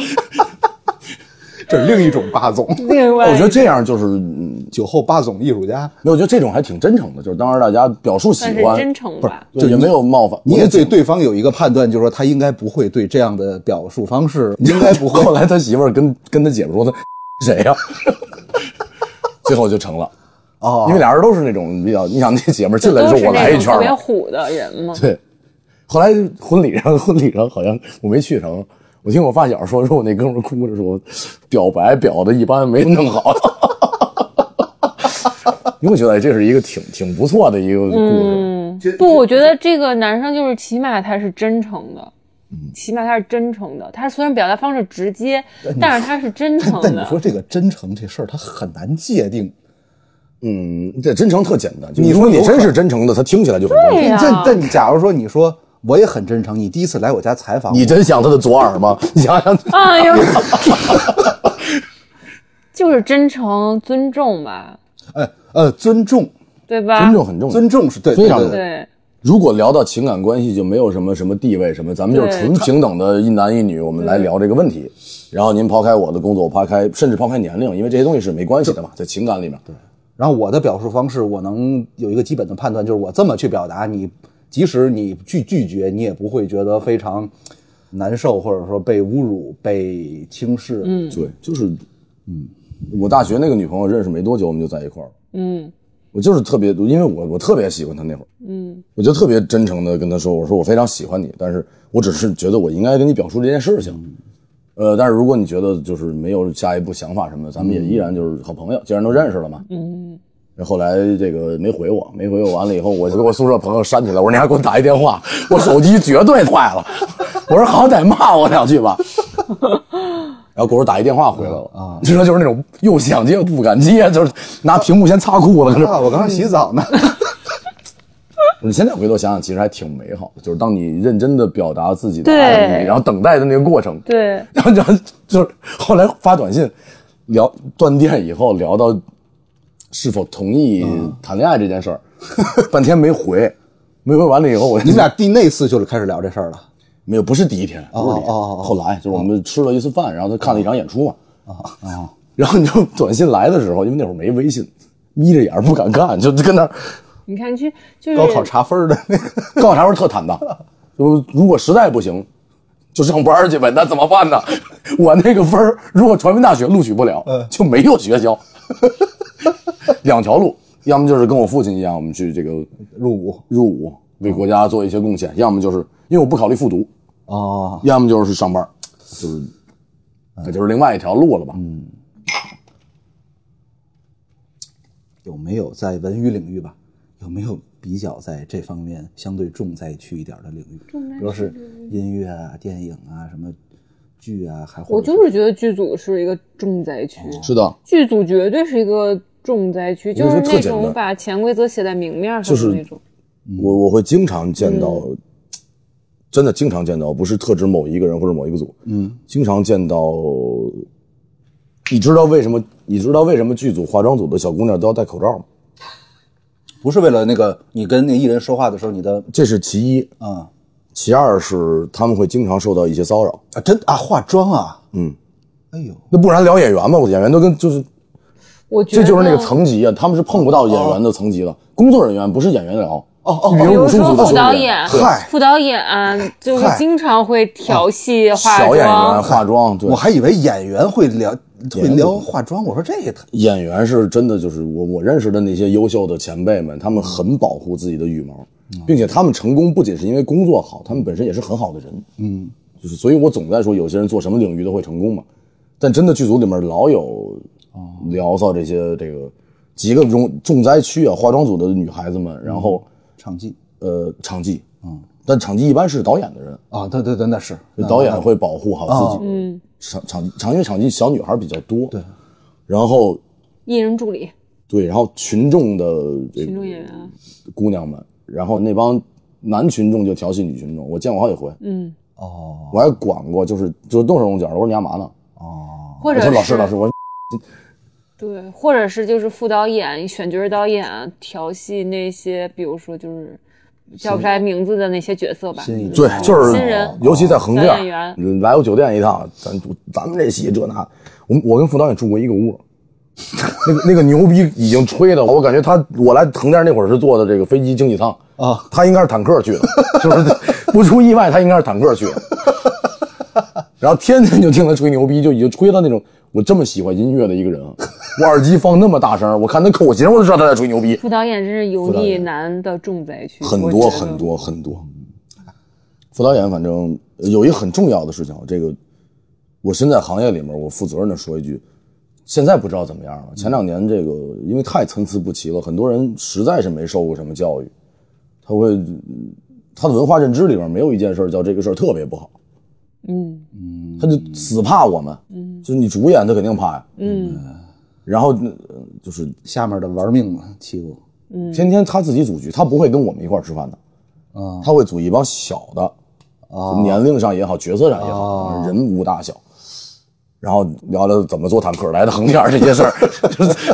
[SPEAKER 5] 这是另一种霸总，
[SPEAKER 3] 另外
[SPEAKER 1] 我觉得这样就是，嗯
[SPEAKER 5] 酒后霸总艺术家，
[SPEAKER 1] 没有，我觉得这种还挺真诚的，就是当时大家表述喜
[SPEAKER 3] 算是
[SPEAKER 1] 欢，
[SPEAKER 3] 真诚吧。
[SPEAKER 1] 就也没有冒犯。
[SPEAKER 2] 你
[SPEAKER 1] 我
[SPEAKER 2] 也
[SPEAKER 1] 就
[SPEAKER 2] 对对方有一个判断，就是说他应该不会对这样的表述方式，应该不会。
[SPEAKER 1] 后来他媳妇儿跟跟他姐夫说他 谁呀、最后就成了，
[SPEAKER 2] 哦
[SPEAKER 1] 因为俩人都是那种比较，你想那姐们儿进来
[SPEAKER 3] 都
[SPEAKER 1] 就是我来一
[SPEAKER 3] 那种
[SPEAKER 1] 圈
[SPEAKER 3] 特别
[SPEAKER 1] 吧，
[SPEAKER 3] 虎的人嘛，
[SPEAKER 1] 对。后来婚礼上，婚礼上好像我没去成，我听我发小说，说我那哥们儿哭着说，表白表的一般没弄好。 因为我觉得这是一个挺挺不错的一个故事，
[SPEAKER 6] 嗯，不，我觉得这个男生就是起码他是真诚的，
[SPEAKER 1] 嗯
[SPEAKER 6] 起码他是真诚的。他虽然表达方式直接，但是他是真诚
[SPEAKER 2] 但你
[SPEAKER 6] 的。
[SPEAKER 2] 说这个真诚这事儿，它很难界定。
[SPEAKER 1] 嗯，这真诚特简单。就
[SPEAKER 2] 你
[SPEAKER 1] 你
[SPEAKER 2] 说
[SPEAKER 1] 说你
[SPEAKER 2] 有可
[SPEAKER 1] 真是真诚的，他听起来就很真诚。
[SPEAKER 6] 对
[SPEAKER 3] 啊
[SPEAKER 6] 呀
[SPEAKER 2] 这但你假如说你说我也很真诚，你第一次来我家采访，
[SPEAKER 1] 你真想他的左耳吗？你想想，
[SPEAKER 6] 哎 呦，就是真诚、尊重吧，
[SPEAKER 2] 呃呃尊重，
[SPEAKER 6] 对
[SPEAKER 3] 啊
[SPEAKER 6] 吧？
[SPEAKER 1] 尊重很重要。
[SPEAKER 2] 尊重是对，
[SPEAKER 1] 非常
[SPEAKER 2] 对对对
[SPEAKER 6] 对，
[SPEAKER 1] 如果聊到情感关系，就没有什么什么地位什么，咱们就是
[SPEAKER 6] 对
[SPEAKER 1] 纯平等的一男一女，我们来聊这个问题。然后您抛开我的工作，我抛开甚至抛开年龄，因为这些东西是没关系的嘛，在情感里面。
[SPEAKER 2] 然后我的表述方式，我能有一个基本的判断，就是我这么去表达，你即使你拒拒绝，你也不会觉得非常难受，或者说被侮辱、被轻视。嗯，
[SPEAKER 1] 对，就是，嗯，我大学那个女朋友认识没多久，我们就在一块儿了。
[SPEAKER 6] 嗯
[SPEAKER 1] 我就是特别，因为我我特别喜欢她那会儿，
[SPEAKER 6] 嗯
[SPEAKER 1] 我就特别真诚的跟她说，我说我非常喜欢你，但是我只是觉得我应该跟你表述这件事情。呃，但是如果你觉得就是没有下一步想法什么的，咱们也依然就是好朋友，既然都认识了嘛。
[SPEAKER 6] 嗯，
[SPEAKER 1] 然后后来这个没回我，没回我完了以后，我就给我宿舍朋友删起来，我说你还给我打一电话，我手机绝对坏了， 我说好歹骂我两句 吧。然后给我打一电话回来了啊，你说就是那种又想接又不敢接，就是拿屏幕先擦裤子跟这
[SPEAKER 2] 啊，我刚刚洗澡呢。
[SPEAKER 1] 你现在回头想想，其实还挺美好的，就是当你认真的表达自己的
[SPEAKER 6] 对
[SPEAKER 1] 爱意，然后等待的那个过程，
[SPEAKER 6] 对，
[SPEAKER 1] 然后然后就是后来发短信聊断电以后聊到是否同意
[SPEAKER 2] 嗯
[SPEAKER 1] 谈恋爱这件事儿， 半天没回，没回完了以后我
[SPEAKER 2] 你们俩第那次就是开始聊这事儿了，
[SPEAKER 1] 没有不是第一天，
[SPEAKER 2] 哦
[SPEAKER 1] 不是第一天，
[SPEAKER 2] 哦哦哦哦
[SPEAKER 1] 后来就是我们吃了一次饭，然后他看了一场演出嘛，然后你就短信来的时候，因为那会儿没微信，眯着眼儿不敢看，就就跟那儿
[SPEAKER 6] 你看，就就是
[SPEAKER 2] 高考查分儿的那个。
[SPEAKER 1] 高考查分特坦荡，就如果实在不行，就上班儿去呗，那怎么办呢？我那个分儿如果传媒大学录取不了，
[SPEAKER 2] 嗯
[SPEAKER 1] 就没有学校， 两条路，要么就是跟我父亲一样，我们去这个
[SPEAKER 2] 入伍
[SPEAKER 1] 入伍为国家做一些贡献，要么就是因为我不考虑复读，
[SPEAKER 2] 哦，
[SPEAKER 1] 要么就是上班儿，就是
[SPEAKER 2] 嗯
[SPEAKER 1] 那就是另外一条路了吧？
[SPEAKER 2] 有没有在文娱领域吧？有没有比较在这方面相对重灾区一点的领域？比如是音乐啊、电影啊、什么剧啊，还
[SPEAKER 3] 我
[SPEAKER 2] 或者
[SPEAKER 3] 就是觉得剧组是一个重灾区，
[SPEAKER 1] 哦是的，
[SPEAKER 3] 剧组绝对是一个重灾区，
[SPEAKER 1] 觉
[SPEAKER 3] 就是
[SPEAKER 1] 得特
[SPEAKER 3] 那
[SPEAKER 1] 简单
[SPEAKER 3] 种把潜规则写在明面上
[SPEAKER 1] 就是
[SPEAKER 3] 的那种。
[SPEAKER 1] 我我会经常
[SPEAKER 6] 嗯
[SPEAKER 1] 见到，真的经常见到，不是特指某一个人或者某一个组，嗯，经常见到。你知道为什么？你知道为什么剧组化妆组的小姑娘都要戴口罩吗？
[SPEAKER 2] 不是为了那个你跟那艺人说话的时候，你的
[SPEAKER 1] 这是其一，
[SPEAKER 2] 啊、
[SPEAKER 1] 其二是他们会经常受到一些骚扰。
[SPEAKER 2] 啊，真啊，化妆啊，
[SPEAKER 1] 嗯，
[SPEAKER 2] 哎呦，
[SPEAKER 1] 那不然聊演员吧，我演员都跟就是，
[SPEAKER 3] 我觉
[SPEAKER 1] 这
[SPEAKER 3] 得
[SPEAKER 1] 就是那个层级啊，他们是碰不到演员的层级的。工作人员不是演员聊，
[SPEAKER 2] 哦哦
[SPEAKER 1] 比
[SPEAKER 6] 比
[SPEAKER 1] 如
[SPEAKER 6] 如
[SPEAKER 1] 武术
[SPEAKER 6] 说
[SPEAKER 1] 组的
[SPEAKER 6] 副
[SPEAKER 1] 兄
[SPEAKER 6] 导
[SPEAKER 1] 弟
[SPEAKER 6] 演
[SPEAKER 1] 对，
[SPEAKER 2] 嗨
[SPEAKER 6] 副导演啊就是
[SPEAKER 2] 嗨
[SPEAKER 6] 经常会调戏、化
[SPEAKER 1] 小演员
[SPEAKER 6] 妆，
[SPEAKER 1] 化妆，对
[SPEAKER 2] 我，还以为演员会聊会
[SPEAKER 1] 员
[SPEAKER 2] 聊化妆，我说这也太
[SPEAKER 1] 演员是真的，就是我我认识的那些优秀的前辈们，他们很保护自己的羽毛，并且他们成功不仅是因为工作好，他们本身也是很好的人。嗯，就是所以，我总在说有些人做什么领域都会成功嘛，但真的剧组里面老有聊骚这些这个几个重重灾区啊，化妆组的女孩子们，然后
[SPEAKER 2] 场记
[SPEAKER 1] 呃场记，嗯，但场记一般是导演的人，
[SPEAKER 2] 啊，对对对，那是那
[SPEAKER 1] 导演会保护好
[SPEAKER 3] 啊
[SPEAKER 1] 自己。
[SPEAKER 6] 嗯，
[SPEAKER 1] 场场场因为场记小女孩比较多，对，然后
[SPEAKER 6] 艺人助理、
[SPEAKER 1] 对，然后群众的这
[SPEAKER 6] 群
[SPEAKER 1] 个
[SPEAKER 6] 众演员啊，
[SPEAKER 1] 姑娘们，然后那帮男群众就调戏女群众，我见过好几回，
[SPEAKER 6] 嗯，
[SPEAKER 2] 哦
[SPEAKER 1] 我还管过，就是就是动手动脚的，我说你干嘛呢？
[SPEAKER 2] 哦，
[SPEAKER 6] 或
[SPEAKER 1] 我
[SPEAKER 6] 者
[SPEAKER 1] 说
[SPEAKER 6] 是
[SPEAKER 1] 老师老师，我
[SPEAKER 6] 对，或者是就是副导演、选角导演调戏那些，比如说就是叫不出来名字的那些角色吧，
[SPEAKER 2] 新一
[SPEAKER 1] 对，就是
[SPEAKER 6] 哦新人哦
[SPEAKER 1] 尤其在横
[SPEAKER 6] 小演
[SPEAKER 1] 店
[SPEAKER 6] 员
[SPEAKER 1] 嗯来我酒店一趟，咱咱们这戏这那，我我跟副导演住过一个屋。那个那个牛逼已经吹的，我感觉他我来横店那会儿是坐的这个飞机经济舱
[SPEAKER 2] 啊，
[SPEAKER 1] 他应该是坦克去的， 就是不出意外，他应该是坦克去的。然后天天就听他吹牛逼，就已经吹到那种我这么喜欢音乐的一个人啊，我耳机放那么大声，我看他口型我就知道他在吹牛逼，
[SPEAKER 6] 副导演真是油
[SPEAKER 1] 副导
[SPEAKER 6] 腻
[SPEAKER 1] 演
[SPEAKER 6] 男的重灾区，
[SPEAKER 1] 很
[SPEAKER 6] 我
[SPEAKER 1] 多
[SPEAKER 6] 觉得嗯
[SPEAKER 1] 很多很多。副导演反正呃有一个很重要的事情，这个我身在行业里面，我负责任的说一句，现在不知道怎么样了。前两年这个因为太参差不齐了，很多人实在是没受过什么教育，他会他的文化认知里面没有一件事儿叫这个事儿特别不好，
[SPEAKER 6] 嗯
[SPEAKER 1] 他就死怕我们，嗯，就是你主演他肯定怕呀，
[SPEAKER 6] 嗯
[SPEAKER 1] 然后呃就是
[SPEAKER 2] 下面的玩命了欺负
[SPEAKER 1] 天天他自己组局，他不会跟我们一块儿吃饭的，
[SPEAKER 2] 啊
[SPEAKER 1] 他会组一帮小的，
[SPEAKER 2] 啊
[SPEAKER 1] 年龄上也好，角色上也好，
[SPEAKER 2] 哦
[SPEAKER 1] 人无大小。然后聊聊怎么做坦克来的横店儿这些 事儿，就是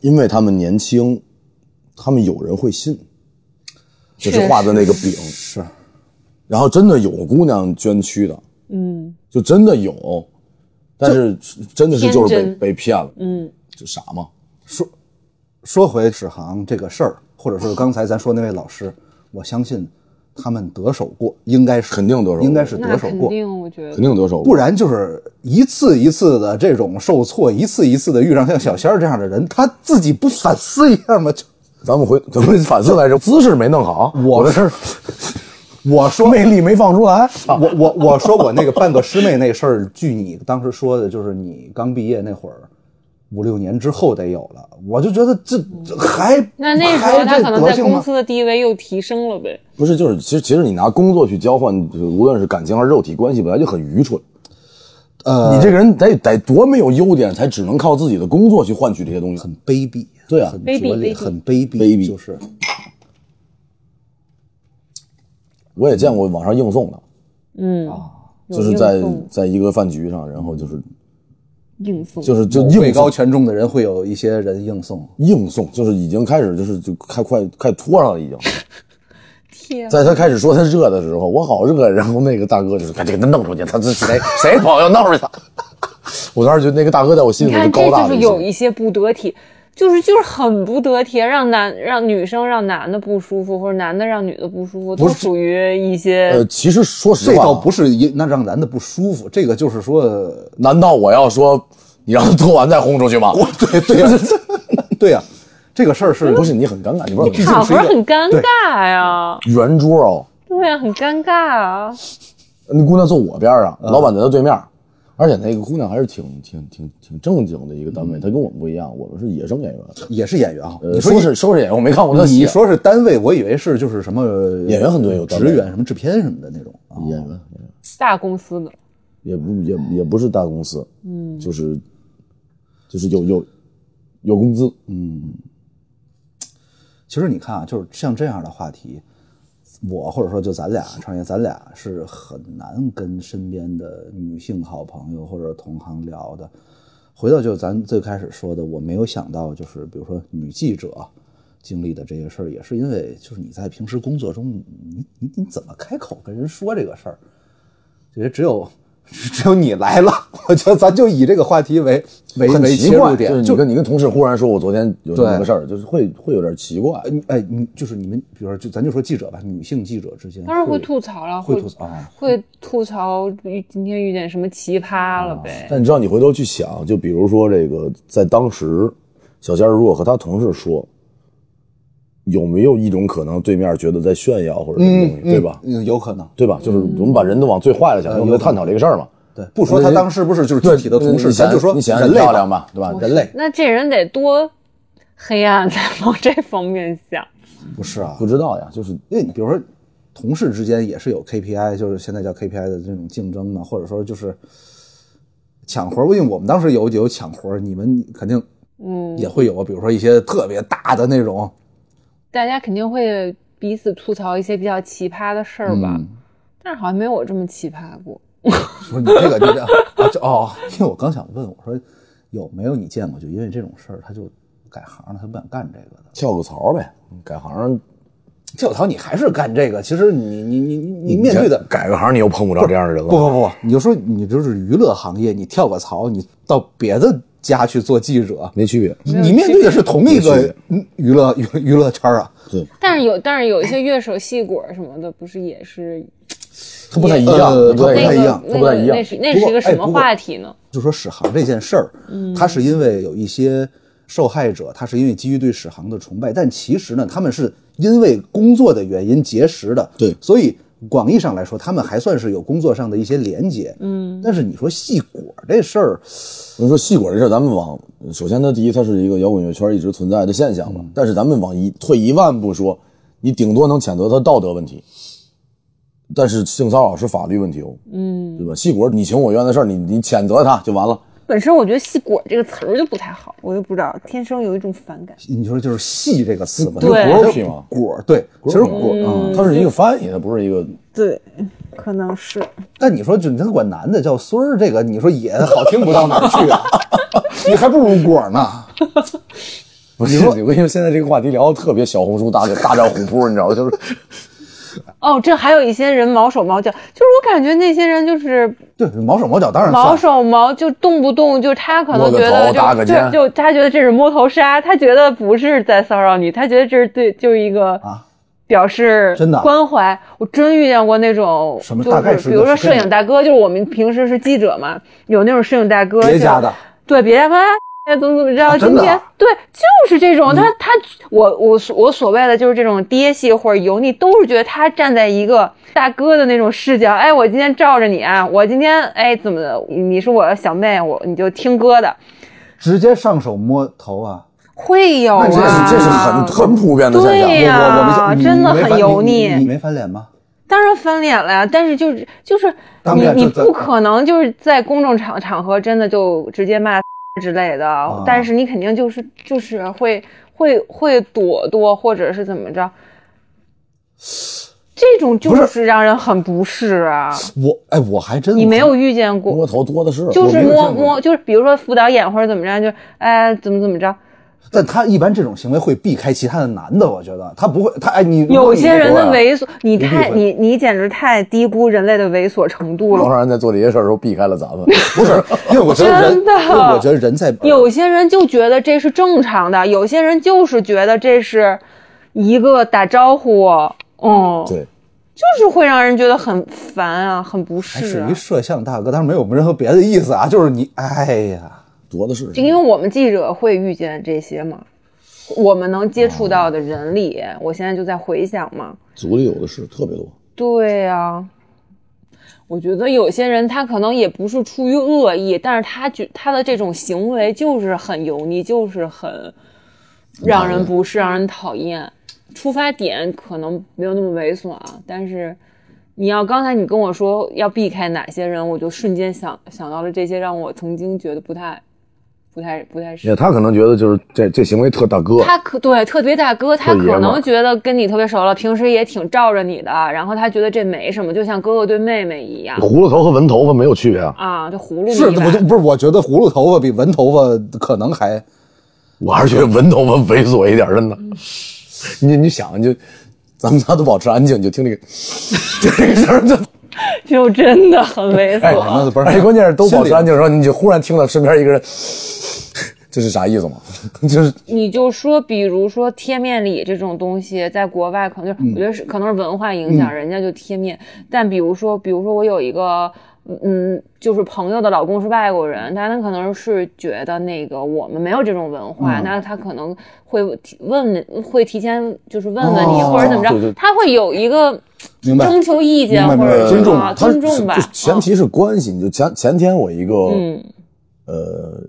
[SPEAKER 1] 因为他们年轻，他们有人会信，就是画的那个饼是。然后真的有姑娘捐躯的，
[SPEAKER 6] 嗯
[SPEAKER 1] 就真的有，但是真的是就是
[SPEAKER 6] 天
[SPEAKER 1] 被
[SPEAKER 6] 真
[SPEAKER 1] 被骗了，
[SPEAKER 6] 嗯
[SPEAKER 1] 就傻嘛。
[SPEAKER 2] 说回史航这个事儿，或者是刚才咱说那位老师，我相信他们得手过，应该是
[SPEAKER 1] 肯定得手过
[SPEAKER 2] 应该是
[SPEAKER 6] 那
[SPEAKER 2] 得手
[SPEAKER 6] 肯
[SPEAKER 2] 过，
[SPEAKER 6] 定，我觉得
[SPEAKER 1] 肯定得手，
[SPEAKER 2] 不然就是一次一次的这种受挫，一次一次的遇上像小仙儿这样的人，他自己不反思一下吗？ 就
[SPEAKER 1] 咱们回咱们反思来着，姿势没弄好，我的事儿
[SPEAKER 2] 我说
[SPEAKER 1] 魅力没放出来，
[SPEAKER 2] 我我我说我那个半个师妹那事儿，据你当时说的，就是你刚毕业那会儿，五六年之后得有了，我就觉得这这还
[SPEAKER 6] 嗯那那时候
[SPEAKER 2] 还
[SPEAKER 6] 他
[SPEAKER 2] 这
[SPEAKER 6] 可能
[SPEAKER 2] 德
[SPEAKER 6] 在
[SPEAKER 2] 行
[SPEAKER 6] 公
[SPEAKER 2] 吗
[SPEAKER 6] 司的地位又提升了呗。
[SPEAKER 1] 不是，就是其实其实你拿工作去交换，就是无论是感情还是肉体关系，本来就很愚蠢。呃，你这个人得得多没有优点，才只能靠自己的工作去换取这些东西。
[SPEAKER 2] 很卑鄙，
[SPEAKER 1] 对啊
[SPEAKER 2] 很
[SPEAKER 6] 卑鄙
[SPEAKER 2] 拙劣
[SPEAKER 6] 卑鄙
[SPEAKER 2] 很卑鄙，
[SPEAKER 1] 卑鄙
[SPEAKER 2] 就是
[SPEAKER 1] 我也见过网上硬送的，
[SPEAKER 6] 嗯，有
[SPEAKER 1] 就是
[SPEAKER 6] 硬
[SPEAKER 1] 在
[SPEAKER 6] 送
[SPEAKER 1] 在一个饭局上，然后就是
[SPEAKER 6] 硬送，
[SPEAKER 1] 就是就
[SPEAKER 2] 位
[SPEAKER 1] 硬
[SPEAKER 2] 高
[SPEAKER 1] 送
[SPEAKER 2] 权重的人会有一些人硬送，
[SPEAKER 1] 硬送，就是已经开始就是就开快快拖上了，已经。
[SPEAKER 6] 天啊，
[SPEAKER 1] 在他开始说他热的时候，我好热，然后那个大哥就是赶紧给他弄出去，他这谁谁朋友弄出去 的。我当时觉得那个大哥在我心
[SPEAKER 6] 你
[SPEAKER 1] 里面
[SPEAKER 6] 看
[SPEAKER 1] 就
[SPEAKER 6] 这
[SPEAKER 1] 高大
[SPEAKER 6] 就
[SPEAKER 1] 了
[SPEAKER 6] 是
[SPEAKER 1] 一
[SPEAKER 6] 有
[SPEAKER 1] 些，
[SPEAKER 6] 一些不得体，就是就是很不得体，让男让女生让男的不舒服，或者男的让女的不舒服，都属于一些
[SPEAKER 1] 呃，其实说实
[SPEAKER 2] 这
[SPEAKER 1] 话啊，
[SPEAKER 2] 倒不是一那让男的不舒服，这个就是说，
[SPEAKER 1] 难道我要说你让他做完再轰出去吗？
[SPEAKER 2] 对对 呀，对呀，这个事儿是
[SPEAKER 1] 不是你很尴尬，你不知道
[SPEAKER 6] 场合很尴尬呀。
[SPEAKER 1] 圆桌哦，
[SPEAKER 6] 对啊，很尴尬啊。
[SPEAKER 1] 那姑娘坐我边儿啊，
[SPEAKER 2] 嗯
[SPEAKER 1] 老板在她对面儿，而且那个姑娘还是挺挺挺挺正经的一个单位，她跟我们不一样，我们是野生演员。
[SPEAKER 2] 也是演员啊，
[SPEAKER 1] 呃
[SPEAKER 2] 嗯你说
[SPEAKER 1] 说
[SPEAKER 2] 一
[SPEAKER 1] 是说是演员，我没看过她戏啊
[SPEAKER 2] 你说是单位，我以为是就是什么
[SPEAKER 1] 演员很多有单
[SPEAKER 2] 职
[SPEAKER 1] 位
[SPEAKER 2] 员什么制片什么的那种啊。
[SPEAKER 1] 演员
[SPEAKER 6] 大公司的，
[SPEAKER 1] 也不也也不是大公司，嗯，就是就是有有有工资，
[SPEAKER 2] 其实你看啊，就是像这样的话题，我或者说就咱俩创业，咱俩是很难跟身边的女性好朋友或者同行聊的。回到就咱最开始说的，我没有想到，就是比如说女记者经历的这些事儿，也是因为就是你在平时工作中，你你你怎么开口跟人说这个事儿？觉得只有只有你来了，我觉得咱就以这个话题为为
[SPEAKER 1] 很
[SPEAKER 2] 为
[SPEAKER 1] 奇
[SPEAKER 2] 切入
[SPEAKER 1] 怪。
[SPEAKER 2] 点，
[SPEAKER 1] 就是你跟你跟同事忽然说，我昨天有什么事儿，就是会会有点奇怪
[SPEAKER 2] 呃，。你哎，你就是你们，比如说，就咱就说记者吧，女性记者之间，
[SPEAKER 6] 当然会吐槽了，
[SPEAKER 2] 会吐槽啊，
[SPEAKER 6] 会吐槽遇今天遇见什么奇葩了
[SPEAKER 2] 哎
[SPEAKER 6] 呗。
[SPEAKER 1] 但你知道，你回头去想，就比如说这个，在当时，小仙儿如果和他同事说，有没有一种可能，对面觉得在炫耀或者什么东西，对吧？
[SPEAKER 2] 嗯，有可能，
[SPEAKER 1] 对吧？就是我们把人都往最坏了想，因为我们在探讨这个事儿嘛。
[SPEAKER 2] 对，不说他当时不是就是具体的同事，
[SPEAKER 1] 你想
[SPEAKER 2] 咱就说
[SPEAKER 1] 你想想
[SPEAKER 2] 人类
[SPEAKER 1] 漂亮吧，对吧？
[SPEAKER 2] 人类
[SPEAKER 6] 那这人得多黑暗才往这方面想。
[SPEAKER 2] 不是啊
[SPEAKER 1] 不，知道呀，就是
[SPEAKER 2] 因为你比如说同事之间也是有 KPI，就是现在叫 KPI 的这种竞争嘛，或者说就是抢活儿，因为我们当时有有抢活儿，你们肯定
[SPEAKER 6] 嗯，
[SPEAKER 2] 也会有啊，比如说一些特别大的那种，
[SPEAKER 6] 大家肯定会彼此吐槽一些比较奇葩的事儿吧，
[SPEAKER 1] 嗯
[SPEAKER 6] 但是好像没有我这么奇葩过。
[SPEAKER 2] 不是你这个你这啊 就哦，因为我刚想问，我说有没有你见过就因为这种事儿他就改行了，他不想干这个的。
[SPEAKER 1] 跳个槽呗，嗯改行。
[SPEAKER 2] 跳槽你还是干这个，其实你你你你你面对的
[SPEAKER 1] 改个行，你又碰不着这样的人
[SPEAKER 2] 不不
[SPEAKER 1] 了。
[SPEAKER 2] 不，你就说你就是娱乐行业，你跳个槽，你到别的家去做记者，
[SPEAKER 1] 没区别。
[SPEAKER 2] 你面对的是同一
[SPEAKER 1] 没
[SPEAKER 2] 个
[SPEAKER 1] 区
[SPEAKER 2] 嗯娱乐娱娱乐圈啊。
[SPEAKER 6] 但是有，但是有一些乐手戏果什么的，不是也是
[SPEAKER 1] 他不太一样，
[SPEAKER 2] 呃
[SPEAKER 1] 他不太
[SPEAKER 2] 那
[SPEAKER 1] 一
[SPEAKER 2] 个
[SPEAKER 1] 样，他不太哎一样
[SPEAKER 6] 那。是那是一个什么话题呢？嗯
[SPEAKER 2] 就说史航这件事儿，
[SPEAKER 3] 嗯
[SPEAKER 2] 他是因为有一些受害者，他是因为基于对史航的崇拜，但其实呢，他们是因为工作的原因结识的，
[SPEAKER 1] 对
[SPEAKER 2] 所以广义上来说，他们还算是有工作上的一些连接，嗯。但是你说戏果这事儿，
[SPEAKER 1] 我跟你说，戏果这事儿，咱们往首先，它第一，它是一个摇滚乐圈一直存在的现象吧。
[SPEAKER 3] 嗯
[SPEAKER 1] 但是咱们往一退一万步说，你顶多能谴责他道德问题，但是性骚扰是法律问题哦，嗯，对吧？戏果你情我愿的事儿，你你谴责他就完了。
[SPEAKER 3] 本身我觉得“戏果”这个词儿就不太好，我就不知道，天生有一种反感。
[SPEAKER 2] 你说就是“戏”这个词吧，
[SPEAKER 3] 对嗯
[SPEAKER 2] 它
[SPEAKER 1] ，groupie 嘛
[SPEAKER 2] 果儿对，其实果儿啊，
[SPEAKER 1] 它是一个翻译，它不是一个
[SPEAKER 3] 对，可能是
[SPEAKER 2] 但你说就他管男的叫孙儿，这个你说也好听不到哪儿去 啊，
[SPEAKER 5] 你还不如果呢。
[SPEAKER 1] 不是，我跟你说，现在这个话题聊的特别小红书大大战虎扑，你知道吗？就是
[SPEAKER 3] 哦，这还有一些人毛手毛脚，就是我感觉那些人就是
[SPEAKER 2] 对，毛手毛脚当然算。
[SPEAKER 3] 毛
[SPEAKER 2] 啊
[SPEAKER 3] 手毛，就动不动就他可能
[SPEAKER 1] 摸
[SPEAKER 3] 觉
[SPEAKER 1] 个头
[SPEAKER 3] 得
[SPEAKER 1] 搭个
[SPEAKER 3] 就
[SPEAKER 1] 肩
[SPEAKER 3] 就就他觉得这是摸头杀，他觉得不是在骚扰你，他觉得这是对，就是一个
[SPEAKER 2] 啊
[SPEAKER 3] 表示
[SPEAKER 2] 真的啊
[SPEAKER 3] 关怀。我真遇见过那种
[SPEAKER 2] 什么
[SPEAKER 3] 就
[SPEAKER 2] 大概是
[SPEAKER 3] 比如
[SPEAKER 2] 个
[SPEAKER 3] 说
[SPEAKER 2] 什么
[SPEAKER 3] 摄
[SPEAKER 2] 样
[SPEAKER 3] 影大哥，就是我们平时是记者嘛，有那种摄影大哥
[SPEAKER 2] 别
[SPEAKER 3] 就
[SPEAKER 2] 家的，
[SPEAKER 3] 对，别家说哎哎怎么怎么着，
[SPEAKER 2] 真
[SPEAKER 3] 今
[SPEAKER 2] 的啊
[SPEAKER 3] 天对就是这种，
[SPEAKER 1] 嗯
[SPEAKER 3] 他他我我所我所谓的就是这种爹系或者油腻，都是觉得他站在一个大哥的那种视角，哎，我今天罩着你啊，我今天哎怎么的，你是我的小妹，我你就听哥的，
[SPEAKER 2] 直接上手摸头啊，
[SPEAKER 3] 会有啊，
[SPEAKER 1] 这是这是很很普遍的现象。
[SPEAKER 3] 哎对呀、
[SPEAKER 2] 我没
[SPEAKER 3] 真的
[SPEAKER 2] 你没翻
[SPEAKER 3] 很油
[SPEAKER 2] 你你你
[SPEAKER 3] 腻，
[SPEAKER 2] 没翻脸吗？
[SPEAKER 3] 当然翻脸了呀，但是就是就是
[SPEAKER 2] 当
[SPEAKER 3] 你
[SPEAKER 2] 面
[SPEAKER 3] 你
[SPEAKER 2] 就在
[SPEAKER 3] 不可能就是在公众场场合真的就直接
[SPEAKER 2] 啊
[SPEAKER 3] 骂之类的，但是你肯定就是就是会会会躲躲或者是怎么着，这种就
[SPEAKER 2] 不
[SPEAKER 3] 是让人很不适啊。
[SPEAKER 2] 我哎，我还真
[SPEAKER 3] 你没有遇见过，
[SPEAKER 1] 摸头多的是，
[SPEAKER 3] 就是摸摸，就是比如说辅导眼或者怎么着，就哎怎么怎么着，
[SPEAKER 2] 但他一般这种行为会避开其他的男的，我觉得他不会，他哎你
[SPEAKER 3] 有些人的猥琐，你
[SPEAKER 2] 定
[SPEAKER 3] 太
[SPEAKER 2] 会
[SPEAKER 3] 你你简直太低估人类的猥琐程度了
[SPEAKER 1] 当。然在做这些事儿的时候避开了咱 们。
[SPEAKER 2] 不是，因为我觉得人，
[SPEAKER 3] 真的啊
[SPEAKER 2] 因为我觉得人在
[SPEAKER 3] 有些人就觉得这是正常的，有些人就是觉得这是一个打招呼，嗯，
[SPEAKER 1] 对，
[SPEAKER 3] 就是会让人觉得很烦啊，很不
[SPEAKER 2] 还
[SPEAKER 3] 适、
[SPEAKER 2] 是
[SPEAKER 3] 啊
[SPEAKER 2] 一。摄像大哥，当然没有任何别的意思啊，就是你哎呀，
[SPEAKER 1] 多的是。
[SPEAKER 3] 就因为我们记者会遇见这些嘛，我们能接
[SPEAKER 2] 哦
[SPEAKER 3] 触到的人里，我现在就在回想嘛。
[SPEAKER 1] 组里有的是特别多。
[SPEAKER 3] 对呀、我觉得有些人他可能也不是出于恶意，但是他觉他的这种行为就是很油腻，就是很让人不适、让人讨厌。出发点可能没有那么猥琐啊，但是你要刚才你跟我说要避开哪些人，我就瞬间想想到了这些让我曾经觉得不太、不太、不太适
[SPEAKER 1] 也他可能觉得就是这这行为特大哥，
[SPEAKER 3] 他可对特别大哥，他
[SPEAKER 1] 特
[SPEAKER 3] 可
[SPEAKER 1] 爷们儿
[SPEAKER 3] 能觉得跟你特别熟了，平时也挺罩着你的，然后他觉得这没什么，就像哥哥对妹妹一样
[SPEAKER 1] 葫芦头和纹头发没有区别啊。
[SPEAKER 3] 啊，就葫芦你
[SPEAKER 2] 是
[SPEAKER 3] 一
[SPEAKER 2] 不
[SPEAKER 3] 把
[SPEAKER 2] 不是？我觉得葫芦头发比纹头发可能还
[SPEAKER 1] 我还是觉得纹头发猥琐一点，真的。嗯你你想你就，咱们仨都保持安静，你就听这个，就这个声儿就
[SPEAKER 3] 就真的很猥
[SPEAKER 1] 哎，
[SPEAKER 3] 琐。
[SPEAKER 2] 那不是
[SPEAKER 1] 哎，关键是都保
[SPEAKER 2] 心
[SPEAKER 1] 持
[SPEAKER 2] 里
[SPEAKER 1] 安静的时候，你就忽然听到身边一个人，这是啥意思吗？ 就是
[SPEAKER 3] 你就说，比如说贴面礼这种东西，在国外可能
[SPEAKER 2] 嗯
[SPEAKER 3] 就是，我觉得是可能是文化影响，人家就贴面。但比如说，比如说我有一个。嗯，就是朋友的老公是外国人，但他可能是觉得那个我们没有这种文
[SPEAKER 2] 嗯
[SPEAKER 3] 化，那他可能会提问，会提前就是问问你、
[SPEAKER 2] 哦
[SPEAKER 3] 或者怎么着，
[SPEAKER 1] 对对
[SPEAKER 3] 他会有一个
[SPEAKER 2] 明白
[SPEAKER 3] 征求意见
[SPEAKER 2] 明白
[SPEAKER 3] 或
[SPEAKER 2] 明白
[SPEAKER 3] 者
[SPEAKER 2] 尊重
[SPEAKER 3] 啊
[SPEAKER 1] 他
[SPEAKER 3] 尊重吧啊
[SPEAKER 1] 就，前提是关系。你就前前天我一个，
[SPEAKER 3] 嗯
[SPEAKER 1] 呃，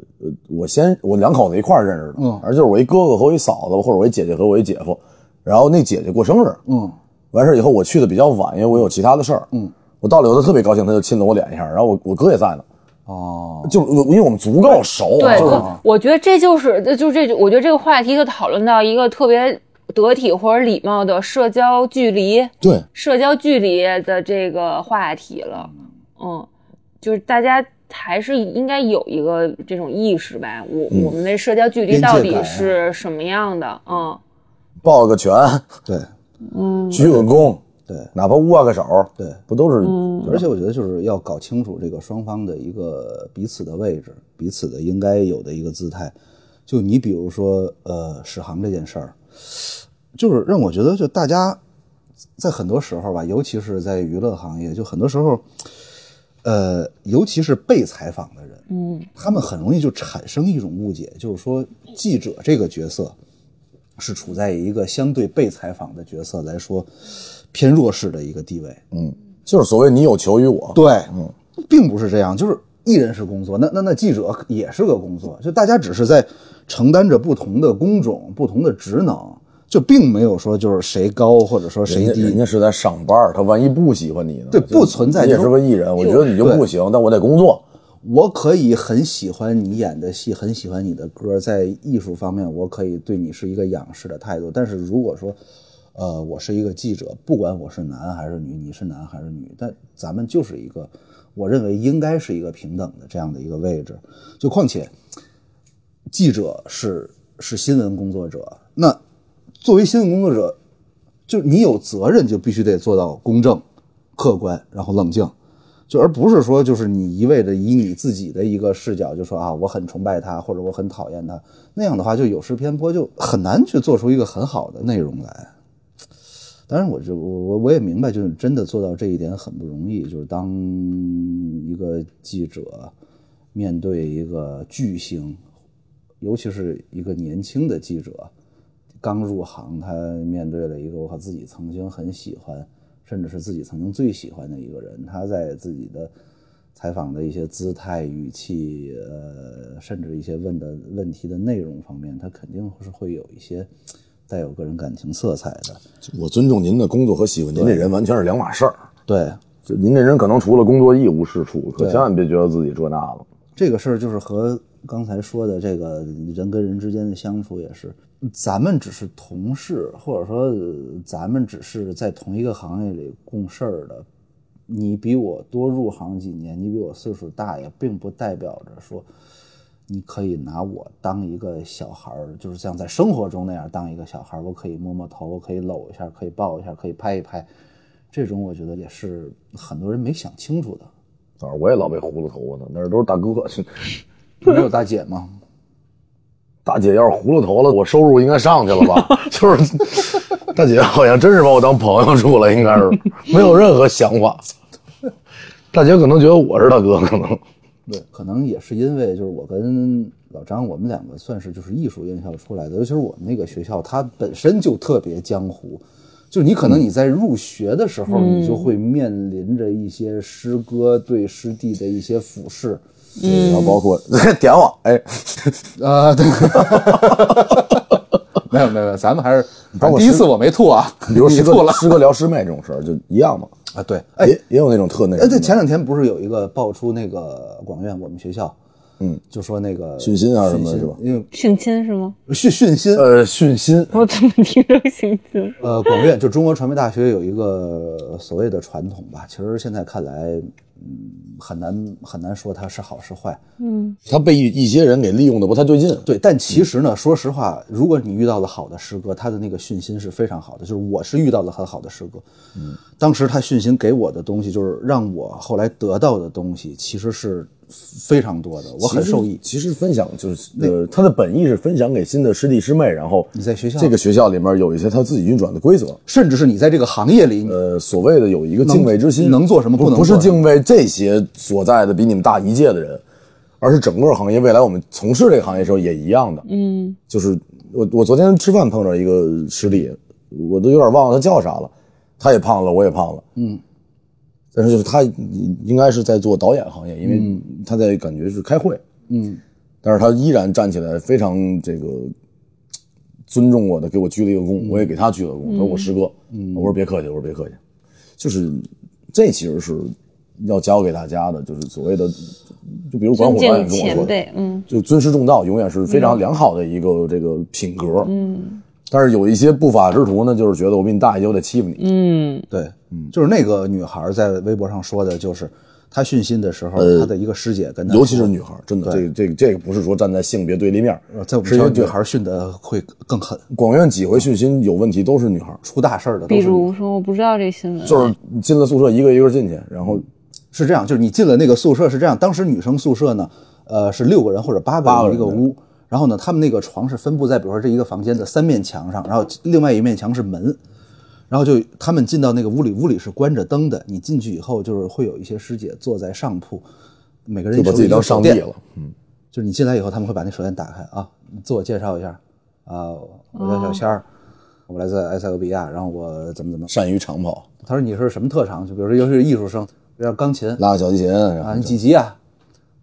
[SPEAKER 1] 我先我两口子一块儿认识的，
[SPEAKER 2] 嗯
[SPEAKER 1] 而就是我一哥哥和我一嫂子，或者我一姐姐和我一姐夫，然后那姐姐过生日，
[SPEAKER 2] 嗯
[SPEAKER 1] 完事儿以后我去的比较晚，因为我有其他的事儿，嗯，我到了以后他特别高兴，他就亲了我脸一下，然后我我哥也在呢，
[SPEAKER 2] 哦，
[SPEAKER 1] 就是我因为我们足够熟，啊
[SPEAKER 3] 对，
[SPEAKER 1] 就是
[SPEAKER 3] 就我觉得这就是，呃就是这，我觉得这个话题就讨论到一个特别得体或者礼貌的社交距离，
[SPEAKER 1] 对，
[SPEAKER 3] 社交距离的这个话题了。嗯，就是大家还是应该有一个这种意识吧，我、
[SPEAKER 1] 嗯
[SPEAKER 3] 我们的社交距离
[SPEAKER 2] 边界
[SPEAKER 3] 到底
[SPEAKER 2] 感啊
[SPEAKER 3] 是什么样的？嗯，
[SPEAKER 1] 抱个拳，
[SPEAKER 2] 对
[SPEAKER 1] 鞠个躬，
[SPEAKER 2] 对
[SPEAKER 1] 哪怕握个手，
[SPEAKER 2] 对。
[SPEAKER 1] 不都是
[SPEAKER 2] 而且我觉得就是要搞清楚这个双方的一个彼此的位置，彼此的应该有的一个姿态。就你比如说，呃，史航这件事儿，就是让我觉得，就大家在很多时候吧，尤其是在娱乐行业，就很多时候，呃，尤其是被采访的人，嗯，他们很容易就产生一种误解，就是说记者这个角色是处在一个相对被采访的角色来说偏弱势的一个地位。
[SPEAKER 1] 就是所谓你有求于我，
[SPEAKER 2] 对，并不是这样，就是艺人是工作，那那那记者也是个工作，就大家只是在承担着不同的工种、不同的职能，就并没有说就是谁高或者说
[SPEAKER 1] 人
[SPEAKER 2] 谁
[SPEAKER 1] 家人
[SPEAKER 2] 低。
[SPEAKER 1] 家是在上班，他万一不喜欢你呢？
[SPEAKER 2] 对
[SPEAKER 1] 就是
[SPEAKER 2] 不存在
[SPEAKER 1] 你也
[SPEAKER 2] 就是是
[SPEAKER 1] 个艺人，我觉得你就不行，但我得工作。
[SPEAKER 2] 我可以很喜欢你演的戏，很喜欢你的歌，在艺术方面，我可以对你是一个仰视的态度。但是如果说，呃，我是一个记者，不管我是男还是女，你是男还是女，但咱们就是一个，我认为应该是一个平等的这样的一个位置。就况且，记者是是新闻工作者，那作为新闻工作者，就是你有责任就必须得做到公正、客观，然后冷静，就而不是说就是你一味的以你自己的一个视角就说啊我很崇拜他或者我很讨厌他，那样的话就有失偏颇，就很难去做出一个很好的内容来。当然我，就我我我也明白，就是真的做到这一点很不容易。就是当一个记者面对一个巨星，尤其是一个年轻的记者，刚入行，他面对了一个我靠自己曾经很喜欢，甚至是自己曾经最喜欢的一个人，他在自己的采访的一些姿态、语气，呃，甚至一些问的问题的内容方面，他肯定是会有一些带有个人感情色彩的。
[SPEAKER 1] 我尊重您的工作和喜欢您这人完全是两码事儿。
[SPEAKER 2] 对，
[SPEAKER 1] 就您这人可能除了工作一无是处，可千万别觉得自己这那了。
[SPEAKER 2] 这个事儿就是和刚才说的这个人跟人之间的相处也是，咱们只是同事，或者说呃咱们只是在同一个行业里共事儿的。你比我多入行几年，你比我岁数大，也并不代表着说你可以拿我当一个小孩儿，就是像在生活中那样当一个小孩儿。我可以摸摸头，我可以搂一下，可以抱一下，可以拍一拍。这种我觉得也是很多人没想清楚的。
[SPEAKER 1] 当然，我也老被糊了头发呢，那都是大哥。
[SPEAKER 2] 没有大姐吗？
[SPEAKER 1] 大姐要是糊了头了，我收入应该上去了吧？ 就是大姐好像真是把我当朋友处了，应该是没有任何想法。大姐可能觉得我是大哥，可能
[SPEAKER 2] 对，可能也是因为就是我跟老张，我们两个算是就是艺术院校出来的，尤其是我们那个学校，它本身就特别江湖。就是你可能你在入学的时候，你就会面临着一些师哥对师弟的一些俯视，
[SPEAKER 1] 然后包括 点我，哎，
[SPEAKER 2] 啊，对， 没有没有，没有，咱们还是
[SPEAKER 1] 把我
[SPEAKER 2] 第一
[SPEAKER 1] 师
[SPEAKER 2] 次我没吐啊，
[SPEAKER 1] 比如
[SPEAKER 2] 你
[SPEAKER 1] 师
[SPEAKER 2] 吐
[SPEAKER 1] 哥
[SPEAKER 2] 了
[SPEAKER 1] 师哥聊师妹这种事儿就一样嘛，
[SPEAKER 2] 啊，对，哎，
[SPEAKER 1] 也也有那种特那
[SPEAKER 2] 哎，
[SPEAKER 1] 个
[SPEAKER 2] 对，前两天不是有一个爆出那个广院我们学校，
[SPEAKER 1] 嗯，
[SPEAKER 2] 就说那个
[SPEAKER 1] 寻衅啊什么
[SPEAKER 2] 寻
[SPEAKER 1] 的
[SPEAKER 2] 衅
[SPEAKER 1] 是吧
[SPEAKER 2] 因为
[SPEAKER 3] 性侵是吗？
[SPEAKER 2] 训训心，
[SPEAKER 1] 呃训心，
[SPEAKER 3] 我怎么听着性侵？
[SPEAKER 2] 呃，广院就中国传媒大学有一个所谓的传统吧，其实现在看来，嗯，很难很难说它是好是坏。
[SPEAKER 1] 他被一一些人给利用的不太对劲，
[SPEAKER 2] 对，但其实呢，说实话，如果你遇到了好的师哥，他的那个讯心是非常好的。就是我是遇到了很好的师哥，嗯，当时他讯心给我的东西，就是让我后来得到的东西，其实是非常多的，我很受益。
[SPEAKER 1] 其实。其实分享就是呃，他的本意是分享给新的师弟师妹，然后
[SPEAKER 2] 你在学校
[SPEAKER 1] 这个学校里面有一些他自己运转的规则，
[SPEAKER 2] 甚至是你在这个行业里，你
[SPEAKER 1] 呃，所谓的有一个敬畏之心，
[SPEAKER 2] 能能做什么不能
[SPEAKER 1] 不
[SPEAKER 2] 做什
[SPEAKER 1] 是
[SPEAKER 2] 么
[SPEAKER 1] 敬畏这些所在的比你们大一届的人，而是整个行业。未来我们从事这个行业的时候也一样的。嗯，就是我我昨天吃饭碰着一个师弟，我都有点忘了他叫啥了，他也胖了，我也胖了。嗯，但是就是他应该是在做导演行业，因为
[SPEAKER 3] 嗯
[SPEAKER 1] 他在感觉是开会。
[SPEAKER 2] 嗯，
[SPEAKER 1] 但是他依然站起来，非常这个尊重我的，给我鞠了一个
[SPEAKER 3] 嗯
[SPEAKER 1] 躬，我也给他鞠了个躬。他说我师哥，我说别客气，我说别客气，就是这其实是要教给大家的，就是所谓的，就比如管
[SPEAKER 3] 尊
[SPEAKER 1] 虎导演
[SPEAKER 3] 敬
[SPEAKER 1] 跟我说
[SPEAKER 3] 前
[SPEAKER 1] 的，
[SPEAKER 3] 辈，嗯，
[SPEAKER 1] 就尊师重道，永远是非常良好的一个这个品格。嗯，但是有一些不法之徒呢，就是觉得我比你大一些，我得欺负你。
[SPEAKER 3] 嗯
[SPEAKER 2] 对，
[SPEAKER 1] 嗯
[SPEAKER 2] 就是那个女孩在微博上说的，就是她讯心的时候，她的一个师姐跟她说，
[SPEAKER 1] 呃尤其是女孩，真的，
[SPEAKER 2] 嗯
[SPEAKER 1] 这
[SPEAKER 2] 对
[SPEAKER 1] 个这个这个不是说站在性别对立面，
[SPEAKER 2] 呃在我们
[SPEAKER 1] 是
[SPEAKER 2] 学
[SPEAKER 1] 因
[SPEAKER 2] 校
[SPEAKER 1] 为
[SPEAKER 2] 女
[SPEAKER 1] 对
[SPEAKER 2] 孩训的会更狠，
[SPEAKER 1] 广院几回训心有问题都是女孩，
[SPEAKER 2] 出大事儿的都
[SPEAKER 3] 比
[SPEAKER 2] 是女孩。
[SPEAKER 3] 如说，我不知道这新闻，
[SPEAKER 1] 就是进了宿舍一个一个进去，然后
[SPEAKER 2] 是这样，就是你进了那个宿舍是这样，当时女生宿舍呢，呃，是六个人或者八个
[SPEAKER 1] 八个
[SPEAKER 2] 人
[SPEAKER 1] 人
[SPEAKER 2] 一个屋，然后呢，他们那个床是分布在比如说这一个房间的三面墙上，然后另外一面墙是门，然后就他们进到那个屋里，屋里是关着灯的，你进去以后就是会有一些师姐坐在上铺，每个人
[SPEAKER 1] 就把自己当上帝
[SPEAKER 2] 手电
[SPEAKER 1] 了，
[SPEAKER 2] 就是你进来以后，他们会把那手电打开啊，自我介绍一下，啊，我叫小仙
[SPEAKER 3] 哦
[SPEAKER 2] 儿，我来自埃塞俄比亚，然后我怎么怎么。
[SPEAKER 1] 善于长跑，
[SPEAKER 2] 他说你是什么特长？就比如说，尤其是艺术生，要钢琴
[SPEAKER 1] 拉个小提琴，然
[SPEAKER 2] 啊，
[SPEAKER 1] 后
[SPEAKER 2] 你几级啊？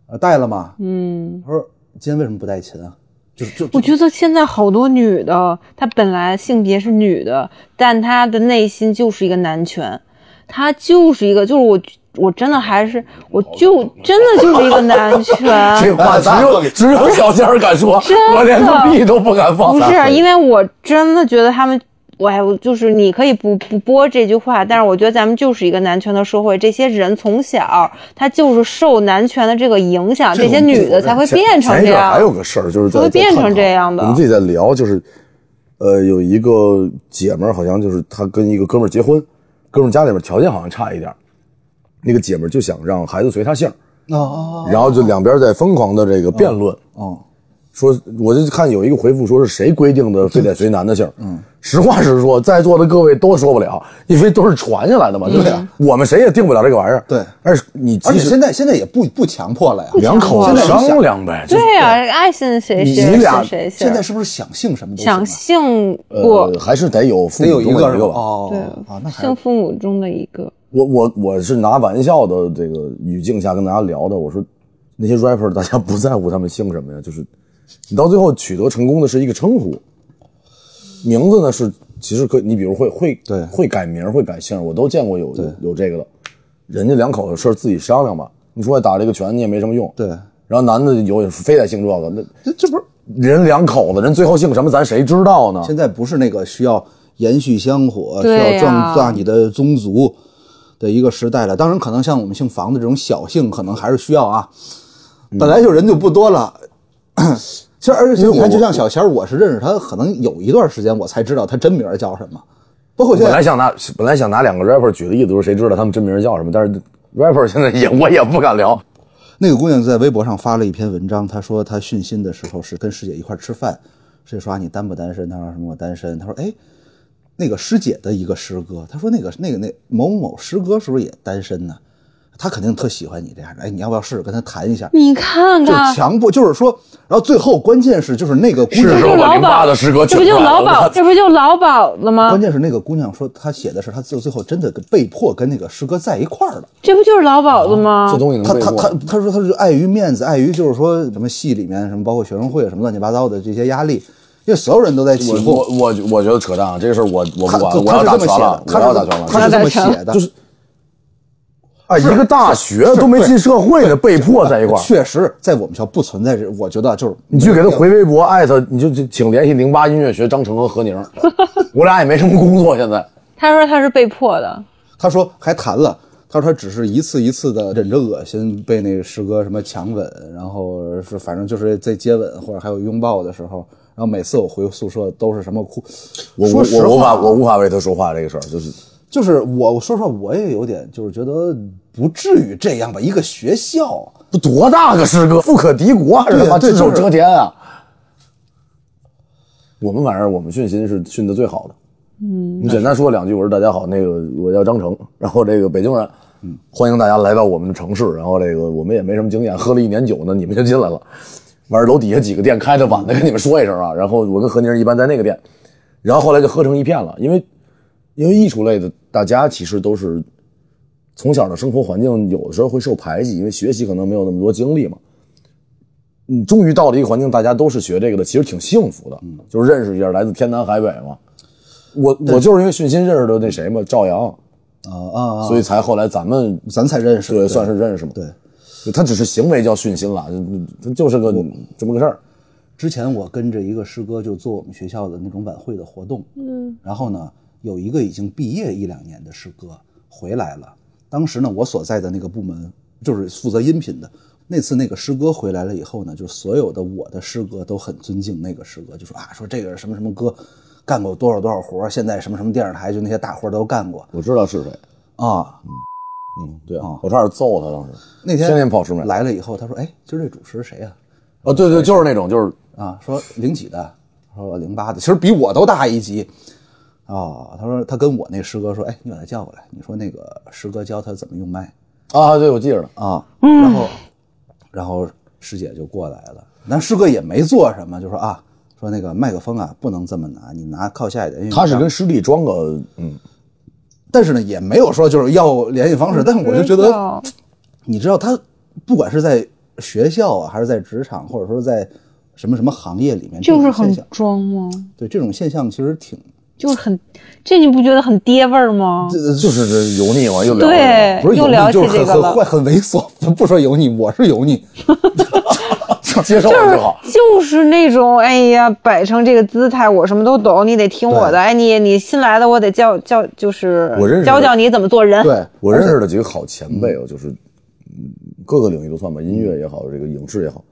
[SPEAKER 2] 啊，带了吗？嗯。他说今天为什么不带琴啊？就是就
[SPEAKER 3] 我觉得现在好多女的，她本来性别是女的，但她的内心就是一个男权，她就是一个，就是我，我真的还是，我就真的就是一个 男权。
[SPEAKER 1] 这话 只有只有小仙儿敢说，
[SPEAKER 3] 真的
[SPEAKER 1] 我连个屁都不敢放。
[SPEAKER 3] 不是，啊因
[SPEAKER 1] 为
[SPEAKER 3] 为我真的觉得他们，我哎，我就是你可以不不播这句话，但是我觉得咱们就是一个男权的社会，这些人从小他就是受男权的这个影响，啊这些女的才会变成这样
[SPEAKER 1] 还。有个事儿就是在
[SPEAKER 3] 才会
[SPEAKER 1] 在
[SPEAKER 3] 变
[SPEAKER 1] 探
[SPEAKER 3] 成
[SPEAKER 1] 讨
[SPEAKER 3] 这样的
[SPEAKER 1] 我们自己在聊，就是呃，有一个姐们儿好像就是她跟一个哥们儿结婚，哥们儿家里边条件好像差一点儿，那个姐们儿就想让孩子随她姓儿，
[SPEAKER 2] 哦哦
[SPEAKER 1] 然后就两边在疯狂的这个辩论。
[SPEAKER 2] 哦
[SPEAKER 1] 说，我就看有一个回复说是谁规定的非得随男的姓嗯，实话实说，在座的各位都说不了，因为都是传下来的嘛，对不对？
[SPEAKER 3] 嗯
[SPEAKER 1] 我们谁也定不了这个玩意儿。
[SPEAKER 2] 对
[SPEAKER 1] 而且你
[SPEAKER 2] 而
[SPEAKER 1] 即
[SPEAKER 2] 且
[SPEAKER 1] 使
[SPEAKER 2] 现在现在也不不强迫了呀。
[SPEAKER 1] 两口
[SPEAKER 2] 现
[SPEAKER 1] 子
[SPEAKER 2] 在你想
[SPEAKER 1] 商量呗，就是
[SPEAKER 3] 对呀、爱信谁
[SPEAKER 1] 你
[SPEAKER 3] 信
[SPEAKER 1] 你
[SPEAKER 3] 谁
[SPEAKER 1] 俩
[SPEAKER 3] 信谁信
[SPEAKER 2] 现。在是不是想姓什么都行啊
[SPEAKER 3] 想性
[SPEAKER 1] 呃
[SPEAKER 3] 不，
[SPEAKER 1] 还是得有父
[SPEAKER 2] 得
[SPEAKER 1] 母
[SPEAKER 2] 有一
[SPEAKER 1] 中
[SPEAKER 2] 个
[SPEAKER 1] 的
[SPEAKER 2] 是
[SPEAKER 1] 一
[SPEAKER 2] 吧？
[SPEAKER 1] 个吧。
[SPEAKER 3] 对
[SPEAKER 2] 哦，啊，那还
[SPEAKER 3] 性父母中的一个。
[SPEAKER 1] 我我我是拿玩笑的这个语境下跟大家聊的，我说那些 rapper 大家不在乎他们姓什么呀，就是你到最后取得成功的是一个称呼，名字呢是其实可以你比如会会
[SPEAKER 2] 对
[SPEAKER 1] 会改名会改姓，我都见过有有有这个的，人家两口子事儿自己商量吧，你出来打这个拳你也没什么用，
[SPEAKER 2] 对，
[SPEAKER 1] 然后男的有也是非得姓这个，那
[SPEAKER 2] 这这不是
[SPEAKER 1] 人两口子人最后姓什么咱谁知道呢？
[SPEAKER 2] 现在不是那个需要延续香火，需
[SPEAKER 3] 对呀
[SPEAKER 2] 要壮大你的宗族的一个时代了。当然，可能像我们姓房的这种小姓，可能还是需要啊。本来就人就不多了，其实而且你看，就像小仙儿，我是认识他，可能有一段时间我才知道他真名儿叫什么。包括
[SPEAKER 1] 我
[SPEAKER 2] 现
[SPEAKER 1] 本
[SPEAKER 2] 在
[SPEAKER 1] 来想拿本来想拿两个 rapper 举例子，说谁知道他们真名叫什么，但是 rapper 现在也我也不敢聊。
[SPEAKER 2] 那个姑娘在微博上发了一篇文章，她说她训心的时候是跟师姐一块儿吃饭，师姐说啊你单不单身？她说什么我单身。她说哎，那个师姐的一个师哥，她说那个那个那某某某师哥是不是也单身呢？他肯定特喜欢你这样的，哎，你要不要试试跟他谈一
[SPEAKER 1] 嗯
[SPEAKER 2] 下？
[SPEAKER 3] 你看
[SPEAKER 2] 就
[SPEAKER 3] 看，
[SPEAKER 2] 强迫，就是说，然后最后关键是就是那个姑
[SPEAKER 1] 啊是
[SPEAKER 2] 娘
[SPEAKER 3] 这
[SPEAKER 1] 时
[SPEAKER 3] 不
[SPEAKER 1] 候
[SPEAKER 3] 就
[SPEAKER 1] 把
[SPEAKER 3] 老
[SPEAKER 1] 零八
[SPEAKER 3] 鸨
[SPEAKER 1] 的师哥
[SPEAKER 3] 这
[SPEAKER 1] 请
[SPEAKER 3] 不
[SPEAKER 1] 出
[SPEAKER 3] 就
[SPEAKER 1] 来
[SPEAKER 3] 老鸨，
[SPEAKER 1] 了。
[SPEAKER 3] 这不就老鸨了吗
[SPEAKER 2] 关？键是那个姑娘说，她写的是她最最后真的被迫跟那个师哥在一块儿了。
[SPEAKER 3] 这不就是老鸨子吗
[SPEAKER 1] 啊这？东西能
[SPEAKER 2] 他
[SPEAKER 1] 背
[SPEAKER 2] 他
[SPEAKER 1] 嗯过
[SPEAKER 2] 他，他说他是碍于面子，碍于就是说什么系里面什么，包括学生会什么乱七八糟的这些压力，因为所有人都在起
[SPEAKER 1] 我
[SPEAKER 2] 哄
[SPEAKER 1] 我。我我觉得扯淡啊，这事儿我我
[SPEAKER 2] 他
[SPEAKER 1] 不管，
[SPEAKER 2] 他
[SPEAKER 1] 我要
[SPEAKER 2] 是这么写
[SPEAKER 1] 打拳了
[SPEAKER 2] 的，，
[SPEAKER 1] 我要打拳
[SPEAKER 2] 他
[SPEAKER 1] 了。
[SPEAKER 2] 是这么
[SPEAKER 3] 我要打拳
[SPEAKER 2] 写的，
[SPEAKER 1] 就是哎，一个大学都没进社会的，被迫在一块儿。
[SPEAKER 2] 确实在我们学校不存在这，我觉得就是
[SPEAKER 1] 你去给他回微博艾特，你就就请联系零八音乐学张成和何宁， 我俩也没什么工作现在。
[SPEAKER 3] 他说他是被迫的，
[SPEAKER 2] 他说还谈了，他说他只是一次一次的忍着恶心被那个师哥什么强吻，然后是反正就是在接吻或者还有拥抱的时候，然后每次我回宿舍都是什么哭。
[SPEAKER 1] 我
[SPEAKER 2] 说
[SPEAKER 1] 我
[SPEAKER 2] 实
[SPEAKER 1] 我无
[SPEAKER 2] 话
[SPEAKER 1] 法我无法为他说话这个事儿，就是
[SPEAKER 2] 就是我我说实话，我也有点就是觉得不至于这样吧，一个学校。
[SPEAKER 1] 不多大个师哥，富可敌国，啊是
[SPEAKER 2] 对
[SPEAKER 1] 吧？
[SPEAKER 2] 呀这
[SPEAKER 1] 只手
[SPEAKER 2] 就是
[SPEAKER 1] 遮天啊！我们反正我们训心是训的最好的。嗯，你简单说两句，我说大家好，那个我叫张成，然后这个北京人，嗯，欢迎大家来到我们的城市，然后这个我们也没什么经验，喝了一年酒呢，你们就进来了。完事儿楼底下几个店开的晚的，跟你们说一声啊。然后我跟何宁一般在那个店，然后后来就喝成一片了，因为因为艺术类的，大家其实都是从小的生活环境有的时候会受排挤，因为学习可能没有那么多精力嘛。嗯，终于到了一个环境，大家都是学这个的，其实挺幸福的，就是认识一下来自天南海北嘛。我我就是因为训心认识的那谁嘛，赵阳，
[SPEAKER 2] 啊啊！啊
[SPEAKER 1] 所以才后来咱们
[SPEAKER 2] 咱才认识，
[SPEAKER 1] 对算是认识嘛。
[SPEAKER 2] 对。
[SPEAKER 1] 他只是行为叫训心了，他就是个这么个事儿。
[SPEAKER 2] 之前我跟着一个师哥就做我们学校的那种晚会的活动，嗯，然后呢，有一个已经毕业一两年的师哥回来了。当时呢，我所在的那个部门就是负责音频的。那次那个师哥回来了以后呢，就是所有的我的师哥都很尊敬那个师哥，就说啊，说这个是什么什么哥，干过多少多少活儿，现在什么什么电视台就那些大活儿都干过
[SPEAKER 1] 我知道是谁，
[SPEAKER 2] 啊。
[SPEAKER 1] 嗯，对啊
[SPEAKER 2] 哦，
[SPEAKER 1] 我差点揍他当时。
[SPEAKER 2] 那天
[SPEAKER 1] 天天跑吃面
[SPEAKER 2] 来了以后，他说，哎，今儿这主持谁呀、
[SPEAKER 1] 哦，对对，就是那种就是
[SPEAKER 2] 啊，说零几的，说零八的，其实比我都大一级。哦，他说他跟我那师哥说，哎，你把他叫过来，你说那个师哥教他怎么用麦
[SPEAKER 1] 啊，对，我记着呢。
[SPEAKER 2] 啊，然后，然后师姐就过来了，那师哥也没做什么，就说啊，说那个麦克风啊不能这么拿，你拿靠下一点。因为
[SPEAKER 1] 他是
[SPEAKER 2] 你
[SPEAKER 1] 跟师弟装个嗯，
[SPEAKER 2] 但是呢，也没有说就是要联系方式，但是我就觉得，
[SPEAKER 1] 嗯
[SPEAKER 3] 哦
[SPEAKER 2] 你知道，他不管是在学校啊，还是在职场，或者说在什么什么行业里面，这
[SPEAKER 3] 就是
[SPEAKER 2] 种
[SPEAKER 3] 很
[SPEAKER 2] 现象，
[SPEAKER 3] 装吗？
[SPEAKER 2] 对这种现象其实挺，
[SPEAKER 3] 就是很，这你不觉得很爹味儿吗？
[SPEAKER 1] 就是这油腻嘛，又聊
[SPEAKER 3] 对
[SPEAKER 2] 不是
[SPEAKER 3] 又
[SPEAKER 2] 油腻
[SPEAKER 3] 聊，起
[SPEAKER 2] 就是
[SPEAKER 3] 这
[SPEAKER 2] 很
[SPEAKER 3] 个
[SPEAKER 2] 很
[SPEAKER 3] 了
[SPEAKER 2] 坏，很猥琐。不说油腻，我是油腻，
[SPEAKER 1] 接受了就好。
[SPEAKER 3] 就是那种，哎呀，摆成这个姿态，我什么都懂，你得听我的。
[SPEAKER 2] 对
[SPEAKER 3] 哎，你你新来的，我得教教，就是
[SPEAKER 1] 我认识
[SPEAKER 3] 教教你怎么做人。
[SPEAKER 2] 对
[SPEAKER 1] 我认识的几个好前辈啊，就是嗯各个领域都算吧，音乐也好，这个影视也好。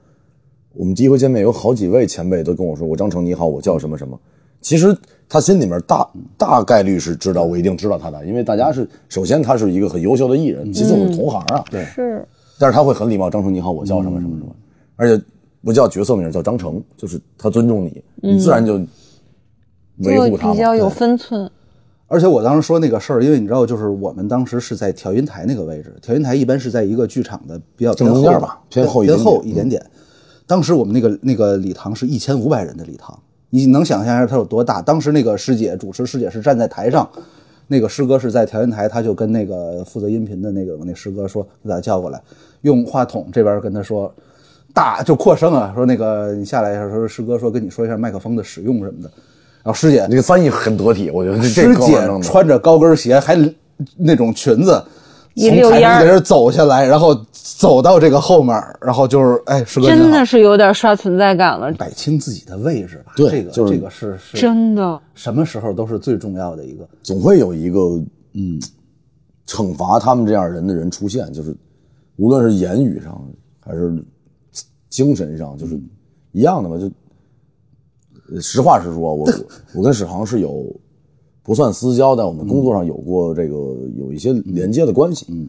[SPEAKER 1] 我们第一回见面，有好几位前辈都跟我说：“我张成你好，我叫什么什么。”其实他心里面大大概率是知道，我一定知道他的，因为大家是首先他是一个很优秀的艺
[SPEAKER 3] 嗯
[SPEAKER 1] 人，其次我们同行啊，对。
[SPEAKER 3] 是，
[SPEAKER 1] 但是他会很礼貌，张成你好，我叫什么什么什么，
[SPEAKER 3] 嗯
[SPEAKER 1] 而且不叫角色名，叫张成，就是他尊重你，你自然就维护
[SPEAKER 3] 嗯
[SPEAKER 1] 他
[SPEAKER 3] 比较
[SPEAKER 1] 嘛。
[SPEAKER 3] 有分寸。
[SPEAKER 2] 而且我当时说那个事儿，因为你知道，就是我们当时是在调音台那个位置，调音台一般是在一个剧场的比较
[SPEAKER 1] 正
[SPEAKER 2] 偏
[SPEAKER 1] 中
[SPEAKER 2] 后
[SPEAKER 1] 间吧偏后一
[SPEAKER 2] 偏
[SPEAKER 1] 点
[SPEAKER 2] 后
[SPEAKER 1] 点嗯
[SPEAKER 2] 一点点。当时我们那个那个礼堂是一千五百人的礼堂，你能想象一下它有多大？当时那个师姐主持师姐是站在台上，那个师哥是在调音台，他就跟那个负责音频的那个我那师哥说，给他叫过来，用话筒这边跟他说。大就扩声啊，说那个你下来的时候，师哥说跟你说一下麦克风的使用什么的，然后师姐
[SPEAKER 1] 这个翻译很得体，我觉得这
[SPEAKER 2] 师
[SPEAKER 1] 这哥们儿
[SPEAKER 2] 姐
[SPEAKER 1] 弄的。
[SPEAKER 2] 穿着高跟鞋，还那种裙子，
[SPEAKER 3] 一
[SPEAKER 2] 从
[SPEAKER 3] 溜
[SPEAKER 2] 台
[SPEAKER 3] 烟
[SPEAKER 2] 上
[SPEAKER 3] 儿
[SPEAKER 2] 在这儿走下来，然后走到这个后面儿，然后就是哎，师哥
[SPEAKER 3] 真
[SPEAKER 2] 你好
[SPEAKER 3] 的是有点刷存在感了，
[SPEAKER 2] 摆清自己的位置吧。
[SPEAKER 1] 对
[SPEAKER 2] 这个
[SPEAKER 1] 就是
[SPEAKER 2] 这个是是
[SPEAKER 3] 真的。
[SPEAKER 2] 什么时候都是最重要的一个。
[SPEAKER 1] 总会有一个嗯，惩罚他们这样人的人出现，就是无论是言语上还是嘖精神上，就是一样的吧。就呃实话实说，我我跟史航是有不算私交，但我们工作上有过这个有一些连接的关系。嗯。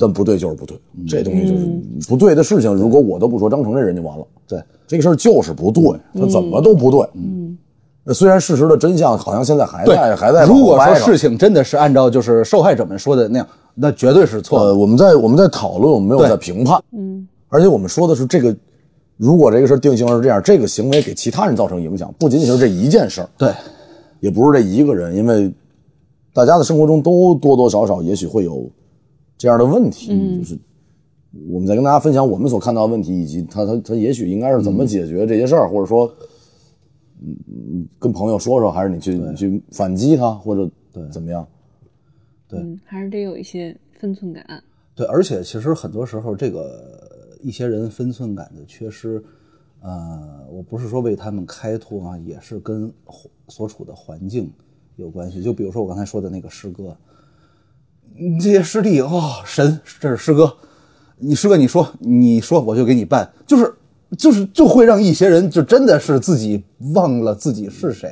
[SPEAKER 1] 但不对就是不对，
[SPEAKER 2] 嗯
[SPEAKER 1] 这东西就是不对的事情。如果我都不说，张成这人就完了。
[SPEAKER 2] 对，
[SPEAKER 1] 这个事儿就是不对，他怎么都不对。嗯，虽然事实的真相好像现在还在，还在
[SPEAKER 2] 如果
[SPEAKER 1] 往后
[SPEAKER 2] 说
[SPEAKER 1] 掰上
[SPEAKER 2] 事情真的是按照就是受害者们说的那样，那绝对是错
[SPEAKER 1] 呃，
[SPEAKER 2] 的。
[SPEAKER 1] 我们在我们在讨论，我们没有
[SPEAKER 2] 对
[SPEAKER 1] 在评判。嗯，而且我们说的是这个，如果这个事儿定性是这样，这个行为给其他人造成影响，不仅仅是这一件事儿，
[SPEAKER 2] 对，
[SPEAKER 1] 也不是这一个人，因为大家的生活中都多多少少也许会有这样的问题，就是我们在跟大家分享我们所看到的问题，以及他他他也许应该是怎么解决这些事儿，或者说，嗯，嗯跟朋友说说，还是你去你去反击他，或者怎么样？
[SPEAKER 6] 嗯，还是得有一些分寸感。
[SPEAKER 2] 对，而且其实很多时候，这个一些人分寸感的缺失，呃，我不是说为他们开脱啊，也是跟环所处的环境有关系。就比如说我刚才说的那个师哥，你这些师弟哦，神，这是师哥，你师哥你说你说我就给你办，就是就是就会让一些人就真的是自己忘了自己是谁。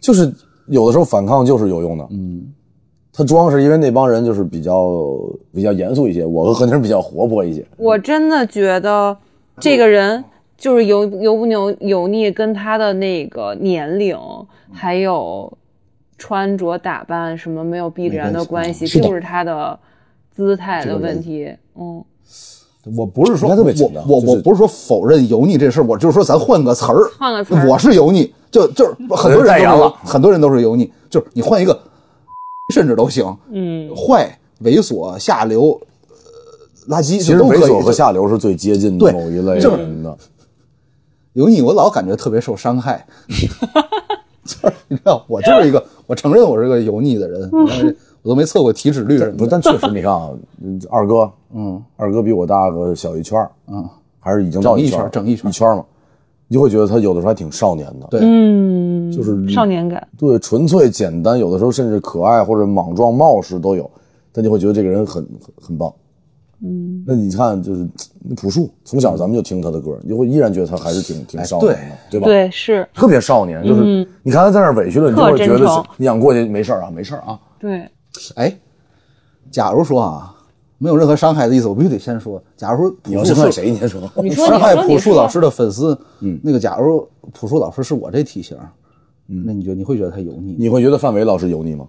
[SPEAKER 1] 就是有的时候反抗就是有用的。嗯，他装是因为那帮人就是比较比较严肃一些，我和何宁比较活泼一些。
[SPEAKER 3] 我真的觉得这个人就是油油不油油腻，跟他的那个年龄还有穿着打扮什么没有必然的关系，
[SPEAKER 2] 没关系嗯是的
[SPEAKER 3] 就是他的姿态的问题。嗯，
[SPEAKER 2] 我不是说
[SPEAKER 1] 应该
[SPEAKER 2] 我
[SPEAKER 1] 特别紧张
[SPEAKER 2] 我
[SPEAKER 1] 就是
[SPEAKER 2] 我不是说否认油腻这事儿，我就是说咱换个词儿，
[SPEAKER 3] 换个词儿
[SPEAKER 2] 我是油腻，就就是很多人
[SPEAKER 1] 代言
[SPEAKER 2] 都是
[SPEAKER 1] 了
[SPEAKER 2] 很多人都是油腻，就是你换一个，甚至都行，嗯，坏、猥琐、下流、呃、垃圾，
[SPEAKER 1] 其实
[SPEAKER 2] 都可
[SPEAKER 1] 猥
[SPEAKER 2] 以
[SPEAKER 1] 琐
[SPEAKER 2] 就
[SPEAKER 1] 和下流是最接近
[SPEAKER 2] 对
[SPEAKER 1] 的某一类
[SPEAKER 2] 就是
[SPEAKER 1] 人的。
[SPEAKER 2] 油腻，我老感觉特别受伤害， 就是你知道，我就是一个，我承认我是个油腻的人，但是我都没测过体脂率什么
[SPEAKER 1] 不是，
[SPEAKER 2] 的，
[SPEAKER 1] 但确实你看啊，嗯二哥，嗯，二哥比我大个小一圈儿
[SPEAKER 2] 嗯，
[SPEAKER 1] 还是已经到
[SPEAKER 2] 整一
[SPEAKER 1] 圈
[SPEAKER 2] 圈
[SPEAKER 1] 儿
[SPEAKER 2] 儿整一圈儿
[SPEAKER 1] 一圈儿嘛，你就会觉得他有的时候还挺少年的。
[SPEAKER 2] 对
[SPEAKER 3] 嗯，
[SPEAKER 1] 就是
[SPEAKER 3] 少年感。
[SPEAKER 1] 对，纯粹简单，有的时候甚至可爱或者莽撞冒失都有，但你会觉得这个人很很很棒。嗯，那你看，就是那朴树，从小咱们就听他的歌，你就会依然觉得他还是挺挺少年的，对吧？
[SPEAKER 3] 对，是
[SPEAKER 1] 特别少年，就是、你看他在那儿委屈了，你就会
[SPEAKER 3] 特真
[SPEAKER 1] 觉得
[SPEAKER 3] 诚
[SPEAKER 1] 你想过去没事儿啊，没事儿啊，
[SPEAKER 3] 对，
[SPEAKER 2] 哎，假如说啊，没有任何伤害的意思，我必须得先说，假如说
[SPEAKER 1] 你
[SPEAKER 2] 朴
[SPEAKER 1] 要
[SPEAKER 2] 树
[SPEAKER 1] 伤害
[SPEAKER 2] 是
[SPEAKER 1] 谁？你先说，
[SPEAKER 6] 你说，
[SPEAKER 2] 伤害
[SPEAKER 6] 你说，
[SPEAKER 2] 朴
[SPEAKER 6] 你
[SPEAKER 2] 树
[SPEAKER 6] 说，
[SPEAKER 2] 老师的粉丝，嗯，那个假如朴树老师是我这体型，那你觉得你会觉得他油腻吗？
[SPEAKER 1] 嗯你会觉得范伟老师油腻吗？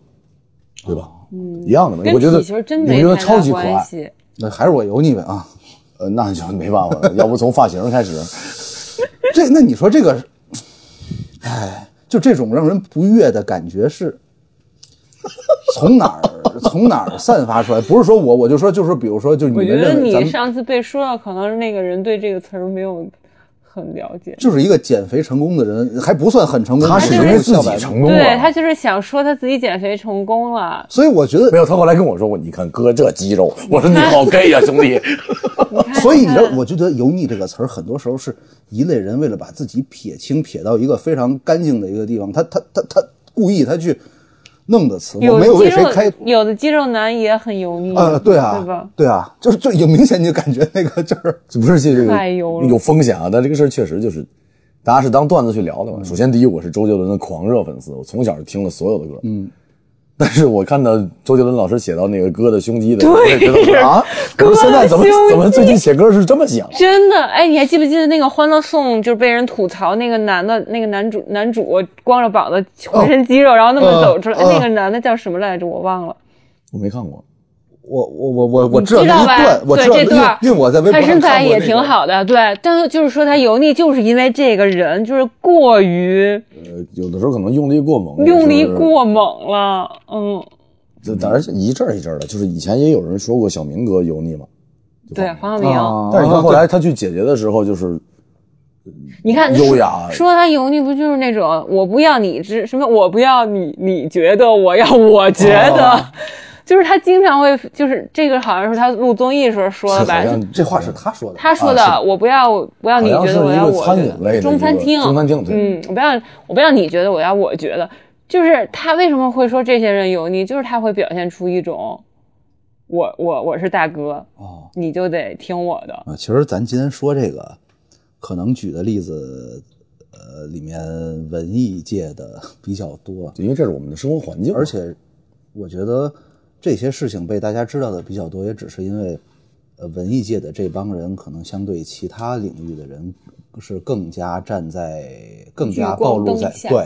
[SPEAKER 1] 对吧？嗯，一样的嘛，你会觉
[SPEAKER 6] 跟
[SPEAKER 1] 得
[SPEAKER 6] 体型真
[SPEAKER 1] 你会
[SPEAKER 6] 没
[SPEAKER 1] 觉得
[SPEAKER 6] 太
[SPEAKER 1] 超
[SPEAKER 6] 大
[SPEAKER 1] 级可爱
[SPEAKER 6] 关，系。
[SPEAKER 2] 那还是我油腻呗啊？
[SPEAKER 1] 呃，那就没办法了，要不从发型开始，
[SPEAKER 2] 这那你说这个哎，就这种让人不悦的感觉是从哪儿从哪儿散发出来？不是说我，我就说就是，比如说，就是你
[SPEAKER 3] 我
[SPEAKER 2] 们
[SPEAKER 3] 觉得
[SPEAKER 2] 认为咱
[SPEAKER 3] 你
[SPEAKER 2] 们
[SPEAKER 3] 上次被说到，可能是那个人对这个词儿没有很了解。
[SPEAKER 2] 就是一个减肥成功的人，还不算很成功，
[SPEAKER 1] 他是因为自
[SPEAKER 2] 小
[SPEAKER 1] 己
[SPEAKER 2] 白
[SPEAKER 1] 成功了，
[SPEAKER 3] 对他就是想说他自己减肥成功了，
[SPEAKER 2] 所以我觉得
[SPEAKER 1] 没有，他后来跟我说我，你看哥这肌肉，我说你好 gay 呀、兄弟。
[SPEAKER 2] 呃所以你知道，我就觉得“油腻”这个词儿，很多时候是一类人为了把自己撇清，撇到一个非常干净的一个地方，他他他他故意他去弄的词，我
[SPEAKER 3] 有
[SPEAKER 2] 没
[SPEAKER 3] 的
[SPEAKER 2] 有
[SPEAKER 3] 肌
[SPEAKER 2] 为谁
[SPEAKER 3] 肉
[SPEAKER 2] 开。
[SPEAKER 3] 有的肌肉男也很油腻
[SPEAKER 2] 呃，对啊，
[SPEAKER 3] 对吧？
[SPEAKER 2] 啊，就是就有明显你就感觉那个就是
[SPEAKER 1] 这不是这个
[SPEAKER 3] 太油了
[SPEAKER 1] 有风险啊，但这个事儿确实就是，大家是当段子去聊的嘛。首先，第一，我是周杰伦的狂热粉丝，我从小就听了所有的歌。嗯，但是我看到周杰伦老师写到那个歌的胸肌的，我也觉得我说啊，我说现在怎么怎么最近写歌是这么想？
[SPEAKER 3] 真的，哎，你还记不记得那个《欢乐颂》就是被人吐槽那个男的，那个男主男主光着膀子，浑身肌肉，然后那么走出
[SPEAKER 2] 呃
[SPEAKER 3] 来，那个男的叫什么来着？我忘了。
[SPEAKER 1] 我没看过，
[SPEAKER 2] 我我我我我知道
[SPEAKER 3] 知
[SPEAKER 2] 那
[SPEAKER 3] 道
[SPEAKER 2] 一
[SPEAKER 3] 吧
[SPEAKER 2] 段？，我
[SPEAKER 3] 对
[SPEAKER 2] 知道，
[SPEAKER 3] 这
[SPEAKER 2] 因为
[SPEAKER 3] 段，
[SPEAKER 2] 因为我在微博
[SPEAKER 3] 他
[SPEAKER 2] 上
[SPEAKER 3] 身材
[SPEAKER 2] 看过
[SPEAKER 3] 也
[SPEAKER 2] 那
[SPEAKER 3] 挺
[SPEAKER 2] 个，
[SPEAKER 3] 好的，对，但是就是说他油腻，就是因为这个人就是过于
[SPEAKER 1] 呃，有的时候可能用力过猛，
[SPEAKER 3] 用力，过猛了，嗯，
[SPEAKER 1] 就当然是一阵儿一阵儿的。就是以前也有人说过小明哥油腻嘛，
[SPEAKER 3] 对，黄晓明，
[SPEAKER 2] 啊
[SPEAKER 1] 但是你看后来他去解决的时候，就是
[SPEAKER 3] 你看
[SPEAKER 1] 优雅
[SPEAKER 3] 说说他油腻不就是那种我不要你知什么？我不要你，你觉得我要，我觉
[SPEAKER 1] 哦
[SPEAKER 3] 得，就是他经常会，就是这个好像是他录综艺时候说的
[SPEAKER 1] 好
[SPEAKER 3] 吧？
[SPEAKER 1] 像啊
[SPEAKER 2] 这话是他说的，
[SPEAKER 3] 他说的，我不要，不要你
[SPEAKER 1] 好像
[SPEAKER 3] 觉
[SPEAKER 1] 是
[SPEAKER 3] 得我
[SPEAKER 1] 一
[SPEAKER 3] 要
[SPEAKER 1] 个
[SPEAKER 3] 我
[SPEAKER 1] 餐
[SPEAKER 3] 觉
[SPEAKER 1] 饮
[SPEAKER 3] 得
[SPEAKER 1] 类的
[SPEAKER 3] 中
[SPEAKER 1] 一
[SPEAKER 3] 餐
[SPEAKER 1] 个
[SPEAKER 3] 厅，
[SPEAKER 1] 中餐厅对
[SPEAKER 3] 嗯，我不要，我不要你觉得我要我觉得，就是他为什么会说这些人油腻，就是他会表现出一种，我我我是大哥，
[SPEAKER 2] 哦
[SPEAKER 3] 你就得听我的，
[SPEAKER 2] 啊，其实咱今天说这个，可能举的例子，呃，里面文艺界的比较多，
[SPEAKER 1] 因为这是我们的生活环境嘛，
[SPEAKER 2] 而且我觉得这些事情被大家知道的比较多，也只是因为呃文艺界的这帮人可能相对其他领域的人是更加站在更加
[SPEAKER 6] 聚光
[SPEAKER 2] 暴露
[SPEAKER 6] 灯
[SPEAKER 2] 在
[SPEAKER 6] 下
[SPEAKER 2] 对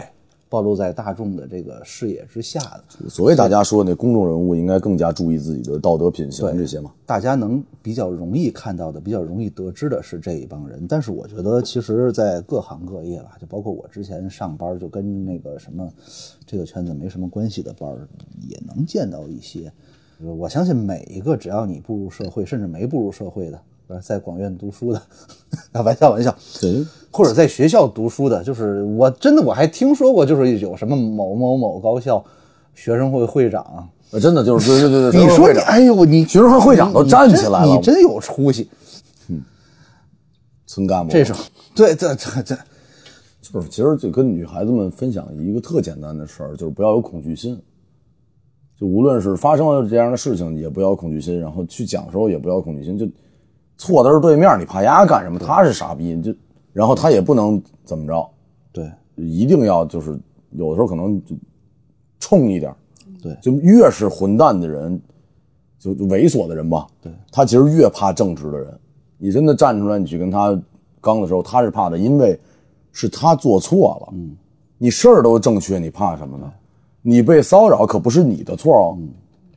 [SPEAKER 2] 暴露在大众的这个视野之下的，
[SPEAKER 1] 所谓大家说那公众人物应该更加注意自己的道德品行这些嘛。
[SPEAKER 2] 大家能比较容易看到的、比较容易得知的是这一帮人。但是我觉得，其实，在各行各业吧，就包括我之前上班，就跟那个什么这个圈子没什么关系的班儿，也能见到一些。呃我相信每一个只要你步入社会，甚至没步入社会的，呃在广院读书的， 啊，玩笑玩笑，
[SPEAKER 1] 对，
[SPEAKER 2] 或者在学校读书的，就是我真的我还听说过，就是有什么某某某高校学生会会长，
[SPEAKER 1] 呃真的就是对对对对，
[SPEAKER 2] 你说
[SPEAKER 1] 会
[SPEAKER 2] 你，
[SPEAKER 1] 长
[SPEAKER 2] 哎呦，你
[SPEAKER 1] 学生会会长都
[SPEAKER 2] 你
[SPEAKER 1] 站
[SPEAKER 2] 真
[SPEAKER 1] 起来了
[SPEAKER 2] 你真有出息。
[SPEAKER 1] 村干部，
[SPEAKER 2] 这种，对，这这这，
[SPEAKER 1] 就是其实就跟女孩子们分享一个特简单的事儿，就是不要有恐惧心。就无论是发生了这样的事情，也不要有恐惧心，然后去讲的时候也不要有恐惧心。就错的是对面，你怕丫干什么？他是傻逼，你就然后他也不能怎么着，
[SPEAKER 2] 对
[SPEAKER 1] 一定要就是有的时候可能就冲一点儿，
[SPEAKER 2] 对
[SPEAKER 1] 就越是混蛋的人，就就猥琐的人吧，
[SPEAKER 2] 对，
[SPEAKER 1] 他其实越怕正直的人。你真的站出来，你去跟他刚的时候，他是怕的，因为是他做错了，嗯，你事儿都正确，你怕什么呢？你被骚扰可不是你的错哦，
[SPEAKER 2] 嗯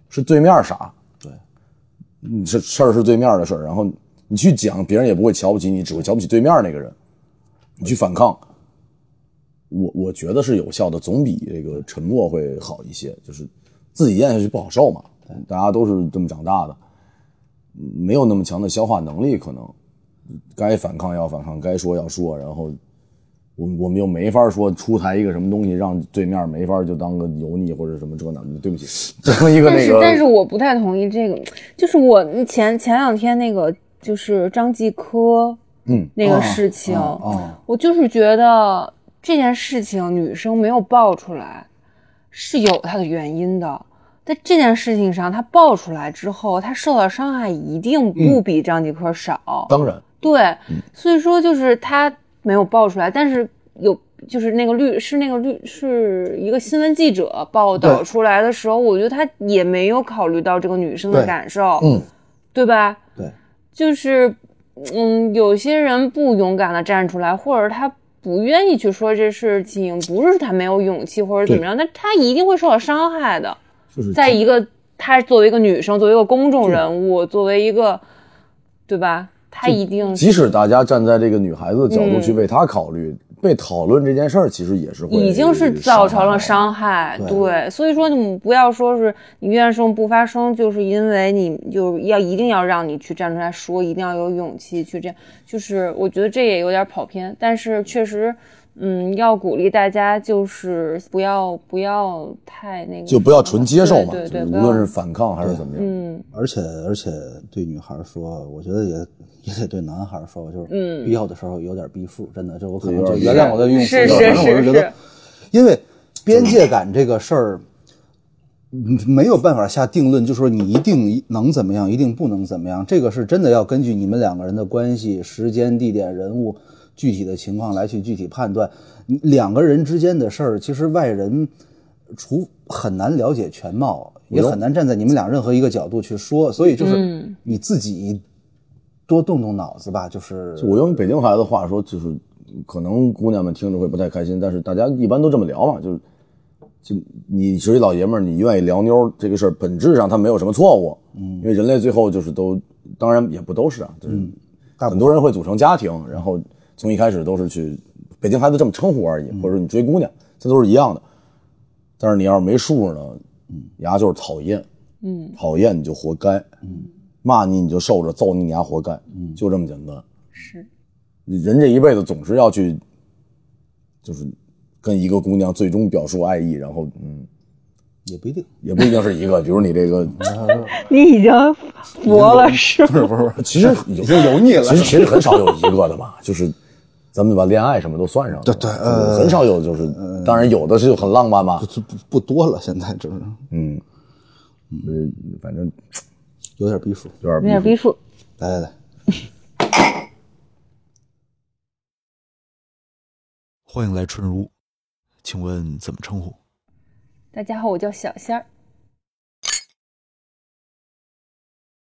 [SPEAKER 1] 是对面傻，对，你这事儿是对面的事儿，然后你去讲，别人也不会瞧不起你，只会瞧不起对面那个人，你去反抗。我我觉得是有效的，总比这个沉默会好一些。就是自己咽下去不好受嘛，大家都是这么长大的，嗯没有那么强的消化能力，可能该反抗要反抗，该说要说，然后我们我们又没法说出台一个什么东西，让对面没法就当个油腻或者什么这那的。对不起，当一个
[SPEAKER 3] 但
[SPEAKER 1] 那
[SPEAKER 3] 是
[SPEAKER 1] 个，
[SPEAKER 3] 但是我不太同意这个，就是我前前两天那个就是张继科
[SPEAKER 1] 嗯，
[SPEAKER 3] 那个事情，
[SPEAKER 2] 哦，
[SPEAKER 3] 我就是觉得这件事情女生没有爆出来是有她的原因的。在这件事情上，她爆出来之后，她受到伤害一定不
[SPEAKER 1] 嗯
[SPEAKER 3] 比张继科少。
[SPEAKER 1] 当然，
[SPEAKER 3] 对，
[SPEAKER 2] 嗯
[SPEAKER 3] 所以说就是他没有爆出来，但是有就是那个律是那个律是一个新闻记者报道
[SPEAKER 2] 对
[SPEAKER 3] 出来的时候，我觉得他也没有考虑到这个女生的
[SPEAKER 2] 对
[SPEAKER 3] 感受，
[SPEAKER 1] 嗯，
[SPEAKER 3] 对吧？
[SPEAKER 2] 对，
[SPEAKER 3] 就是嗯，有些人不勇敢的站出来，或者他。不愿意去说这事情，不是他没有勇气或者怎么样，但他一定会受到伤害的。
[SPEAKER 1] 就是
[SPEAKER 3] 在一个她作为一个女生，作为一个公众人物，作为一个，对吧？她一定是
[SPEAKER 1] 即使大家站在这个女孩子的角度去为她考虑，被讨论这件事儿，其实也是会
[SPEAKER 6] 已经是造成了
[SPEAKER 1] 伤害
[SPEAKER 6] 伤害，
[SPEAKER 2] 对
[SPEAKER 6] 对，所以说你不要说是你愿生不发声，就是因为你就要一定要让你去站出来说，一定要有勇气去这样，就是我觉得这也有点跑偏，但是确实，嗯，要鼓励大家就是不要不要太那个，
[SPEAKER 1] 就不要纯接受嘛，
[SPEAKER 6] 对
[SPEAKER 1] 就
[SPEAKER 6] 对对，
[SPEAKER 1] 是无
[SPEAKER 6] 不要
[SPEAKER 1] 论是反抗还是怎么样，
[SPEAKER 6] 嗯
[SPEAKER 2] 而且而且对女孩说，我觉得也也得对男孩说，就是
[SPEAKER 6] 嗯
[SPEAKER 2] 必要的时候有点逼数，真的，这我可能就
[SPEAKER 1] 有
[SPEAKER 2] 原
[SPEAKER 1] 点
[SPEAKER 2] 谅我的用词，
[SPEAKER 6] 是
[SPEAKER 2] 有
[SPEAKER 6] 是
[SPEAKER 2] 点我就是觉
[SPEAKER 6] 是
[SPEAKER 2] 得，因为边界感这个事儿。嗯没有办法下定论，就说你一定能怎么样，一定不能怎么样，这个是真的要根据你们两个人的关系、时间、地点、人物、具体的情况来去具体判断。你两个人之间的事儿，其实外人除很难了解全貌，也很难站在你们俩任何一个角度去说，所以就是你自己多动动脑子吧，就是
[SPEAKER 1] 就我用北京孩子的话说，就是嗯可能姑娘们听着会不太开心，但是大家一般都这么聊嘛，就是就你是一老爷们儿，你愿意聊妞儿这个事儿，本质上它没有什么错误，嗯，因为人类最后就是都，当然也不都是啊，就是很多人会组成家庭，然后从一开始都是去北京孩子这么称呼而已，或者说你追姑娘，这都是一样的。但是你要是没数呢，嗯，丫就是讨厌，嗯，讨厌你就活该，嗯，骂你你就受着，揍你你丫活该，嗯，就这么简单。 人这一辈子总是要去，就是跟一个姑娘最终表述爱意，然后嗯，
[SPEAKER 2] 也不一定。
[SPEAKER 1] 也不一定是一个，比如你这个，
[SPEAKER 3] 你已经佛了是吗？
[SPEAKER 1] 其实有
[SPEAKER 5] 已经油腻了
[SPEAKER 1] 其实其实很少有一个的吧， 就是咱们把恋爱什么都算上，对
[SPEAKER 2] 对
[SPEAKER 1] 呃，很少有就是，当然有的是很浪漫嘛，
[SPEAKER 2] 就不不多了，现在就是
[SPEAKER 1] 嗯，嗯，反正
[SPEAKER 2] 有点逼数。
[SPEAKER 1] 有点
[SPEAKER 3] 有点逼数。
[SPEAKER 2] 来来来，
[SPEAKER 7] 欢迎来春如，请问怎么称呼？
[SPEAKER 6] 大家好，我叫小仙儿，